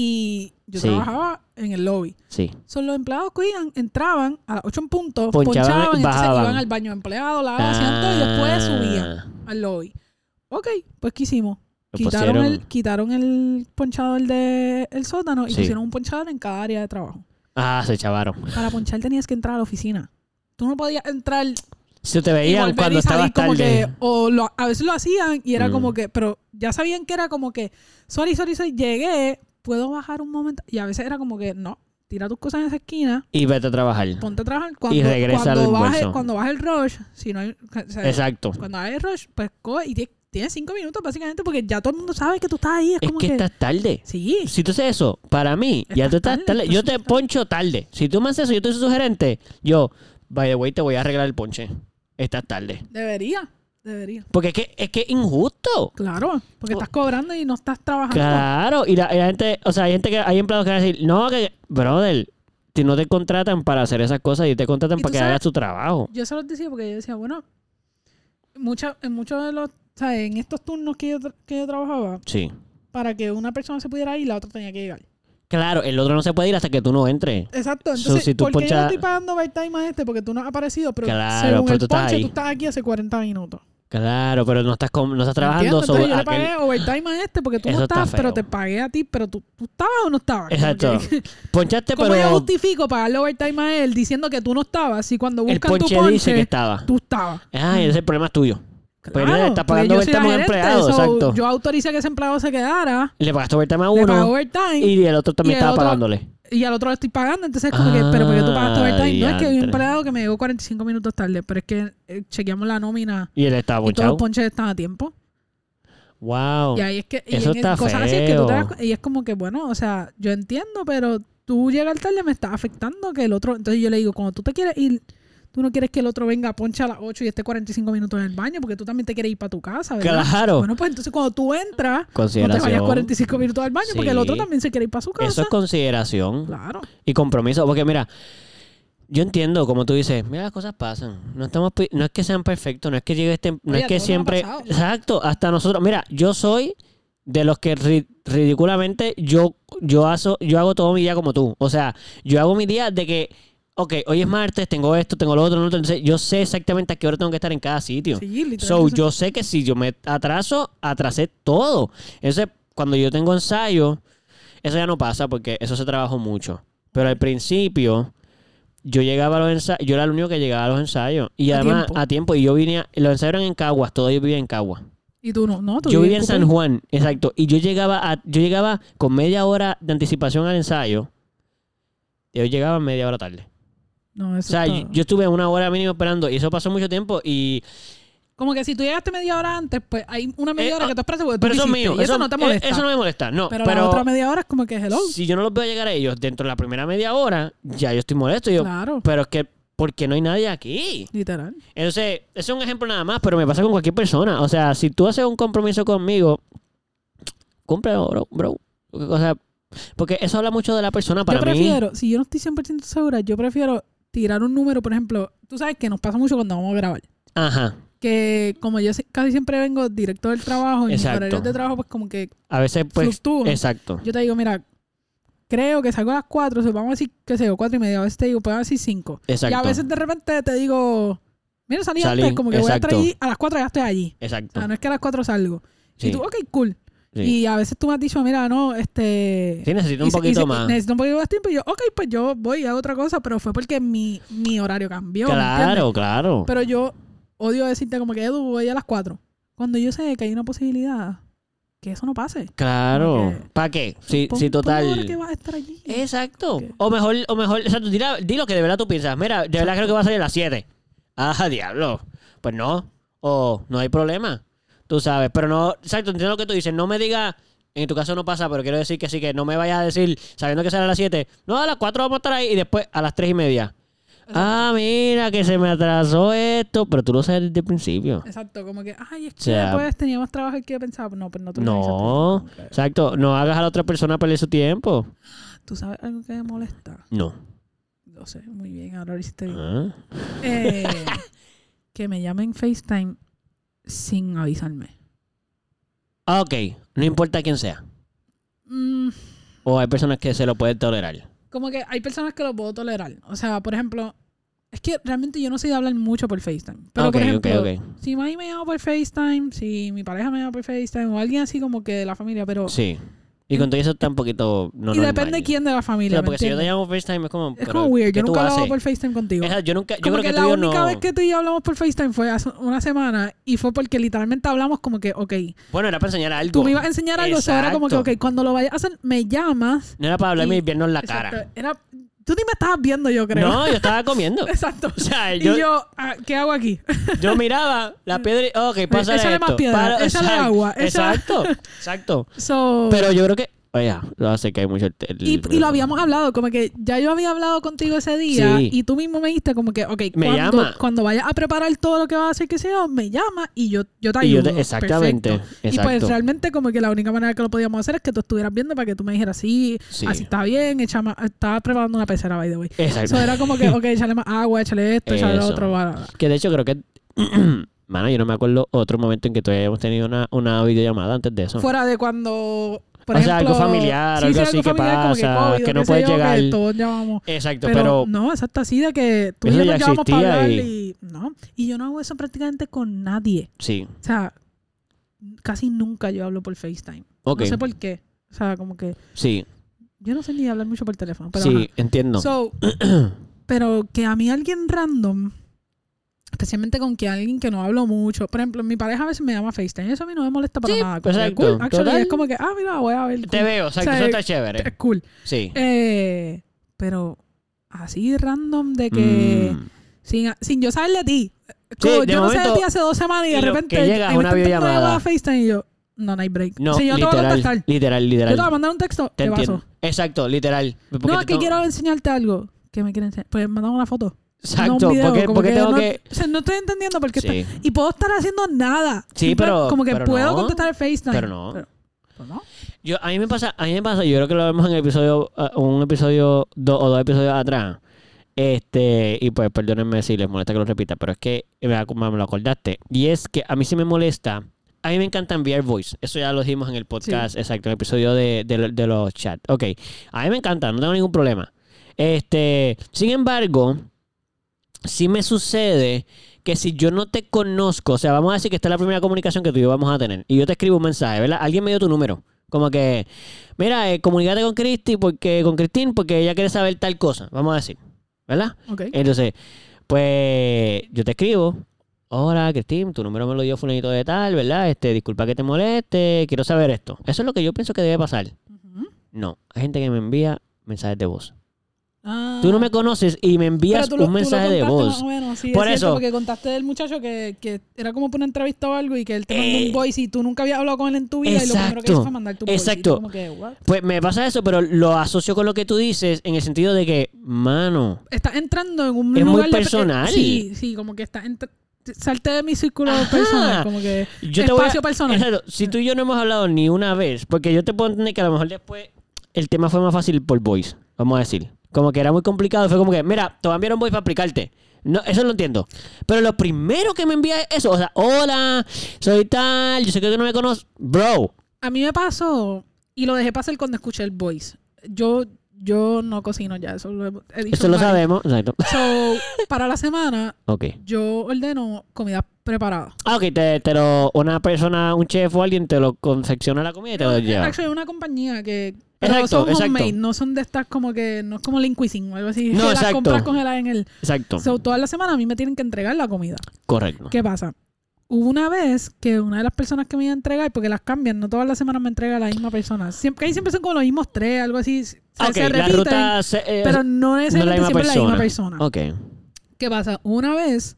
Speaker 2: Y yo
Speaker 1: Sí.
Speaker 2: trabajaba en el lobby.
Speaker 1: sí.
Speaker 2: Son los empleados que iban, entraban a las 8 en punto,
Speaker 1: Ponchaban,
Speaker 2: ponchaban, entonces
Speaker 1: bajaban.
Speaker 2: iban al baño de empleado, la hacían todo y después subían
Speaker 1: Ah,
Speaker 2: al lobby. Ok, pues ¿qué hicimos?
Speaker 1: lo
Speaker 2: Quitaron
Speaker 1: pusieron-
Speaker 2: el, quitaron el ponchador del sótano y
Speaker 1: Sí.
Speaker 2: pusieron un ponchador en cada área de trabajo.
Speaker 1: Ah, se chavaron.
Speaker 2: Para ponchar tenías que entrar a la oficina. Tú no podías entrar
Speaker 1: Se te
Speaker 2: y
Speaker 1: veían
Speaker 2: volver
Speaker 1: cuando
Speaker 2: y salir
Speaker 1: estabas
Speaker 2: como
Speaker 1: tarde.
Speaker 2: que... O lo- a veces lo hacían y era
Speaker 1: Mm.
Speaker 2: como que... Pero ya sabían que era como que... Sorry, sorry, sorry. Llegué. ¿Puedo bajar un momento? Y a veces era como que... No. Tira tus cosas en esa esquina.
Speaker 1: Y vete a trabajar.
Speaker 2: Ponte a trabajar. Cuando,
Speaker 1: regresa
Speaker 2: cuando
Speaker 1: al
Speaker 2: baje-
Speaker 1: almuerzo.
Speaker 2: Cuando baje el rush. Si no hay... o sea,
Speaker 1: Exacto.
Speaker 2: Cuando hay rush, pues coge y tie- tienes cinco minutos básicamente porque ya todo el mundo sabe que tú estás ahí. Es,
Speaker 1: Es
Speaker 2: como
Speaker 1: que
Speaker 2: que...
Speaker 1: estás tarde.
Speaker 2: Sí.
Speaker 1: Si tú haces eso, para mí, ya
Speaker 2: Estás
Speaker 1: tú estás
Speaker 2: tarde,
Speaker 1: tarde.
Speaker 2: estás
Speaker 1: Yo te
Speaker 2: súper tarde.
Speaker 1: poncho tarde. Si tú me haces eso, yo te soy sugerente. Yo, by the way, te voy a arreglar el ponche. Estás tarde.
Speaker 2: Debería. Debería.
Speaker 1: Porque es que es, que es injusto.
Speaker 2: Claro. Porque
Speaker 1: Oh.
Speaker 2: estás cobrando y no estás trabajando.
Speaker 1: Claro, y la, y la gente, o sea, hay gente que, hay empleados que van a decir, no, que, brother, si no te contratan para hacer esas cosas y te contratan
Speaker 2: ¿Y
Speaker 1: para
Speaker 2: tú
Speaker 1: que
Speaker 2: sabes?
Speaker 1: hagas tu trabajo.
Speaker 2: yo se los decía porque yo decía, bueno, mucha, en muchos de los, o sea, en estos turnos que yo, tra- que yo trabajaba,
Speaker 1: Sí.
Speaker 2: para que una persona se pudiera ir, la otra tenía que llegar.
Speaker 1: Claro, el otro no se puede ir hasta que tú no entres.
Speaker 2: Exacto,
Speaker 1: So,
Speaker 2: entonces,
Speaker 1: si tú
Speaker 2: ¿por qué yo
Speaker 1: ponchas-
Speaker 2: le estoy pagando part-time a este? Porque tú no has aparecido, pero
Speaker 1: Claro,
Speaker 2: según
Speaker 1: pero
Speaker 2: el
Speaker 1: tú estás
Speaker 2: ponche,
Speaker 1: ahí.
Speaker 2: tú estás aquí hace 40 minutos.
Speaker 1: Claro, pero no estás, con- no estás trabajando
Speaker 2: ¿Entiendes? Entonces,
Speaker 1: sobre
Speaker 2: yo le
Speaker 1: aquel-
Speaker 2: pagué overtime a este porque tú
Speaker 1: Eso
Speaker 2: no
Speaker 1: está
Speaker 2: estabas, pero
Speaker 1: feo.
Speaker 2: te pagué a ti, pero tú, tú estabas o no estabas. Como
Speaker 1: Exacto.
Speaker 2: que-
Speaker 1: Ponchaste,
Speaker 2: ¿Cómo yo
Speaker 1: pero
Speaker 2: justifico pagarle overtime a él diciendo que tú no estabas? Si cuando
Speaker 1: el
Speaker 2: buscan tu
Speaker 1: ponche
Speaker 2: ponche,
Speaker 1: dice que estaba.
Speaker 2: tú estabas.
Speaker 1: Ah, ese problema es tuyo. Pero
Speaker 2: Claro,
Speaker 1: le está
Speaker 2: porque
Speaker 1: pagando
Speaker 2: yo soy
Speaker 1: overtime
Speaker 2: la
Speaker 1: a un
Speaker 2: gerente,
Speaker 1: empleado,
Speaker 2: so,
Speaker 1: exacto.
Speaker 2: Yo autoricé que ese empleado se quedara,
Speaker 1: Le pagaste overtime a
Speaker 2: le pago
Speaker 1: uno
Speaker 2: overtime y,
Speaker 1: y el otro también
Speaker 2: y el
Speaker 1: estaba
Speaker 2: otro-
Speaker 1: pagándole.
Speaker 2: al otro le estoy pagando. Entonces, como que, pero ¿por qué tú pagaste
Speaker 1: Ah,
Speaker 2: overtime? No es que hay un
Speaker 1: diantre.
Speaker 2: empleado que me llegó 45 minutos tarde, pero es que eh, chequeamos la nómina
Speaker 1: Y él estaba
Speaker 2: y todos
Speaker 1: ponchado.
Speaker 2: los ponches están a tiempo.
Speaker 1: Wow.
Speaker 2: Y ahí es que, y
Speaker 1: Eso
Speaker 2: en-
Speaker 1: está
Speaker 2: cosas así es que tú te das
Speaker 1: feo.
Speaker 2: cu- Y es como que, bueno, o sea, yo entiendo, pero tú llegar tarde me está afectando que el otro. Entonces, yo le digo, cuando tú te quieres ir, tú no quieres que el otro venga, poncha a las 8 y esté 45 minutos en el baño, porque tú también te quieres ir para tu casa, ¿verdad?
Speaker 1: Claro.
Speaker 2: Bueno, pues entonces cuando tú entras, no te
Speaker 1: Consideración.
Speaker 2: vayas 45 minutos al baño, porque el
Speaker 1: Sí.
Speaker 2: otro también se quiere ir para su casa.
Speaker 1: Eso es consideración
Speaker 2: Claro.
Speaker 1: y compromiso. Porque mira, yo entiendo, como tú dices, mira, las cosas pasan. No, estamos, pi- no es que sean perfectos, no es que llegue este, no
Speaker 2: Oye,
Speaker 1: es
Speaker 2: a
Speaker 1: que
Speaker 2: todos nos ha
Speaker 1: siempre.
Speaker 2: pasado.
Speaker 1: Exacto, hasta nosotros. Mira, yo soy de los que ri- ridículamente yo, yo, hago, yo hago todo mi día como tú. O sea, yo hago mi día de que, ok, hoy es martes, tengo esto, tengo lo otro, no entonces yo sé exactamente a qué hora tengo que estar en cada sitio.
Speaker 2: Sí, literalmente.
Speaker 1: So, yo sé que si yo me atraso, atrasé todo. Entonces, cuando yo tengo ensayo, eso ya no pasa porque eso se trabajó mucho. Pero al principio, yo llegaba a los ensayos, yo era el único que llegaba a los ensayos. Y
Speaker 2: A
Speaker 1: además,
Speaker 2: tiempo.
Speaker 1: a tiempo, y yo vine, a- los ensayos eran en Caguas, todos yo vivía en Caguas.
Speaker 2: Y tú no, no, tú
Speaker 1: Yo
Speaker 2: vives
Speaker 1: vivía en San
Speaker 2: Cupey.
Speaker 1: Juan, exacto. Y yo llegaba, a- yo llegaba con media hora de anticipación al ensayo. Y yo llegaba media hora tarde.
Speaker 2: No,
Speaker 1: O
Speaker 2: eso
Speaker 1: sea,
Speaker 2: está-
Speaker 1: yo, yo estuve una hora mínimo esperando y eso pasó mucho tiempo y
Speaker 2: Como que si tú llegaste media hora antes, pues hay una media
Speaker 1: Eh,
Speaker 2: hora
Speaker 1: ah,
Speaker 2: que tú esperas porque tú
Speaker 1: Pero eso es
Speaker 2: quisiste,
Speaker 1: mío.
Speaker 2: y eso, no te
Speaker 1: eh,
Speaker 2: molesta.
Speaker 1: Eso no me molesta. No,
Speaker 2: pero,
Speaker 1: pero,
Speaker 2: la otra media hora es como que hello.
Speaker 1: si yo no los veo llegar a ellos dentro de la primera media hora, ya yo estoy molesto. Yo,
Speaker 2: claro,
Speaker 1: Pero es que, ¿por qué no hay nadie aquí?
Speaker 2: literal.
Speaker 1: Entonces, ese es un ejemplo nada más, pero me pasa con cualquier persona. O sea, si tú haces un compromiso conmigo, cúmplelo, bro. bro. O sea, porque eso habla mucho de la persona para
Speaker 2: yo
Speaker 1: mí.
Speaker 2: prefiero, si yo no estoy 100% segura, yo prefiero tirar un número, por ejemplo, tú sabes que nos pasa mucho cuando vamos a grabar.
Speaker 1: Ajá.
Speaker 2: Que como yo se- casi siempre vengo directo del trabajo, y mis
Speaker 1: Exacto.
Speaker 2: horarios de trabajo, pues como que
Speaker 1: A veces, pues.
Speaker 2: fluctúan.
Speaker 1: Exacto.
Speaker 2: Yo te digo, mira, creo que salgo a las 4, o sea, vamos a decir, qué sé yo, 4 y media, a veces te digo, pues así 5. Y a
Speaker 1: Exacto.
Speaker 2: veces de repente te digo, mira, salí,
Speaker 1: Salí,
Speaker 2: antes, como que voy a
Speaker 1: exacto.
Speaker 2: estar allí, a las 4 ya estoy allí. O
Speaker 1: Exacto.
Speaker 2: sea, no es que a las 4 salgo.
Speaker 1: Sí,
Speaker 2: Y tú, ok, cool.
Speaker 1: sí.
Speaker 2: Y a veces tú me has dicho, mira, no, este...
Speaker 1: Sí, necesito un
Speaker 2: hice- hice-
Speaker 1: poquito más.
Speaker 2: Necesito un poquito más de tiempo. Y yo, ok, pues yo voy y hago otra cosa, pero fue porque mi, mi horario cambió. ¿me entiendes?
Speaker 1: Claro, claro.
Speaker 2: Pero yo odio decirte como que Edu, voy a las 4. Cuando yo sé que hay una posibilidad que eso no pase.
Speaker 1: Claro.
Speaker 2: Porque-
Speaker 1: ¿Para qué? Si,
Speaker 2: Pon-
Speaker 1: si
Speaker 2: pon la hora
Speaker 1: total.
Speaker 2: que vas a estar allí.
Speaker 1: Exacto.
Speaker 2: ¿Qué?
Speaker 1: O mejor, o mejor, exacto, di, la- di lo que de verdad tú piensas. Mira, de verdad creo que va a salir a las 7. Ah, diablo. Pues no. O no hay problema. Tú sabes. Pero no, exacto, entiendo lo que tú dices. No me digas, en tu caso no pasa, pero quiero decir que sí, que no me vayas a decir, sabiendo que sale a las 7. No, a las 4 vamos a estar ahí y después a las 3 y media. Ah, mira, que se me atrasó esto. Pero tú lo sabes desde el principio.
Speaker 2: Exacto, como que, ay, es que
Speaker 1: O sea,
Speaker 2: después tenía más trabajo que pensaba. No, pues no te
Speaker 1: No.
Speaker 2: organizaste. Como que,
Speaker 1: Exacto. No hagas a la otra persona perder su tiempo.
Speaker 2: ¿Tú sabes algo que me molesta?
Speaker 1: No.
Speaker 2: No sé, muy bien, ahora lo hiciste bien.
Speaker 1: Ah.
Speaker 2: Eh, que me llamen FaceTime sin avisarme.
Speaker 1: Ah, ok. No importa quién sea.
Speaker 2: Mm,
Speaker 1: O hay personas que se lo pueden tolerar.
Speaker 2: como que hay personas que lo puedo tolerar. O sea, por ejemplo, es que realmente yo no soy de hablar mucho por FaceTime. Pero
Speaker 1: ok,
Speaker 2: por ejemplo,
Speaker 1: ok, ok.
Speaker 2: si May me llama por FaceTime, si mi pareja me llama por FaceTime, o alguien así como que de la familia, pero...
Speaker 1: Sí. Y con todo eso está un poquito no
Speaker 2: y
Speaker 1: normal.
Speaker 2: depende quién de la
Speaker 1: O
Speaker 2: familia,
Speaker 1: sea,
Speaker 2: ¿me
Speaker 1: porque si yo te
Speaker 2: entiendes?
Speaker 1: llamo FaceTime es como...
Speaker 2: Es
Speaker 1: pero,
Speaker 2: como weird.
Speaker 1: ¿qué
Speaker 2: Yo
Speaker 1: tú
Speaker 2: nunca lo hago
Speaker 1: haces?
Speaker 2: por FaceTime contigo.
Speaker 1: Esa- yo nunca... Yo
Speaker 2: como
Speaker 1: creo
Speaker 2: que,
Speaker 1: que, tú
Speaker 2: la
Speaker 1: y yo
Speaker 2: única
Speaker 1: no...
Speaker 2: vez que tú y yo hablamos por FaceTime fue hace una semana y fue porque literalmente hablamos como que, ok,
Speaker 1: Bueno, era para enseñar algo.
Speaker 2: tú me ibas a enseñar algo, so era como que, ok,
Speaker 1: Exacto.
Speaker 2: cuando lo vayas a hacer, me llamas.
Speaker 1: No era para hablarme
Speaker 2: Y-
Speaker 1: y vernos la
Speaker 2: Exacto,
Speaker 1: cara.
Speaker 2: Era, tú ni me estabas viendo, yo creo.
Speaker 1: No, yo estaba comiendo.
Speaker 2: Exacto.
Speaker 1: O sea,
Speaker 2: Y
Speaker 1: yo,
Speaker 2: yo,
Speaker 1: yo...
Speaker 2: ah, ¿qué hago aquí?
Speaker 1: miraba la piedra y... Ok, pasa
Speaker 2: Échale
Speaker 1: esto.
Speaker 2: más piedra,
Speaker 1: Para-
Speaker 2: échale
Speaker 1: exacto,
Speaker 2: agua, échale-
Speaker 1: Exacto, exacto.
Speaker 2: So,
Speaker 1: Pero yo creo que... Oye, lo hace que hay mucho... el- el-
Speaker 2: y, y lo habíamos hablado, como que ya yo había hablado contigo ese día
Speaker 1: Sí.
Speaker 2: y tú mismo me dijiste como que, ok,
Speaker 1: Me
Speaker 2: cuando,
Speaker 1: llama.
Speaker 2: cuando vayas a preparar todo lo que vas a hacer que sea, me llama y yo, yo te
Speaker 1: Y
Speaker 2: ayudo.
Speaker 1: yo te- exactamente,
Speaker 2: Perfecto. Y
Speaker 1: exacto.
Speaker 2: pues realmente como que la única manera que lo podíamos hacer es que tú estuvieras viendo para que tú me dijeras, sí,
Speaker 1: Sí.
Speaker 2: así está bien, echa más- estaba preparando una pecera, by the way.
Speaker 1: Exacto.
Speaker 2: Eso era como que, ok, échale más agua, échale esto, échale lo
Speaker 1: Eso.
Speaker 2: otro, bla, bla, bla.
Speaker 1: Que de hecho creo que... Mano, yo no me acuerdo otro momento en que todavía hayamos tenido una, una videollamada antes de eso.
Speaker 2: fuera de cuando por
Speaker 1: O sea,
Speaker 2: ejemplo,
Speaker 1: algo familiar, algo así que pasa, que no puedes llegar.
Speaker 2: que todos llamamos
Speaker 1: Exacto,
Speaker 2: pero,
Speaker 1: pero,
Speaker 2: no exacto así de que tú "Pues, y
Speaker 1: Eso
Speaker 2: yo
Speaker 1: ya
Speaker 2: nos llamamos para
Speaker 1: existía
Speaker 2: hablar y...
Speaker 1: y-
Speaker 2: no y yo no hago eso prácticamente con nadie
Speaker 1: sí,
Speaker 2: o sea casi nunca yo hablo por FaceTime
Speaker 1: ok,
Speaker 2: no sé por qué o sea como que
Speaker 1: sí,
Speaker 2: yo no sé ni hablar mucho por teléfono pero ajá.
Speaker 1: sí, entiendo.
Speaker 2: So, pero que a mí alguien random, especialmente con que alguien que no hablo mucho, por ejemplo, mi pareja a veces me llama FaceTime, eso a mí no me molesta para
Speaker 1: Sí,
Speaker 2: nada. como que
Speaker 1: exacto.
Speaker 2: cool, actually,
Speaker 1: Total.
Speaker 2: es como que, ah, mira, voy a ver.
Speaker 1: Te
Speaker 2: cool,
Speaker 1: veo, exacto,
Speaker 2: O sea,
Speaker 1: eso está chévere.
Speaker 2: Es cool.
Speaker 1: Sí.
Speaker 2: Eh, pero así random de que
Speaker 1: Mm.
Speaker 2: sin, sin yo saber de ti.
Speaker 1: Sí,
Speaker 2: Como
Speaker 1: de
Speaker 2: yo no sé de
Speaker 1: momento,
Speaker 2: ti hace dos semanas y de
Speaker 1: y lo
Speaker 2: repente
Speaker 1: que llega
Speaker 2: ahí
Speaker 1: es
Speaker 2: me
Speaker 1: una
Speaker 2: está entrando una
Speaker 1: videollamada.
Speaker 2: llamada FaceTime y yo, no, no hay break.
Speaker 1: No,
Speaker 2: si yo no te voy a
Speaker 1: literal,
Speaker 2: contestar,
Speaker 1: literal,
Speaker 2: yo te voy a
Speaker 1: literal.
Speaker 2: mandar un texto,
Speaker 1: Te
Speaker 2: ¿qué pasó?
Speaker 1: entiendo. Exacto, literal. Porque
Speaker 2: No,
Speaker 1: tú
Speaker 2: es que
Speaker 1: no-
Speaker 2: quiero enseñarte algo. que me quieren enseñar? Pues mandame una foto.
Speaker 1: Exacto,
Speaker 2: no un video,
Speaker 1: porque,
Speaker 2: como
Speaker 1: porque
Speaker 2: que
Speaker 1: tengo
Speaker 2: no,
Speaker 1: que...
Speaker 2: o sea, no estoy entendiendo porque
Speaker 1: Sí.
Speaker 2: está- y puedo estar haciendo nada.
Speaker 1: Sí,
Speaker 2: Simple-
Speaker 1: pero-
Speaker 2: como que
Speaker 1: pero
Speaker 2: puedo
Speaker 1: no.
Speaker 2: contestar el FaceTime.
Speaker 1: Pero no.
Speaker 2: pero pues no.
Speaker 1: Yo, a mí me pasa, a mí me pasa, yo creo que lo vemos en el episodio, eh, un episodio dos o dos episodios atrás. Este, y pues perdónenme si les molesta que lo repita, pero es que me, ac- me lo acordaste. Y es que a mí sí me molesta. A mí me encanta enviar voice. Eso ya lo dijimos en el podcast, exacto, en el episodio de, de lo- de los chats. Ok. A mí me encanta, no tengo ningún problema. Este, sin embargo, sí me sucede que si yo no te conozco, o sea, vamos a decir que esta es la primera comunicación que tú y yo vamos a tener, y yo te escribo un mensaje, ¿verdad? Alguien me dio tu número. Como que, mira, eh, comunícate con Cristi porque, con Cristín, porque ella quiere saber tal cosa, vamos a decir, ¿verdad?
Speaker 2: Ok.
Speaker 1: Entonces, pues yo te escribo. Hola, Cristín, tu número me lo dio fulanito de tal, ¿verdad? Este, disculpa que te moleste, quiero saber esto. Eso es lo que yo pienso que debe pasar.
Speaker 2: Ujú.
Speaker 1: No, hay gente que me envía mensajes de voz.
Speaker 2: Ah.
Speaker 1: Tú no me conoces y me
Speaker 2: Pero
Speaker 1: envías
Speaker 2: tú lo-
Speaker 1: un
Speaker 2: tú lo
Speaker 1: mensaje de
Speaker 2: contaste
Speaker 1: voz.
Speaker 2: más o menos, sí, es
Speaker 1: Por
Speaker 2: cierto,
Speaker 1: eso.
Speaker 2: Porque contaste del muchacho que, que era como por una entrevista o algo y que él te mandó
Speaker 1: Eh.
Speaker 2: un voice y tú nunca habías hablado con él en tu vida y lo primero que
Speaker 1: Exacto.
Speaker 2: hizo fue mandar tu voice. Y tú
Speaker 1: Exacto.
Speaker 2: como que, what?
Speaker 1: Pues me pasa eso, pero lo asocio con lo que tú dices en el sentido de que, mano,
Speaker 2: Estás entrando en un
Speaker 1: Es muy
Speaker 2: lugar de- eh,
Speaker 1: personal.
Speaker 2: sí, sí, como que estás entra- Salte de mi círculo
Speaker 1: Ajá.
Speaker 2: personal, como que
Speaker 1: yo te voy
Speaker 2: espacio
Speaker 1: a...
Speaker 2: personal.
Speaker 1: Exacto. Si tú y yo no hemos hablado ni una vez, porque yo te puedo entender que a lo mejor después el tema fue más fácil por voice, vamos a decir. Como que era muy complicado, fue como que, mira, te enviaron voice para aplicarte. No, eso lo entiendo. Pero lo primero que me envía es eso, o sea, hola, soy tal, yo sé que tú no me conoces. Bro,
Speaker 2: A mí me pasó y lo dejé pasar cuando escuché el voice. Yo yo no cocino ya, eso lo he- he dicho
Speaker 1: eso lo
Speaker 2: varias-
Speaker 1: sabemos. Exacto.
Speaker 2: So, para la semana
Speaker 1: Ok.
Speaker 2: yo ordeno comida preparada.
Speaker 1: Ah, ok, te, te lo, una persona, un chef o alguien te lo confecciona la comida y te lo lleva.
Speaker 2: Actually, es una compañía que. Pero
Speaker 1: Exacto,
Speaker 2: son homemade,
Speaker 1: exacto.
Speaker 2: no son de estas como que. No es como Lean Cuisine o algo así.
Speaker 1: No,
Speaker 2: que las
Speaker 1: exacto.
Speaker 2: compras congeladas en el.
Speaker 1: Exacto.
Speaker 2: So, todas las semanas a mí me tienen que entregar la comida.
Speaker 1: Correcto.
Speaker 2: ¿Qué pasa? Hubo una vez que una de las personas que me iba a entregar, porque las cambian, no todas las semanas me entrega la misma persona. Siempre, ahí siempre son como los mismos tres, algo así. Se,
Speaker 1: Ah, ok,
Speaker 2: se
Speaker 1: la
Speaker 2: repiten,
Speaker 1: ruta... se- eh,
Speaker 2: pero no es
Speaker 1: no es la misma
Speaker 2: siempre la misma persona.
Speaker 1: ok.
Speaker 2: ¿Qué pasa? Una vez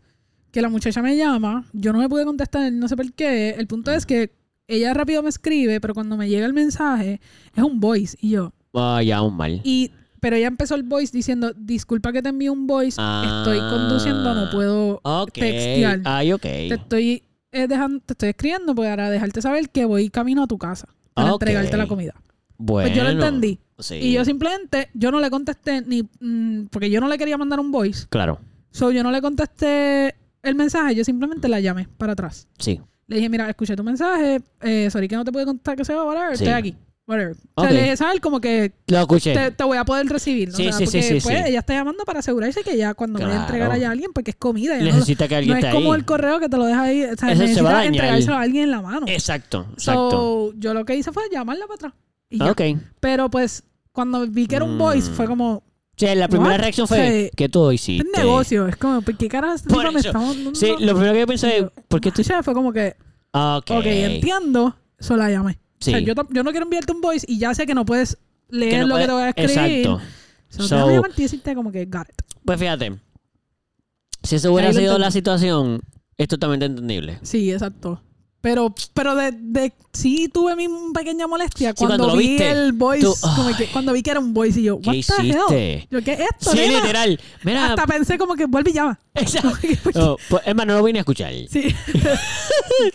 Speaker 2: que la muchacha me llama, yo no me pude contestar, no sé por qué. El punto es que ella rápido me escribe, pero cuando me llega el mensaje, es un voice. Y yo,
Speaker 1: Ah, ya, un mal.
Speaker 2: y pero ella empezó el voice diciendo, disculpa que te envíe un voice,
Speaker 1: Ah.
Speaker 2: estoy conduciendo, no puedo
Speaker 1: Ok.
Speaker 2: textear.
Speaker 1: Ay, ok.
Speaker 2: Te estoy eh, dejando, te estoy escribiendo pues, para dejarte saber que voy camino a tu casa para
Speaker 1: Ok.
Speaker 2: entregarte la comida.
Speaker 1: Bueno.
Speaker 2: Pues yo lo entendí.
Speaker 1: Sí.
Speaker 2: Y yo simplemente, yo no le contesté ni mm, porque yo no le quería mandar un voice.
Speaker 1: Claro.
Speaker 2: So, yo no le contesté el mensaje, yo simplemente la llamé para atrás.
Speaker 1: Sí.
Speaker 2: Le dije, mira, escuché tu mensaje, eh, sorry que no te pude contestar que se va, whatever,
Speaker 1: Sí.
Speaker 2: estoy aquí, whatever. O sea,
Speaker 1: Ok.
Speaker 2: le dije, ¿sabes? Como que
Speaker 1: Lo escuché.
Speaker 2: te, te voy a poder recibir, ¿no?
Speaker 1: Sí,
Speaker 2: O
Speaker 1: sí,
Speaker 2: sea,
Speaker 1: sí,
Speaker 2: porque
Speaker 1: sí,
Speaker 2: pues,
Speaker 1: sí.
Speaker 2: ella está llamando para asegurarse que ya cuando vaya a entregar
Speaker 1: Claro.
Speaker 2: allá a alguien, porque es comida, ya no, lo-
Speaker 1: Necesita que
Speaker 2: no
Speaker 1: alguien
Speaker 2: es
Speaker 1: esté
Speaker 2: como
Speaker 1: ahí.
Speaker 2: el correo que te lo deja ahí, o sea,
Speaker 1: Eso se va a
Speaker 2: necesitas
Speaker 1: dañar.
Speaker 2: entregárselo a alguien en la mano.
Speaker 1: Exacto. Exacto.
Speaker 2: So, yo lo que hice fue llamarla para atrás y ya.
Speaker 1: ok.
Speaker 2: Pero pues, cuando vi que era un voice,
Speaker 1: Mm.
Speaker 2: fue como,
Speaker 1: Che, la primera
Speaker 2: What?
Speaker 1: reacción fue,
Speaker 2: Sí.
Speaker 1: ¿qué tú hiciste?
Speaker 2: es negocio, es como, ¿por qué carajo este tipo
Speaker 1: Por
Speaker 2: me
Speaker 1: eso.
Speaker 2: está mandando-
Speaker 1: Sí, lo primero que yo pensé es, ¿por qué tú Ah,
Speaker 2: Ya fue como que,
Speaker 1: Ok.
Speaker 2: ok, entiendo, eso la llamé.
Speaker 1: Sí.
Speaker 2: O sea, yo, tam- yo no quiero enviarte un voice y ya sé que no puedes leer
Speaker 1: no
Speaker 2: lo que
Speaker 1: puede-
Speaker 2: te voy a escribir.
Speaker 1: Exacto.
Speaker 2: So,
Speaker 1: So-
Speaker 2: déjame llamarte y decirte como que got it.
Speaker 1: Pues fíjate. Si eso
Speaker 2: Ahí
Speaker 1: hubiera
Speaker 2: lo
Speaker 1: sido la
Speaker 2: entendí.
Speaker 1: situación, es totalmente entendible.
Speaker 2: Sí, exacto. Pero, pero de, de- sí tuve mi pequeña molestia cuando,
Speaker 1: cuando lo
Speaker 2: vi
Speaker 1: viste,
Speaker 2: el voice,
Speaker 1: tú- ah.
Speaker 2: como que, cuando vi que era un voice y yo, what
Speaker 1: ¿Qué
Speaker 2: the hell?
Speaker 1: hiciste?
Speaker 2: Yo, ¿qué es esto?
Speaker 1: Sí,
Speaker 2: nena?"
Speaker 1: literal. Mira,
Speaker 2: Hasta pensé como que vuelve y llama.
Speaker 1: Exacto. No, pues, es más, no lo vine a escuchar.
Speaker 2: Sí.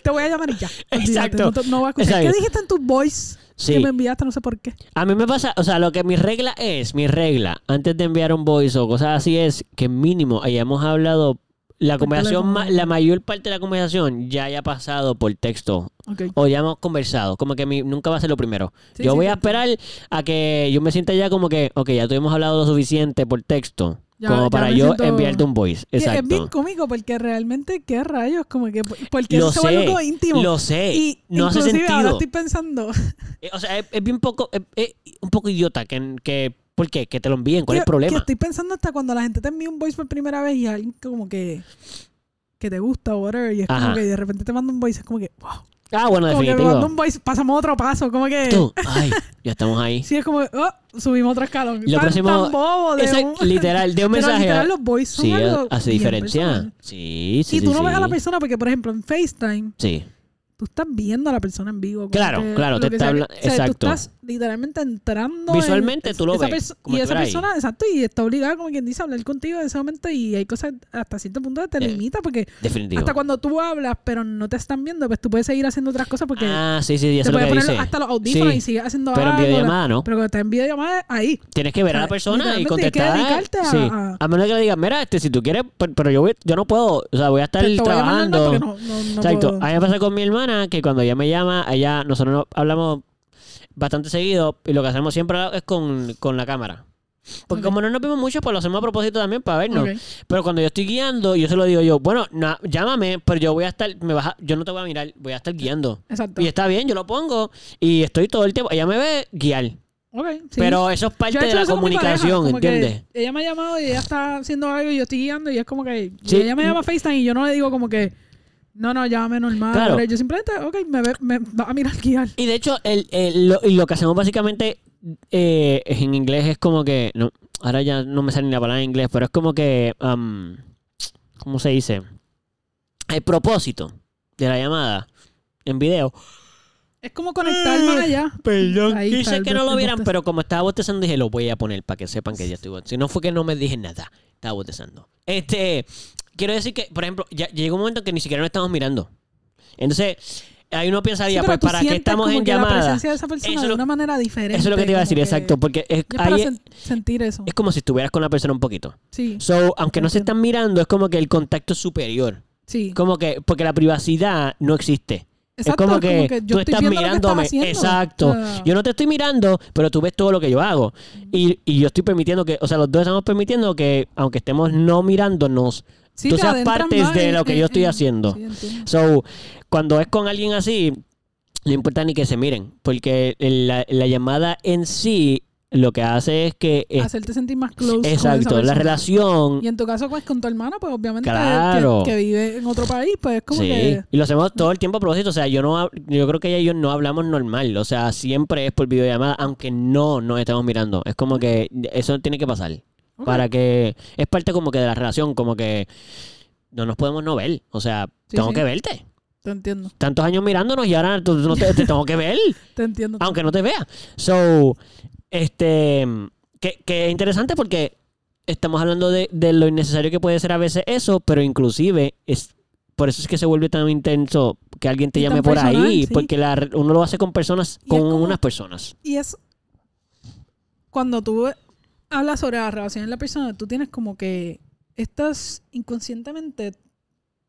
Speaker 2: te voy a llamar y ya. Olvídate,
Speaker 1: Exacto.
Speaker 2: No, te- no voy a escuchar.
Speaker 1: Exacto.
Speaker 2: ¿Qué dijiste en tu voice?
Speaker 1: Sí.
Speaker 2: Que me enviaste, no sé por qué.
Speaker 1: A mí me pasa, o sea, lo que mi regla es, mi regla, antes de enviar un voice o cosas así es que mínimo hayamos hablado, la
Speaker 2: Por
Speaker 1: conversación, ma-
Speaker 2: teléfono.
Speaker 1: la mayor parte de la conversación ya haya pasado por texto
Speaker 2: Ok.
Speaker 1: o ya hemos conversado, como que mi- nunca va a ser lo primero.
Speaker 2: Sí,
Speaker 1: yo
Speaker 2: sí,
Speaker 1: voy a
Speaker 2: te entiendo.
Speaker 1: esperar a que yo me sienta ya como que, ok, ya tuvimos hablado lo suficiente por texto,
Speaker 2: Ya-
Speaker 1: como
Speaker 2: ya
Speaker 1: para
Speaker 2: me
Speaker 1: yo
Speaker 2: siento-
Speaker 1: enviarte un voice.
Speaker 2: Y
Speaker 1: Exacto.
Speaker 2: Es bien cómico porque realmente, ¿qué rayos? Como que, porque
Speaker 1: lo
Speaker 2: eso se vuelve
Speaker 1: sé,
Speaker 2: algo íntimo.
Speaker 1: lo sé,
Speaker 2: y
Speaker 1: no hace
Speaker 2: inclusive ahora
Speaker 1: sentido.
Speaker 2: estoy pensando,
Speaker 1: Eh, O sea, es, es bien poco, es, es un poco idiota que, que, ¿por qué? Que te lo envíen, ¿cuál es
Speaker 2: que-
Speaker 1: el problema?
Speaker 2: que estoy pensando hasta cuando la gente te envía un voice por primera vez y alguien como que que te gusta o whatever y es
Speaker 1: Ajá.
Speaker 2: como que de repente te manda un voice es como que wow
Speaker 1: Ah, bueno,
Speaker 2: como que me
Speaker 1: definitivo.
Speaker 2: manda un voice pasamos otro paso como que
Speaker 1: Tú, ay, ya estamos ahí.
Speaker 2: sí es como oh, subimos otro escalón
Speaker 1: Lo
Speaker 2: tan,
Speaker 1: próximo-
Speaker 2: tan bobo de
Speaker 1: Esa-
Speaker 2: un-
Speaker 1: literal, de un
Speaker 2: Pero
Speaker 1: mensaje.
Speaker 2: literal,
Speaker 1: a-
Speaker 2: los voice son
Speaker 1: sí,
Speaker 2: algo
Speaker 1: hace
Speaker 2: bien
Speaker 1: diferencia.
Speaker 2: personal.
Speaker 1: Sí, sí,
Speaker 2: y tú
Speaker 1: sí,
Speaker 2: no ves a la
Speaker 1: sí.
Speaker 2: persona porque por ejemplo en FaceTime
Speaker 1: Sí,
Speaker 2: tú estás viendo a la persona en vivo. como
Speaker 1: Claro,
Speaker 2: que
Speaker 1: claro,
Speaker 2: lo
Speaker 1: te
Speaker 2: que
Speaker 1: está
Speaker 2: sea que-
Speaker 1: habla-
Speaker 2: o sea,
Speaker 1: exacto.
Speaker 2: Tú estás literalmente entrando. en-
Speaker 1: Visualmente tú lo
Speaker 2: esa
Speaker 1: ves,
Speaker 2: perso-
Speaker 1: como
Speaker 2: Y
Speaker 1: si
Speaker 2: esa
Speaker 1: fuera ahí.
Speaker 2: persona, exacto, y está obligada, como quien dice, a hablar contigo en ese momento. Y hay cosas hasta cierto punto que te
Speaker 1: Eh,
Speaker 2: limita, porque
Speaker 1: Definitivo.
Speaker 2: hasta cuando tú hablas, pero no te están viendo, pues tú puedes seguir haciendo otras cosas porque
Speaker 1: ah, sí, sí, ya
Speaker 2: te
Speaker 1: sé lo
Speaker 2: puedes
Speaker 1: que
Speaker 2: poner
Speaker 1: dice.
Speaker 2: hasta los audífonos
Speaker 1: Sí,
Speaker 2: y sigues haciendo
Speaker 1: pero en
Speaker 2: algo.
Speaker 1: videollamada, ¿no?
Speaker 2: Pero cuando te en videollamada, ahí.
Speaker 1: Tienes que ver a la
Speaker 2: O sea,
Speaker 1: persona y
Speaker 2: literalmente
Speaker 1: contestar.
Speaker 2: tienes que dedicarte a-
Speaker 1: sí.
Speaker 2: a-
Speaker 1: A menos que le digas, mira, este, si tú quieres, pe- pero yo, voy- yo no puedo, o sea, voy a estar
Speaker 2: pues te, te voy a llamar normal
Speaker 1: trabajando.
Speaker 2: porque no, no, no
Speaker 1: Exacto.
Speaker 2: puedo.
Speaker 1: A mí me pasa con mi hermana que cuando ella me llama, ella, nosotros no- hablamos bastante seguido y lo que hacemos siempre es con, con la cámara. Porque
Speaker 2: Ok.
Speaker 1: como no nos vemos mucho, pues lo hacemos a propósito también para vernos.
Speaker 2: Ok.
Speaker 1: Pero cuando yo estoy guiando, yo se lo digo yo, bueno, na- llámame, pero yo voy a estar, me vas a- yo no te voy a mirar, voy a estar guiando.
Speaker 2: Exacto.
Speaker 1: Y está bien, yo lo pongo y estoy todo el tiempo, ella me ve guiar.
Speaker 2: Ok, sí.
Speaker 1: Pero eso es parte
Speaker 2: Yo he
Speaker 1: de
Speaker 2: hecho
Speaker 1: la
Speaker 2: eso con mi pareja,
Speaker 1: comunicación,
Speaker 2: como que
Speaker 1: ¿entiendes?
Speaker 2: Ella me ha llamado y ella está haciendo algo y yo estoy guiando y es como que
Speaker 1: Sí.
Speaker 2: ella me llama a FaceTime y yo no le digo como que no, no, llámame normal.
Speaker 1: Claro.
Speaker 2: ahora". Yo simplemente, ok, me, ve- me va a mirar guiar.
Speaker 1: Y de hecho, el, el- lo, y lo que hacemos básicamente eh, en inglés es como que. No, ahora ya no me sale ni la palabra en inglés, pero es como que. am, ¿Cómo se dice? El propósito de la llamada en video.
Speaker 2: Es como conectar más allá.
Speaker 1: Mm, Perdón,
Speaker 2: Ahí está
Speaker 1: quise
Speaker 2: el
Speaker 1: que no lo
Speaker 2: bote-
Speaker 1: vieran,
Speaker 2: bote-
Speaker 1: pero como estaba bostezando, dije, lo voy a poner para que sepan que ya estoy bostezando. Si no fue que no me dije nada, estaba bostezando. Este, quiero decir que, por ejemplo, ya llegó un momento que ni siquiera nos estamos mirando. Entonces, ahí uno
Speaker 2: Sí,
Speaker 1: pensaría,
Speaker 2: pero
Speaker 1: pues,
Speaker 2: tú
Speaker 1: ¿para qué
Speaker 2: sientes
Speaker 1: estamos
Speaker 2: como
Speaker 1: en
Speaker 2: que La
Speaker 1: llamada?
Speaker 2: presencia de esa persona
Speaker 1: Eso
Speaker 2: de
Speaker 1: lo-
Speaker 2: una manera diferente.
Speaker 1: Eso es lo que te iba a
Speaker 2: como
Speaker 1: decir,
Speaker 2: que-
Speaker 1: exacto. Porque es,
Speaker 2: Y es para
Speaker 1: ahí es,
Speaker 2: sen- sentir eso.
Speaker 1: es como si estuvieras con la persona un poquito.
Speaker 2: Sí,
Speaker 1: So, aunque no se
Speaker 2: Entiendo.
Speaker 1: están mirando, es como que el contacto es superior.
Speaker 2: sí.
Speaker 1: Como que, porque la privacidad no existe.
Speaker 2: Exacto,
Speaker 1: es como que, tú
Speaker 2: estoy
Speaker 1: estás
Speaker 2: viendo lo que estás
Speaker 1: mirándome.
Speaker 2: haciendo.
Speaker 1: Exacto.
Speaker 2: O sea,
Speaker 1: Yo no te estoy mirando, pero tú ves todo lo que yo hago. Y, y yo estoy permitiendo que, o sea, los dos estamos permitiendo que, aunque estemos no mirándonos,
Speaker 2: sí,
Speaker 1: tú
Speaker 2: te
Speaker 1: seas
Speaker 2: adentras
Speaker 1: partes
Speaker 2: más
Speaker 1: de
Speaker 2: en-
Speaker 1: lo que
Speaker 2: en-
Speaker 1: yo estoy
Speaker 2: en-
Speaker 1: haciendo.
Speaker 2: Sí, entiendo.
Speaker 1: So, cuando es con alguien así, no importa ni que se miren, porque el- la, la llamada en sí lo que hace es que... es-
Speaker 2: hacerte sentir más close. con esa
Speaker 1: Eh, exacto, la
Speaker 2: persona.
Speaker 1: relación...
Speaker 2: Y en tu caso, pues con tu hermana, pues obviamente que-
Speaker 1: Claro.
Speaker 2: que, que vive en otro país, pues es como
Speaker 1: sí,
Speaker 2: que.
Speaker 1: y lo hacemos todo el tiempo a propósito. O sea, yo no hab- yo creo que ella y yo no hablamos normal. O sea, siempre es por videollamada, aunque no nos estamos mirando. Es como que eso tiene que pasar.
Speaker 2: ok,
Speaker 1: Para que. Es parte como que de la relación, como que no nos podemos no ver. O sea,
Speaker 2: Sí,
Speaker 1: tengo
Speaker 2: sí.
Speaker 1: que verte.
Speaker 2: Te entiendo,
Speaker 1: Tantos años mirándonos y ahora tú- tú no te, te tengo que ver.
Speaker 2: te entiendo.
Speaker 1: aunque no te vea. So, este, que, que es interesante porque estamos hablando de, de lo innecesario que puede ser a veces eso, pero inclusive es por eso es que se vuelve tan intenso que alguien te
Speaker 2: Y
Speaker 1: llame
Speaker 2: tan
Speaker 1: por
Speaker 2: personal,
Speaker 1: ahí,
Speaker 2: sí.
Speaker 1: porque la- uno lo hace con personas,
Speaker 2: Y es
Speaker 1: con
Speaker 2: como-
Speaker 1: unas personas.
Speaker 2: Y es. Cuando tú hablas sobre la relación en la persona, tú tienes como que. Estás inconscientemente.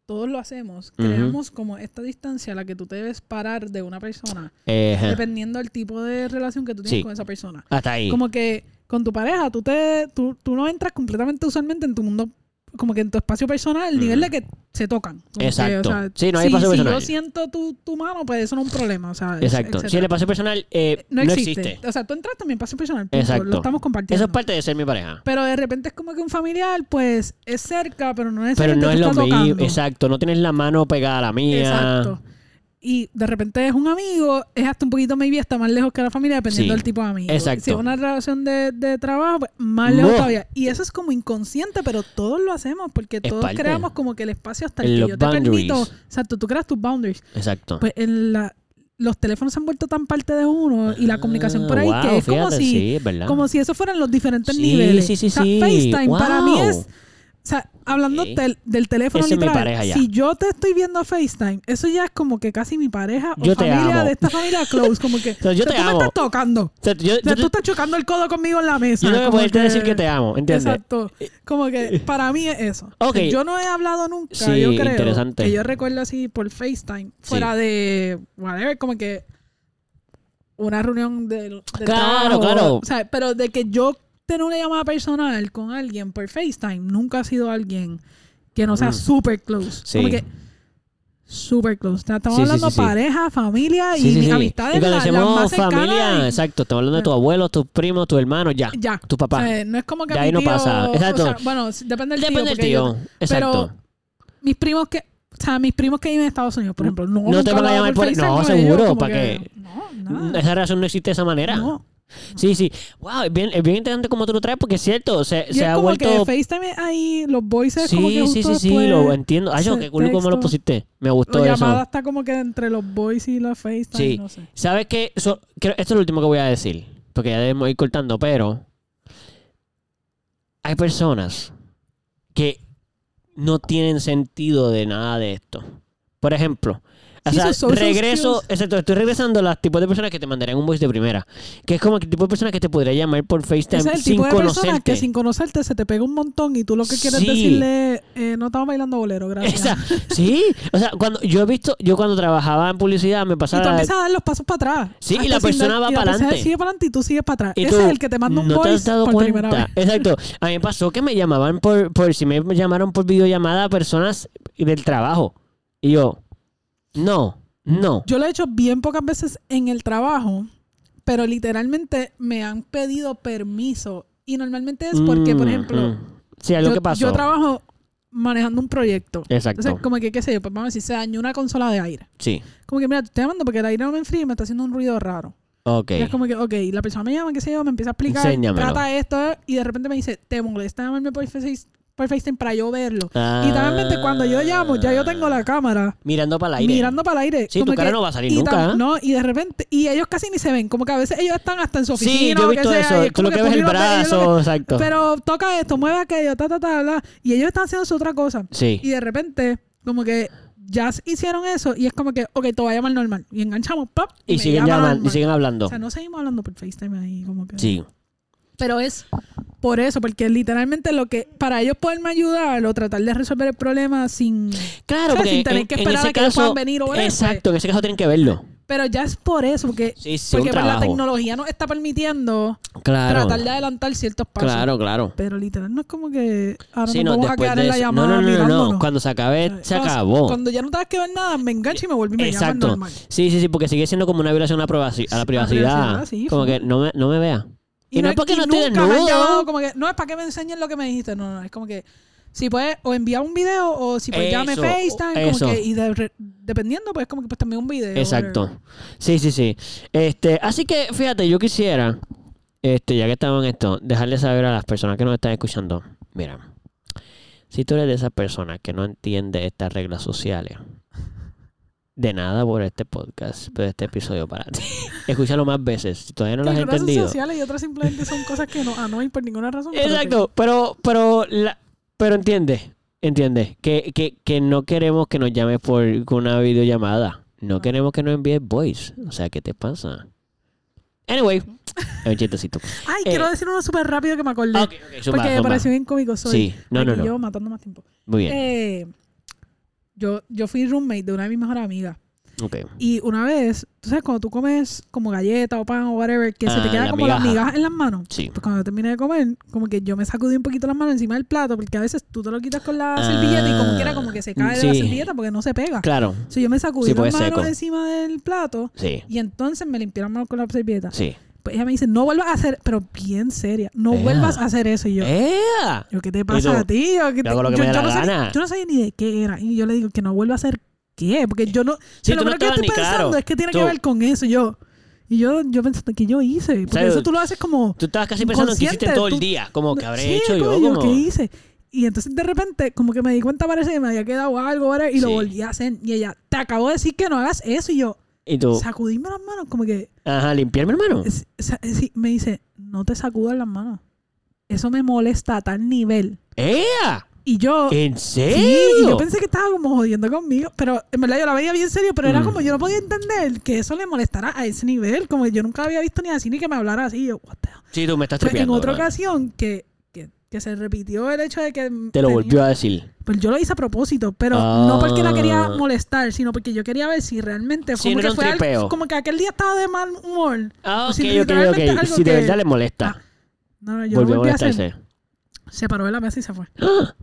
Speaker 2: Todos lo hacemos.
Speaker 1: Ujú.
Speaker 2: Creamos como esta distancia a la que tú te debes parar de una persona.
Speaker 1: Eh,
Speaker 2: Dependiendo del tipo de relación que tú tienes
Speaker 1: Sí.
Speaker 2: con esa persona.
Speaker 1: hasta ahí.
Speaker 2: como que con tu pareja tú te tú, tú no entras completamente usualmente en tu mundo como que en tu espacio personal el nivel
Speaker 1: Mm.
Speaker 2: de que se tocan Como que,
Speaker 1: Exacto.
Speaker 2: o sea,
Speaker 1: Sí, no hay
Speaker 2: si-
Speaker 1: espacio
Speaker 2: si
Speaker 1: personal.
Speaker 2: yo siento tu, tu mano pues eso no es un problema o sea,
Speaker 1: Exacto.
Speaker 2: etcétera.
Speaker 1: Si le pasó personal, eh,
Speaker 2: no,
Speaker 1: no,
Speaker 2: existe.
Speaker 1: existe.
Speaker 2: o sea tú entras también espacio personal punto.
Speaker 1: Exacto.
Speaker 2: lo estamos
Speaker 1: Eso
Speaker 2: compartiendo
Speaker 1: es parte de ser mi pareja.
Speaker 2: pero de repente es como que un familiar pues es cerca pero no
Speaker 1: Pero
Speaker 2: necesariamente
Speaker 1: no es
Speaker 2: tú
Speaker 1: lo
Speaker 2: estás
Speaker 1: mismo.
Speaker 2: tocando.
Speaker 1: Exacto. No tienes la mano pegada a la mía.
Speaker 2: Exacto. Y de repente es un amigo, es hasta un poquito maybe hasta más lejos que la familia, dependiendo
Speaker 1: Sí,
Speaker 2: del tipo de amigo.
Speaker 1: exacto.
Speaker 2: Si es una relación de, de trabajo, pues, más lejos
Speaker 1: No.
Speaker 2: todavía. Y eso es como inconsciente, pero todos lo hacemos, porque
Speaker 1: Es
Speaker 2: todos
Speaker 1: parte.
Speaker 2: creamos como que el espacio hasta
Speaker 1: En
Speaker 2: el
Speaker 1: los
Speaker 2: que yo te permito.
Speaker 1: boundaries.
Speaker 2: Exacto, tú creas tus boundaries.
Speaker 1: Exacto.
Speaker 2: Pues en la, los teléfonos se han vuelto tan parte de uno y la comunicación por ahí
Speaker 1: Ah,
Speaker 2: que
Speaker 1: wow,
Speaker 2: es como
Speaker 1: fíjate,
Speaker 2: si,
Speaker 1: sí, es verdad.
Speaker 2: como si eso fueran los diferentes
Speaker 1: Sí,
Speaker 2: niveles.
Speaker 1: sí, sí,
Speaker 2: O sea,
Speaker 1: sí.
Speaker 2: FaceTime para mí
Speaker 1: Wow.
Speaker 2: es o sea, hablando
Speaker 1: Ok.
Speaker 2: tel- del teléfono
Speaker 1: Esa es mi
Speaker 2: literal,
Speaker 1: pareja ya.
Speaker 2: si yo te estoy viendo FaceTime, eso ya es como que casi mi pareja o
Speaker 1: Yo te
Speaker 2: familia
Speaker 1: amo.
Speaker 2: de esta familia close, como que
Speaker 1: sea, yo te
Speaker 2: tú
Speaker 1: amo.
Speaker 2: me estás tocando. O
Speaker 1: O sea, yo,
Speaker 2: sea,
Speaker 1: yo-
Speaker 2: tú estás chocando el codo conmigo en la mesa.
Speaker 1: yo no voy a
Speaker 2: como
Speaker 1: poderte decir que te amo, ¿entiendes? Eh,
Speaker 2: Exacto. Como que para mí es eso.
Speaker 1: Ok.
Speaker 2: Yo no he hablado nunca,
Speaker 1: Sí,
Speaker 2: yo creo.
Speaker 1: interesante.
Speaker 2: Que yo recuerdo así por FaceTime, fuera de whatever, como que una reunión de, de
Speaker 1: Claro,
Speaker 2: trabajo,
Speaker 1: claro.
Speaker 2: O sea, pero de que yo tenga una llamada personal con alguien por FaceTime, nunca ha sido alguien que no sea
Speaker 1: Mm.
Speaker 2: super close.
Speaker 1: Sí.
Speaker 2: Como que super close. O sea, estamos
Speaker 1: Sí, sí,
Speaker 2: hablando
Speaker 1: sí, sí.
Speaker 2: pareja, familia y mis amistades,
Speaker 1: Y cuando
Speaker 2: la- las
Speaker 1: decimos
Speaker 2: más Ah. cercanas
Speaker 1: familia,
Speaker 2: y-
Speaker 1: exacto, estamos hablando de tus abuelos, tus primos, tus hermanos, ya.
Speaker 2: ya.
Speaker 1: Tu papá.
Speaker 2: O sea, eh, no es como que
Speaker 1: Ya
Speaker 2: mi
Speaker 1: ahí no
Speaker 2: tío-
Speaker 1: pasa.
Speaker 2: o
Speaker 1: Exacto.
Speaker 2: sea, bueno, sí, depende del tío.
Speaker 1: Depende del
Speaker 2: porque yo-
Speaker 1: tío. Exacto.
Speaker 2: mis primos que, o sea, mis primos que viven en Estados Unidos, por ejemplo, no,
Speaker 1: No te
Speaker 2: nunca
Speaker 1: van a
Speaker 2: hablaba
Speaker 1: llamar por-
Speaker 2: FaceTime
Speaker 1: no,
Speaker 2: con
Speaker 1: seguro,
Speaker 2: como
Speaker 1: ¿pa'
Speaker 2: que-
Speaker 1: qué?
Speaker 2: No, nada.
Speaker 1: Esa relación no existe de esa manera.
Speaker 2: No.
Speaker 1: Sí, sí. Wow, es bien, es bien interesante como tú lo traes porque es cierto, se,
Speaker 2: Y
Speaker 1: se
Speaker 2: es
Speaker 1: ha
Speaker 2: como
Speaker 1: vuelto...
Speaker 2: que FaceTime ahí, los voices como que
Speaker 1: Sí, sí,
Speaker 2: justo
Speaker 1: sí, sí,
Speaker 2: después,
Speaker 1: lo entiendo. Ay, yo,
Speaker 2: se-
Speaker 1: qué cool cómo lo
Speaker 2: texto.
Speaker 1: pusiste. Me
Speaker 2: La
Speaker 1: gustó eso.
Speaker 2: llamada está como que entre los voices y la FaceTime,
Speaker 1: Sí.
Speaker 2: no sé.
Speaker 1: ¿Sabes qué? So- creo- esto es lo último que voy a decir, porque ya debemos ir cortando, pero hay personas que no tienen sentido de nada de esto. Por ejemplo, o
Speaker 2: Sí,
Speaker 1: sea,
Speaker 2: sus social
Speaker 1: regreso,
Speaker 2: skills.
Speaker 1: exacto, estoy regresando a los tipos de personas que te mandarían un voice de primera, que es como el tipo de personas que te podría llamar por FaceTime
Speaker 2: Ese es el
Speaker 1: Este, sin
Speaker 2: tipo de persona
Speaker 1: conocerte.
Speaker 2: que sin conocerte se te pega un montón y tú lo que quieres
Speaker 1: Sí.
Speaker 2: decirle, eh, no estamos bailando bolero, gracias.
Speaker 1: Esa- sí, o sea, cuando yo he visto, yo cuando trabajaba en publicidad me
Speaker 2: Y tú
Speaker 1: pasaba
Speaker 2: empiezas a dar los pasos para atrás.
Speaker 1: Sí, y
Speaker 2: Hasta
Speaker 1: la
Speaker 2: sin
Speaker 1: persona
Speaker 2: dar-
Speaker 1: va
Speaker 2: y la
Speaker 1: para
Speaker 2: persona
Speaker 1: adelante.
Speaker 2: sigue para adelante y tú sigues para atrás.
Speaker 1: Y
Speaker 2: Ese
Speaker 1: tú
Speaker 2: es el que te manda un
Speaker 1: no te has
Speaker 2: voice
Speaker 1: dado
Speaker 2: por primera
Speaker 1: cuenta.
Speaker 2: vez.
Speaker 1: Exacto. A mí me pasó que me llamaban por, por si me llamaron por videollamada personas del trabajo. Y yo, no, no.
Speaker 2: Yo lo he hecho bien pocas veces en el trabajo, pero literalmente me han pedido permiso. Y normalmente es porque, por
Speaker 1: Mm,
Speaker 2: ejemplo,
Speaker 1: mm. Sí, es lo
Speaker 2: yo,
Speaker 1: que pasó.
Speaker 2: yo trabajo manejando un proyecto.
Speaker 1: Exacto.
Speaker 2: Entonces, como que, qué sé yo, pues vamos a decir, se dañó una consola de aire.
Speaker 1: Sí.
Speaker 2: Como que, mira, te estoy llamando porque el aire no me enfría y me está haciendo un ruido raro.
Speaker 1: Ok.
Speaker 2: Y es como que, ok, la persona me llama, qué sé yo, me empieza a explicar,
Speaker 1: Enséñamelo.
Speaker 2: trata esto, y de repente me dice, te molesta llamarme por, Face- por FaceTime para yo verlo.
Speaker 1: Ah.
Speaker 2: Y realmente cuando yo llamo, ya yo tengo la cámara
Speaker 1: Mirando para el aire.
Speaker 2: mirando para el aire.
Speaker 1: Sí, tu
Speaker 2: como
Speaker 1: cara
Speaker 2: que-
Speaker 1: no va a salir
Speaker 2: y
Speaker 1: nunca,
Speaker 2: tam-
Speaker 1: ¿eh?
Speaker 2: No, y de repente, y ellos casi ni se ven, como que a veces ellos están hasta en su oficina.
Speaker 1: Sí,
Speaker 2: o
Speaker 1: yo
Speaker 2: lo
Speaker 1: he visto
Speaker 2: que sea, y
Speaker 1: eso.
Speaker 2: es
Speaker 1: Tú
Speaker 2: como
Speaker 1: lo que ves
Speaker 2: tú
Speaker 1: el
Speaker 2: ni los ves, ellos lo
Speaker 1: brazo,
Speaker 2: que-
Speaker 1: exacto.
Speaker 2: Pero toca esto, mueve aquello, ta, ta, ta, bla. Y ellos están haciendo su otra cosa.
Speaker 1: Sí.
Speaker 2: Y de repente, como que ya s- hicieron eso y es como que, ok, te voy a llamar normal. Y enganchamos, pop.
Speaker 1: Y,
Speaker 2: me
Speaker 1: siguen
Speaker 2: llama
Speaker 1: llamando, y
Speaker 2: normal.
Speaker 1: siguen
Speaker 2: O
Speaker 1: hablando.
Speaker 2: sea, no seguimos hablando por FaceTime ahí, como que.
Speaker 1: Sí.
Speaker 2: Pero es por eso, porque literalmente lo que. Para ellos poderme ayudar o tratar de resolver el problema sin.
Speaker 1: Claro,
Speaker 2: O sea,
Speaker 1: porque
Speaker 2: sin tener
Speaker 1: en,
Speaker 2: que
Speaker 1: en
Speaker 2: esperar
Speaker 1: ese
Speaker 2: a que ellos
Speaker 1: caso,
Speaker 2: puedan venir o verse.
Speaker 1: exacto, en ese caso tienen que verlo.
Speaker 2: Pero ya es por eso, porque,
Speaker 1: Sí, sí,
Speaker 2: porque
Speaker 1: un
Speaker 2: pues, la
Speaker 1: trabajo.
Speaker 2: tecnología nos está permitiendo
Speaker 1: Claro,
Speaker 2: tratar de adelantar ciertos pasos.
Speaker 1: claro, claro.
Speaker 2: Pero literal no es como que ahora
Speaker 1: Sí,
Speaker 2: nos
Speaker 1: no,
Speaker 2: vamos a
Speaker 1: después
Speaker 2: quedar
Speaker 1: de
Speaker 2: en la
Speaker 1: eso- no,
Speaker 2: llamada
Speaker 1: no, no, no, no,
Speaker 2: mirándonos.
Speaker 1: Cuando se acabe, se
Speaker 2: O sea,
Speaker 1: acabó.
Speaker 2: Cuando ya no tengas que ver nada, me engancho y me vuelvo y me llaman
Speaker 1: Exacto.
Speaker 2: normal.
Speaker 1: Sí, sí, sí, porque sigue siendo como una violación a, la privaci- a la privacidad.
Speaker 2: privacidad, sí,
Speaker 1: como
Speaker 2: full.
Speaker 1: que no me, no me vea. Y, no es porque
Speaker 2: y
Speaker 1: no estoy
Speaker 2: nunca me han llamado
Speaker 1: desnudo.
Speaker 2: como que, no es para que me enseñen lo que me dijiste. No, no, es como que si puedes o envía un video o si puedes llame
Speaker 1: Eso,
Speaker 2: FaceTime.
Speaker 1: eso.
Speaker 2: Como que, y de- re- dependiendo, pues como que pues también un video.
Speaker 1: Exacto. Sí, sí, sí. Este, así que, fíjate, yo quisiera, este, ya que estamos en esto, dejarle saber a las personas que nos están escuchando. Mira, si tú eres de esas personas que no entiende estas reglas sociales, de nada por este podcast, por este episodio para ti. Escúchalo más veces, si todavía no lo has
Speaker 2: las redes
Speaker 1: entendido.
Speaker 2: sociales y otras simplemente son cosas que no anoy por ninguna razón. pero que-
Speaker 1: Exacto, pero, pero, la- pero entiende, entiende, que, que, que no queremos que nos llames por una videollamada. No queremos que nos envíes voice. O sea, ¿qué te pasa? Anyway, es un chistecito.
Speaker 2: Ay,
Speaker 1: Eh,
Speaker 2: quiero decir uno súper rápido que me acordé.
Speaker 1: Ah, ok, ok, zumba,
Speaker 2: porque me
Speaker 1: zumba.
Speaker 2: pareció bien cómico. Soy
Speaker 1: Sí, no, no,
Speaker 2: aquí
Speaker 1: no.
Speaker 2: yo matando más tiempo.
Speaker 1: Muy bien.
Speaker 2: Eh, yo, yo fui roommate de una de mis mejores amigas.
Speaker 1: ok.
Speaker 2: Y una vez, tú sabes, cuando tú comes como galleta o pan o whatever, que se
Speaker 1: Ah,
Speaker 2: te queda
Speaker 1: la
Speaker 2: como las
Speaker 1: migaja.
Speaker 2: migajas en las manos.
Speaker 1: Sí.
Speaker 2: Pues cuando terminé de comer, como que yo me sacudí un poquito las manos encima del plato, porque a veces tú te lo quitas con la
Speaker 1: Ah,
Speaker 2: servilleta y como quiera, como que se cae de la
Speaker 1: sí.
Speaker 2: servilleta porque no se pega.
Speaker 1: Claro.
Speaker 2: Entonces yo me sacudí
Speaker 1: Sí, porque
Speaker 2: las
Speaker 1: es
Speaker 2: manos
Speaker 1: seco.
Speaker 2: encima del plato
Speaker 1: Sí.
Speaker 2: y entonces me limpié las manos con la servilleta.
Speaker 1: Sí.
Speaker 2: Pues ella me dice, no vuelvas a hacer, pero bien seria, no
Speaker 1: Ea.
Speaker 2: vuelvas a hacer eso. Y yo,
Speaker 1: ¡Ea!
Speaker 2: yo ¿qué te pasa
Speaker 1: Eh. tú,
Speaker 2: a ti? Yo, ¿qué
Speaker 1: yo
Speaker 2: te-
Speaker 1: hago lo que me dé la
Speaker 2: no sabía-
Speaker 1: gana.
Speaker 2: yo no sabía ni de qué era. Y yo le digo que no vuelva a hacer qué, porque yo no...
Speaker 1: Sí,
Speaker 2: pero
Speaker 1: tú
Speaker 2: lo
Speaker 1: no
Speaker 2: primero que
Speaker 1: estabas ni
Speaker 2: estoy pensando
Speaker 1: claro.
Speaker 2: es que tiene
Speaker 1: Tú-
Speaker 2: que ver con eso. Y yo, y yo, yo pensando que yo hice, porque
Speaker 1: ¿Sabes?
Speaker 2: eso tú lo haces como...
Speaker 1: Tú estabas casi pensando en que hiciste
Speaker 2: Inconsciente,
Speaker 1: todo el
Speaker 2: tú-
Speaker 1: día. Como que habré
Speaker 2: Sí,
Speaker 1: hecho yo.
Speaker 2: como
Speaker 1: Como...
Speaker 2: ¿Qué hice? Y entonces de repente, como que me di cuenta, parece que me había quedado algo, whatever, y lo
Speaker 1: Sí.
Speaker 2: volví a hacer. Y ella, te acabo de decir que no hagas eso. Y yo,
Speaker 1: Y tú,
Speaker 2: sacudíme las manos, como que...
Speaker 1: ajá, limpiarme, hermano.
Speaker 2: Es- sa- sí, me dice, no te sacudas las manos. Eso me molesta a tal nivel.
Speaker 1: ¡Ea!
Speaker 2: Y yo,
Speaker 1: ¿En serio?
Speaker 2: sí, y yo pensé que estaba como jodiendo conmigo, pero en verdad yo la veía bien serio, pero era
Speaker 1: Mm.
Speaker 2: como yo no podía entender que eso le molestara a ese nivel, como que yo nunca había visto ni así ni que me hablara así. Yo, what the hell.
Speaker 1: Sí, tú me estás
Speaker 2: Pues, en
Speaker 1: tripeando.
Speaker 2: otra
Speaker 1: ¿verdad?
Speaker 2: ocasión que, que, que se repitió el hecho de que...
Speaker 1: Te lo
Speaker 2: tenía-
Speaker 1: volvió a decir.
Speaker 2: Pues yo lo hice a propósito, pero
Speaker 1: Ah.
Speaker 2: no porque la quería molestar, sino porque yo quería ver si realmente
Speaker 1: Sí,
Speaker 2: como,
Speaker 1: no
Speaker 2: que
Speaker 1: era un
Speaker 2: fue al-
Speaker 1: tripeo.
Speaker 2: como que aquel día estaba de mal humor.
Speaker 1: Ah, ok,
Speaker 2: O Pues si
Speaker 1: ok,
Speaker 2: literalmente
Speaker 1: ok.
Speaker 2: algo
Speaker 1: Si de
Speaker 2: que-
Speaker 1: verdad le molesta.
Speaker 2: Ah, No, no, yo
Speaker 1: Volvió
Speaker 2: lo
Speaker 1: a
Speaker 2: volví a hacer.
Speaker 1: molestarse.
Speaker 2: Se paró de la mesa y se fue.
Speaker 1: ¡Ah!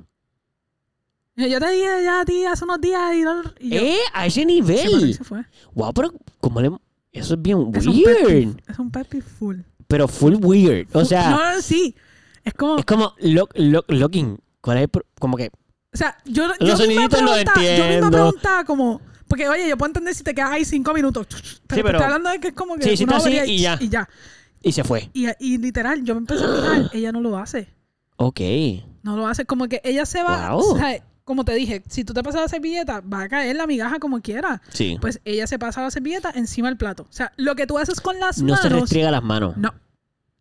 Speaker 2: Yo yo te dije ya a ti hace unos días y, no- y yo,
Speaker 1: ¡Eh! ¡A ese
Speaker 2: se paró y
Speaker 1: nivel!
Speaker 2: se fue.
Speaker 1: ¡Wow! Pero, ¿cómo le.? Eso es bien
Speaker 2: Es un pet
Speaker 1: weird.
Speaker 2: peeve, Es un pet peeve full.
Speaker 1: Pero full weird. O
Speaker 2: Full-
Speaker 1: sea, eh,
Speaker 2: No, no, sí. Es como...
Speaker 1: es como lo- lo- locking. ¿Cuál es el pro- Como que.
Speaker 2: O sea, yo, yo
Speaker 1: Los
Speaker 2: misma
Speaker 1: soniditos los
Speaker 2: preguntaba- Yo misma
Speaker 1: entiendo.
Speaker 2: preguntaba como... Porque, oye, yo puedo entender si te quedas ahí cinco minutos. Pero te
Speaker 1: pero-
Speaker 2: estoy hablando de que es como que
Speaker 1: Sí, hiciste
Speaker 2: una
Speaker 1: así
Speaker 2: bobería
Speaker 1: y ya.
Speaker 2: Y ya.
Speaker 1: Y se fue.
Speaker 2: Y, y literal, yo me empecé a fijar, ella no lo hace.
Speaker 1: Ok.
Speaker 2: No lo hace. Como que ella se va.
Speaker 1: Wow.
Speaker 2: o sea, como te dije, si tú te pasas la servilleta, va a caer la migaja como quiera.
Speaker 1: Sí.
Speaker 2: Pues ella se pasa la servilleta encima del plato. O sea, lo que tú haces con las
Speaker 1: no se
Speaker 2: manos.
Speaker 1: restriega las manos.
Speaker 2: No.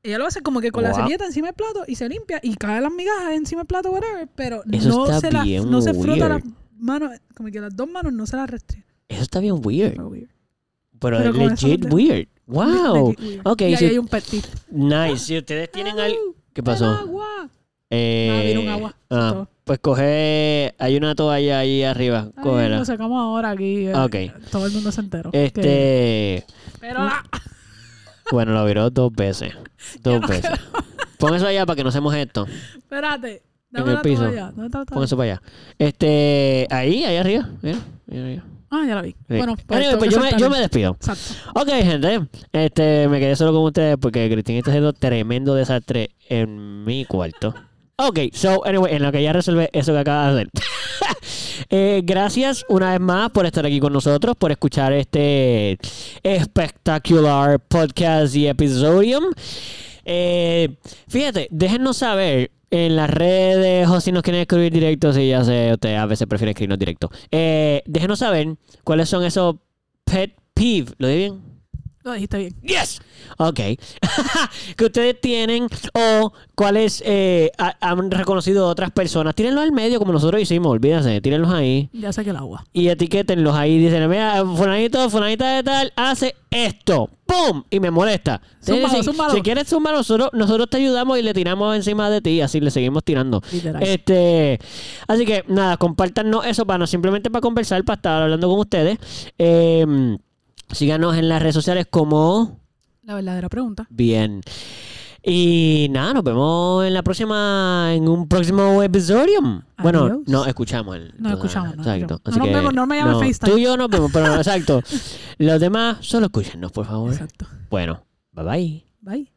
Speaker 2: Ella lo hace como que con la
Speaker 1: Guau.
Speaker 2: servilleta encima del plato y se limpia y cae las migajas encima del plato, whatever. Pero
Speaker 1: Eso
Speaker 2: no
Speaker 1: está
Speaker 2: se, la,
Speaker 1: bien
Speaker 2: no se frota las
Speaker 1: weird.
Speaker 2: manos, como que las dos manos no se las restringen.
Speaker 1: Eso está bien weird.
Speaker 2: Fue weird.
Speaker 1: Pero,
Speaker 2: Pero con eso
Speaker 1: legit
Speaker 2: no te-
Speaker 1: weird. Wow.
Speaker 2: Legit weird.
Speaker 1: Ok,
Speaker 2: Y ahí
Speaker 1: si-
Speaker 2: hay un petit.
Speaker 1: nice. Si ustedes tienen algo. ¿Qué
Speaker 2: ¡Ten
Speaker 1: pasó?
Speaker 2: agua!
Speaker 1: Eh,
Speaker 2: Nada, vino un agua.
Speaker 1: ah,
Speaker 2: Todo.
Speaker 1: pues coge. Hay una toalla ahí arriba.
Speaker 2: Ay,
Speaker 1: Cógela.
Speaker 2: lo sacamos ahora aquí. eh,
Speaker 1: Ok.
Speaker 2: Todo el mundo se enteró. Que-
Speaker 1: Este.
Speaker 2: Pero ah,
Speaker 1: Bueno, lo viró dos veces. Dos
Speaker 2: no
Speaker 1: veces. Pon eso allá para que no hacemos esto.
Speaker 2: espérate.
Speaker 1: En
Speaker 2: Dame
Speaker 1: el
Speaker 2: la
Speaker 1: piso.
Speaker 2: toalla. ¿Dónde está la
Speaker 1: Pon
Speaker 2: toalla?
Speaker 1: eso para allá. Este. Ahí, ahí arriba. Mira, ahí arriba.
Speaker 2: Ah, ya la vi.
Speaker 1: Sí.
Speaker 2: Bueno, pues,
Speaker 1: Anyway,
Speaker 2: tengo
Speaker 1: pues
Speaker 2: que
Speaker 1: yo, me,
Speaker 2: saltar
Speaker 1: yo
Speaker 2: el-
Speaker 1: me despido.
Speaker 2: Exacto.
Speaker 1: Ok, gente. Este, me quedé solo con ustedes porque Cristina está haciendo tremendo desastre en mi cuarto. Ok, so, anyway, en lo que ya resolvé eso que acaba de hacer. Eh, gracias una vez más por estar aquí con nosotros, por escuchar este espectacular podcast y episodio. Eh, fíjate, déjennos saber en las redes o si nos quieren escribir directo, si ya sé, usted a veces prefiere escribirnos directo. Eh, déjenos saber cuáles son esos pet peeve. ¿Lo di bien?
Speaker 2: Lo dijiste bien.
Speaker 1: Yes. Ok. que ustedes tienen o cuáles eh, ha- han reconocido otras personas. Tírenlos al medio como nosotros hicimos, olvídense, tírenlos ahí.
Speaker 2: Ya saqué el agua.
Speaker 1: Y etiquétenlos ahí. Dicen, mira, fulanito, fulanita de tal, hace esto. ¡Pum! Y me molesta.
Speaker 2: Zúmbalo,
Speaker 1: Sí, sí,
Speaker 2: zúmbalo.
Speaker 1: Si quieres zumbar, nosotros, nosotros te ayudamos y le tiramos encima de ti. Así le seguimos tirando.
Speaker 2: Literal.
Speaker 1: Este, así que nada, compártanos eso para no- simplemente para conversar, para estar hablando con ustedes. Eh, síganos en las redes sociales como
Speaker 2: La verdadera pregunta.
Speaker 1: bien. Y nada, nos vemos en la próxima, en un próximo episodio. Bueno,
Speaker 2: Adiós.
Speaker 1: no escuchamos. el-
Speaker 2: No escuchamos, no
Speaker 1: Exacto.
Speaker 2: escuchamos. No nos vemos, no me llames FaceTime.
Speaker 1: Tú y yo nos vemos, pero no, exacto. Los demás, solo escúchenos, por favor.
Speaker 2: Exacto.
Speaker 1: Bueno, bye bye.
Speaker 2: Bye.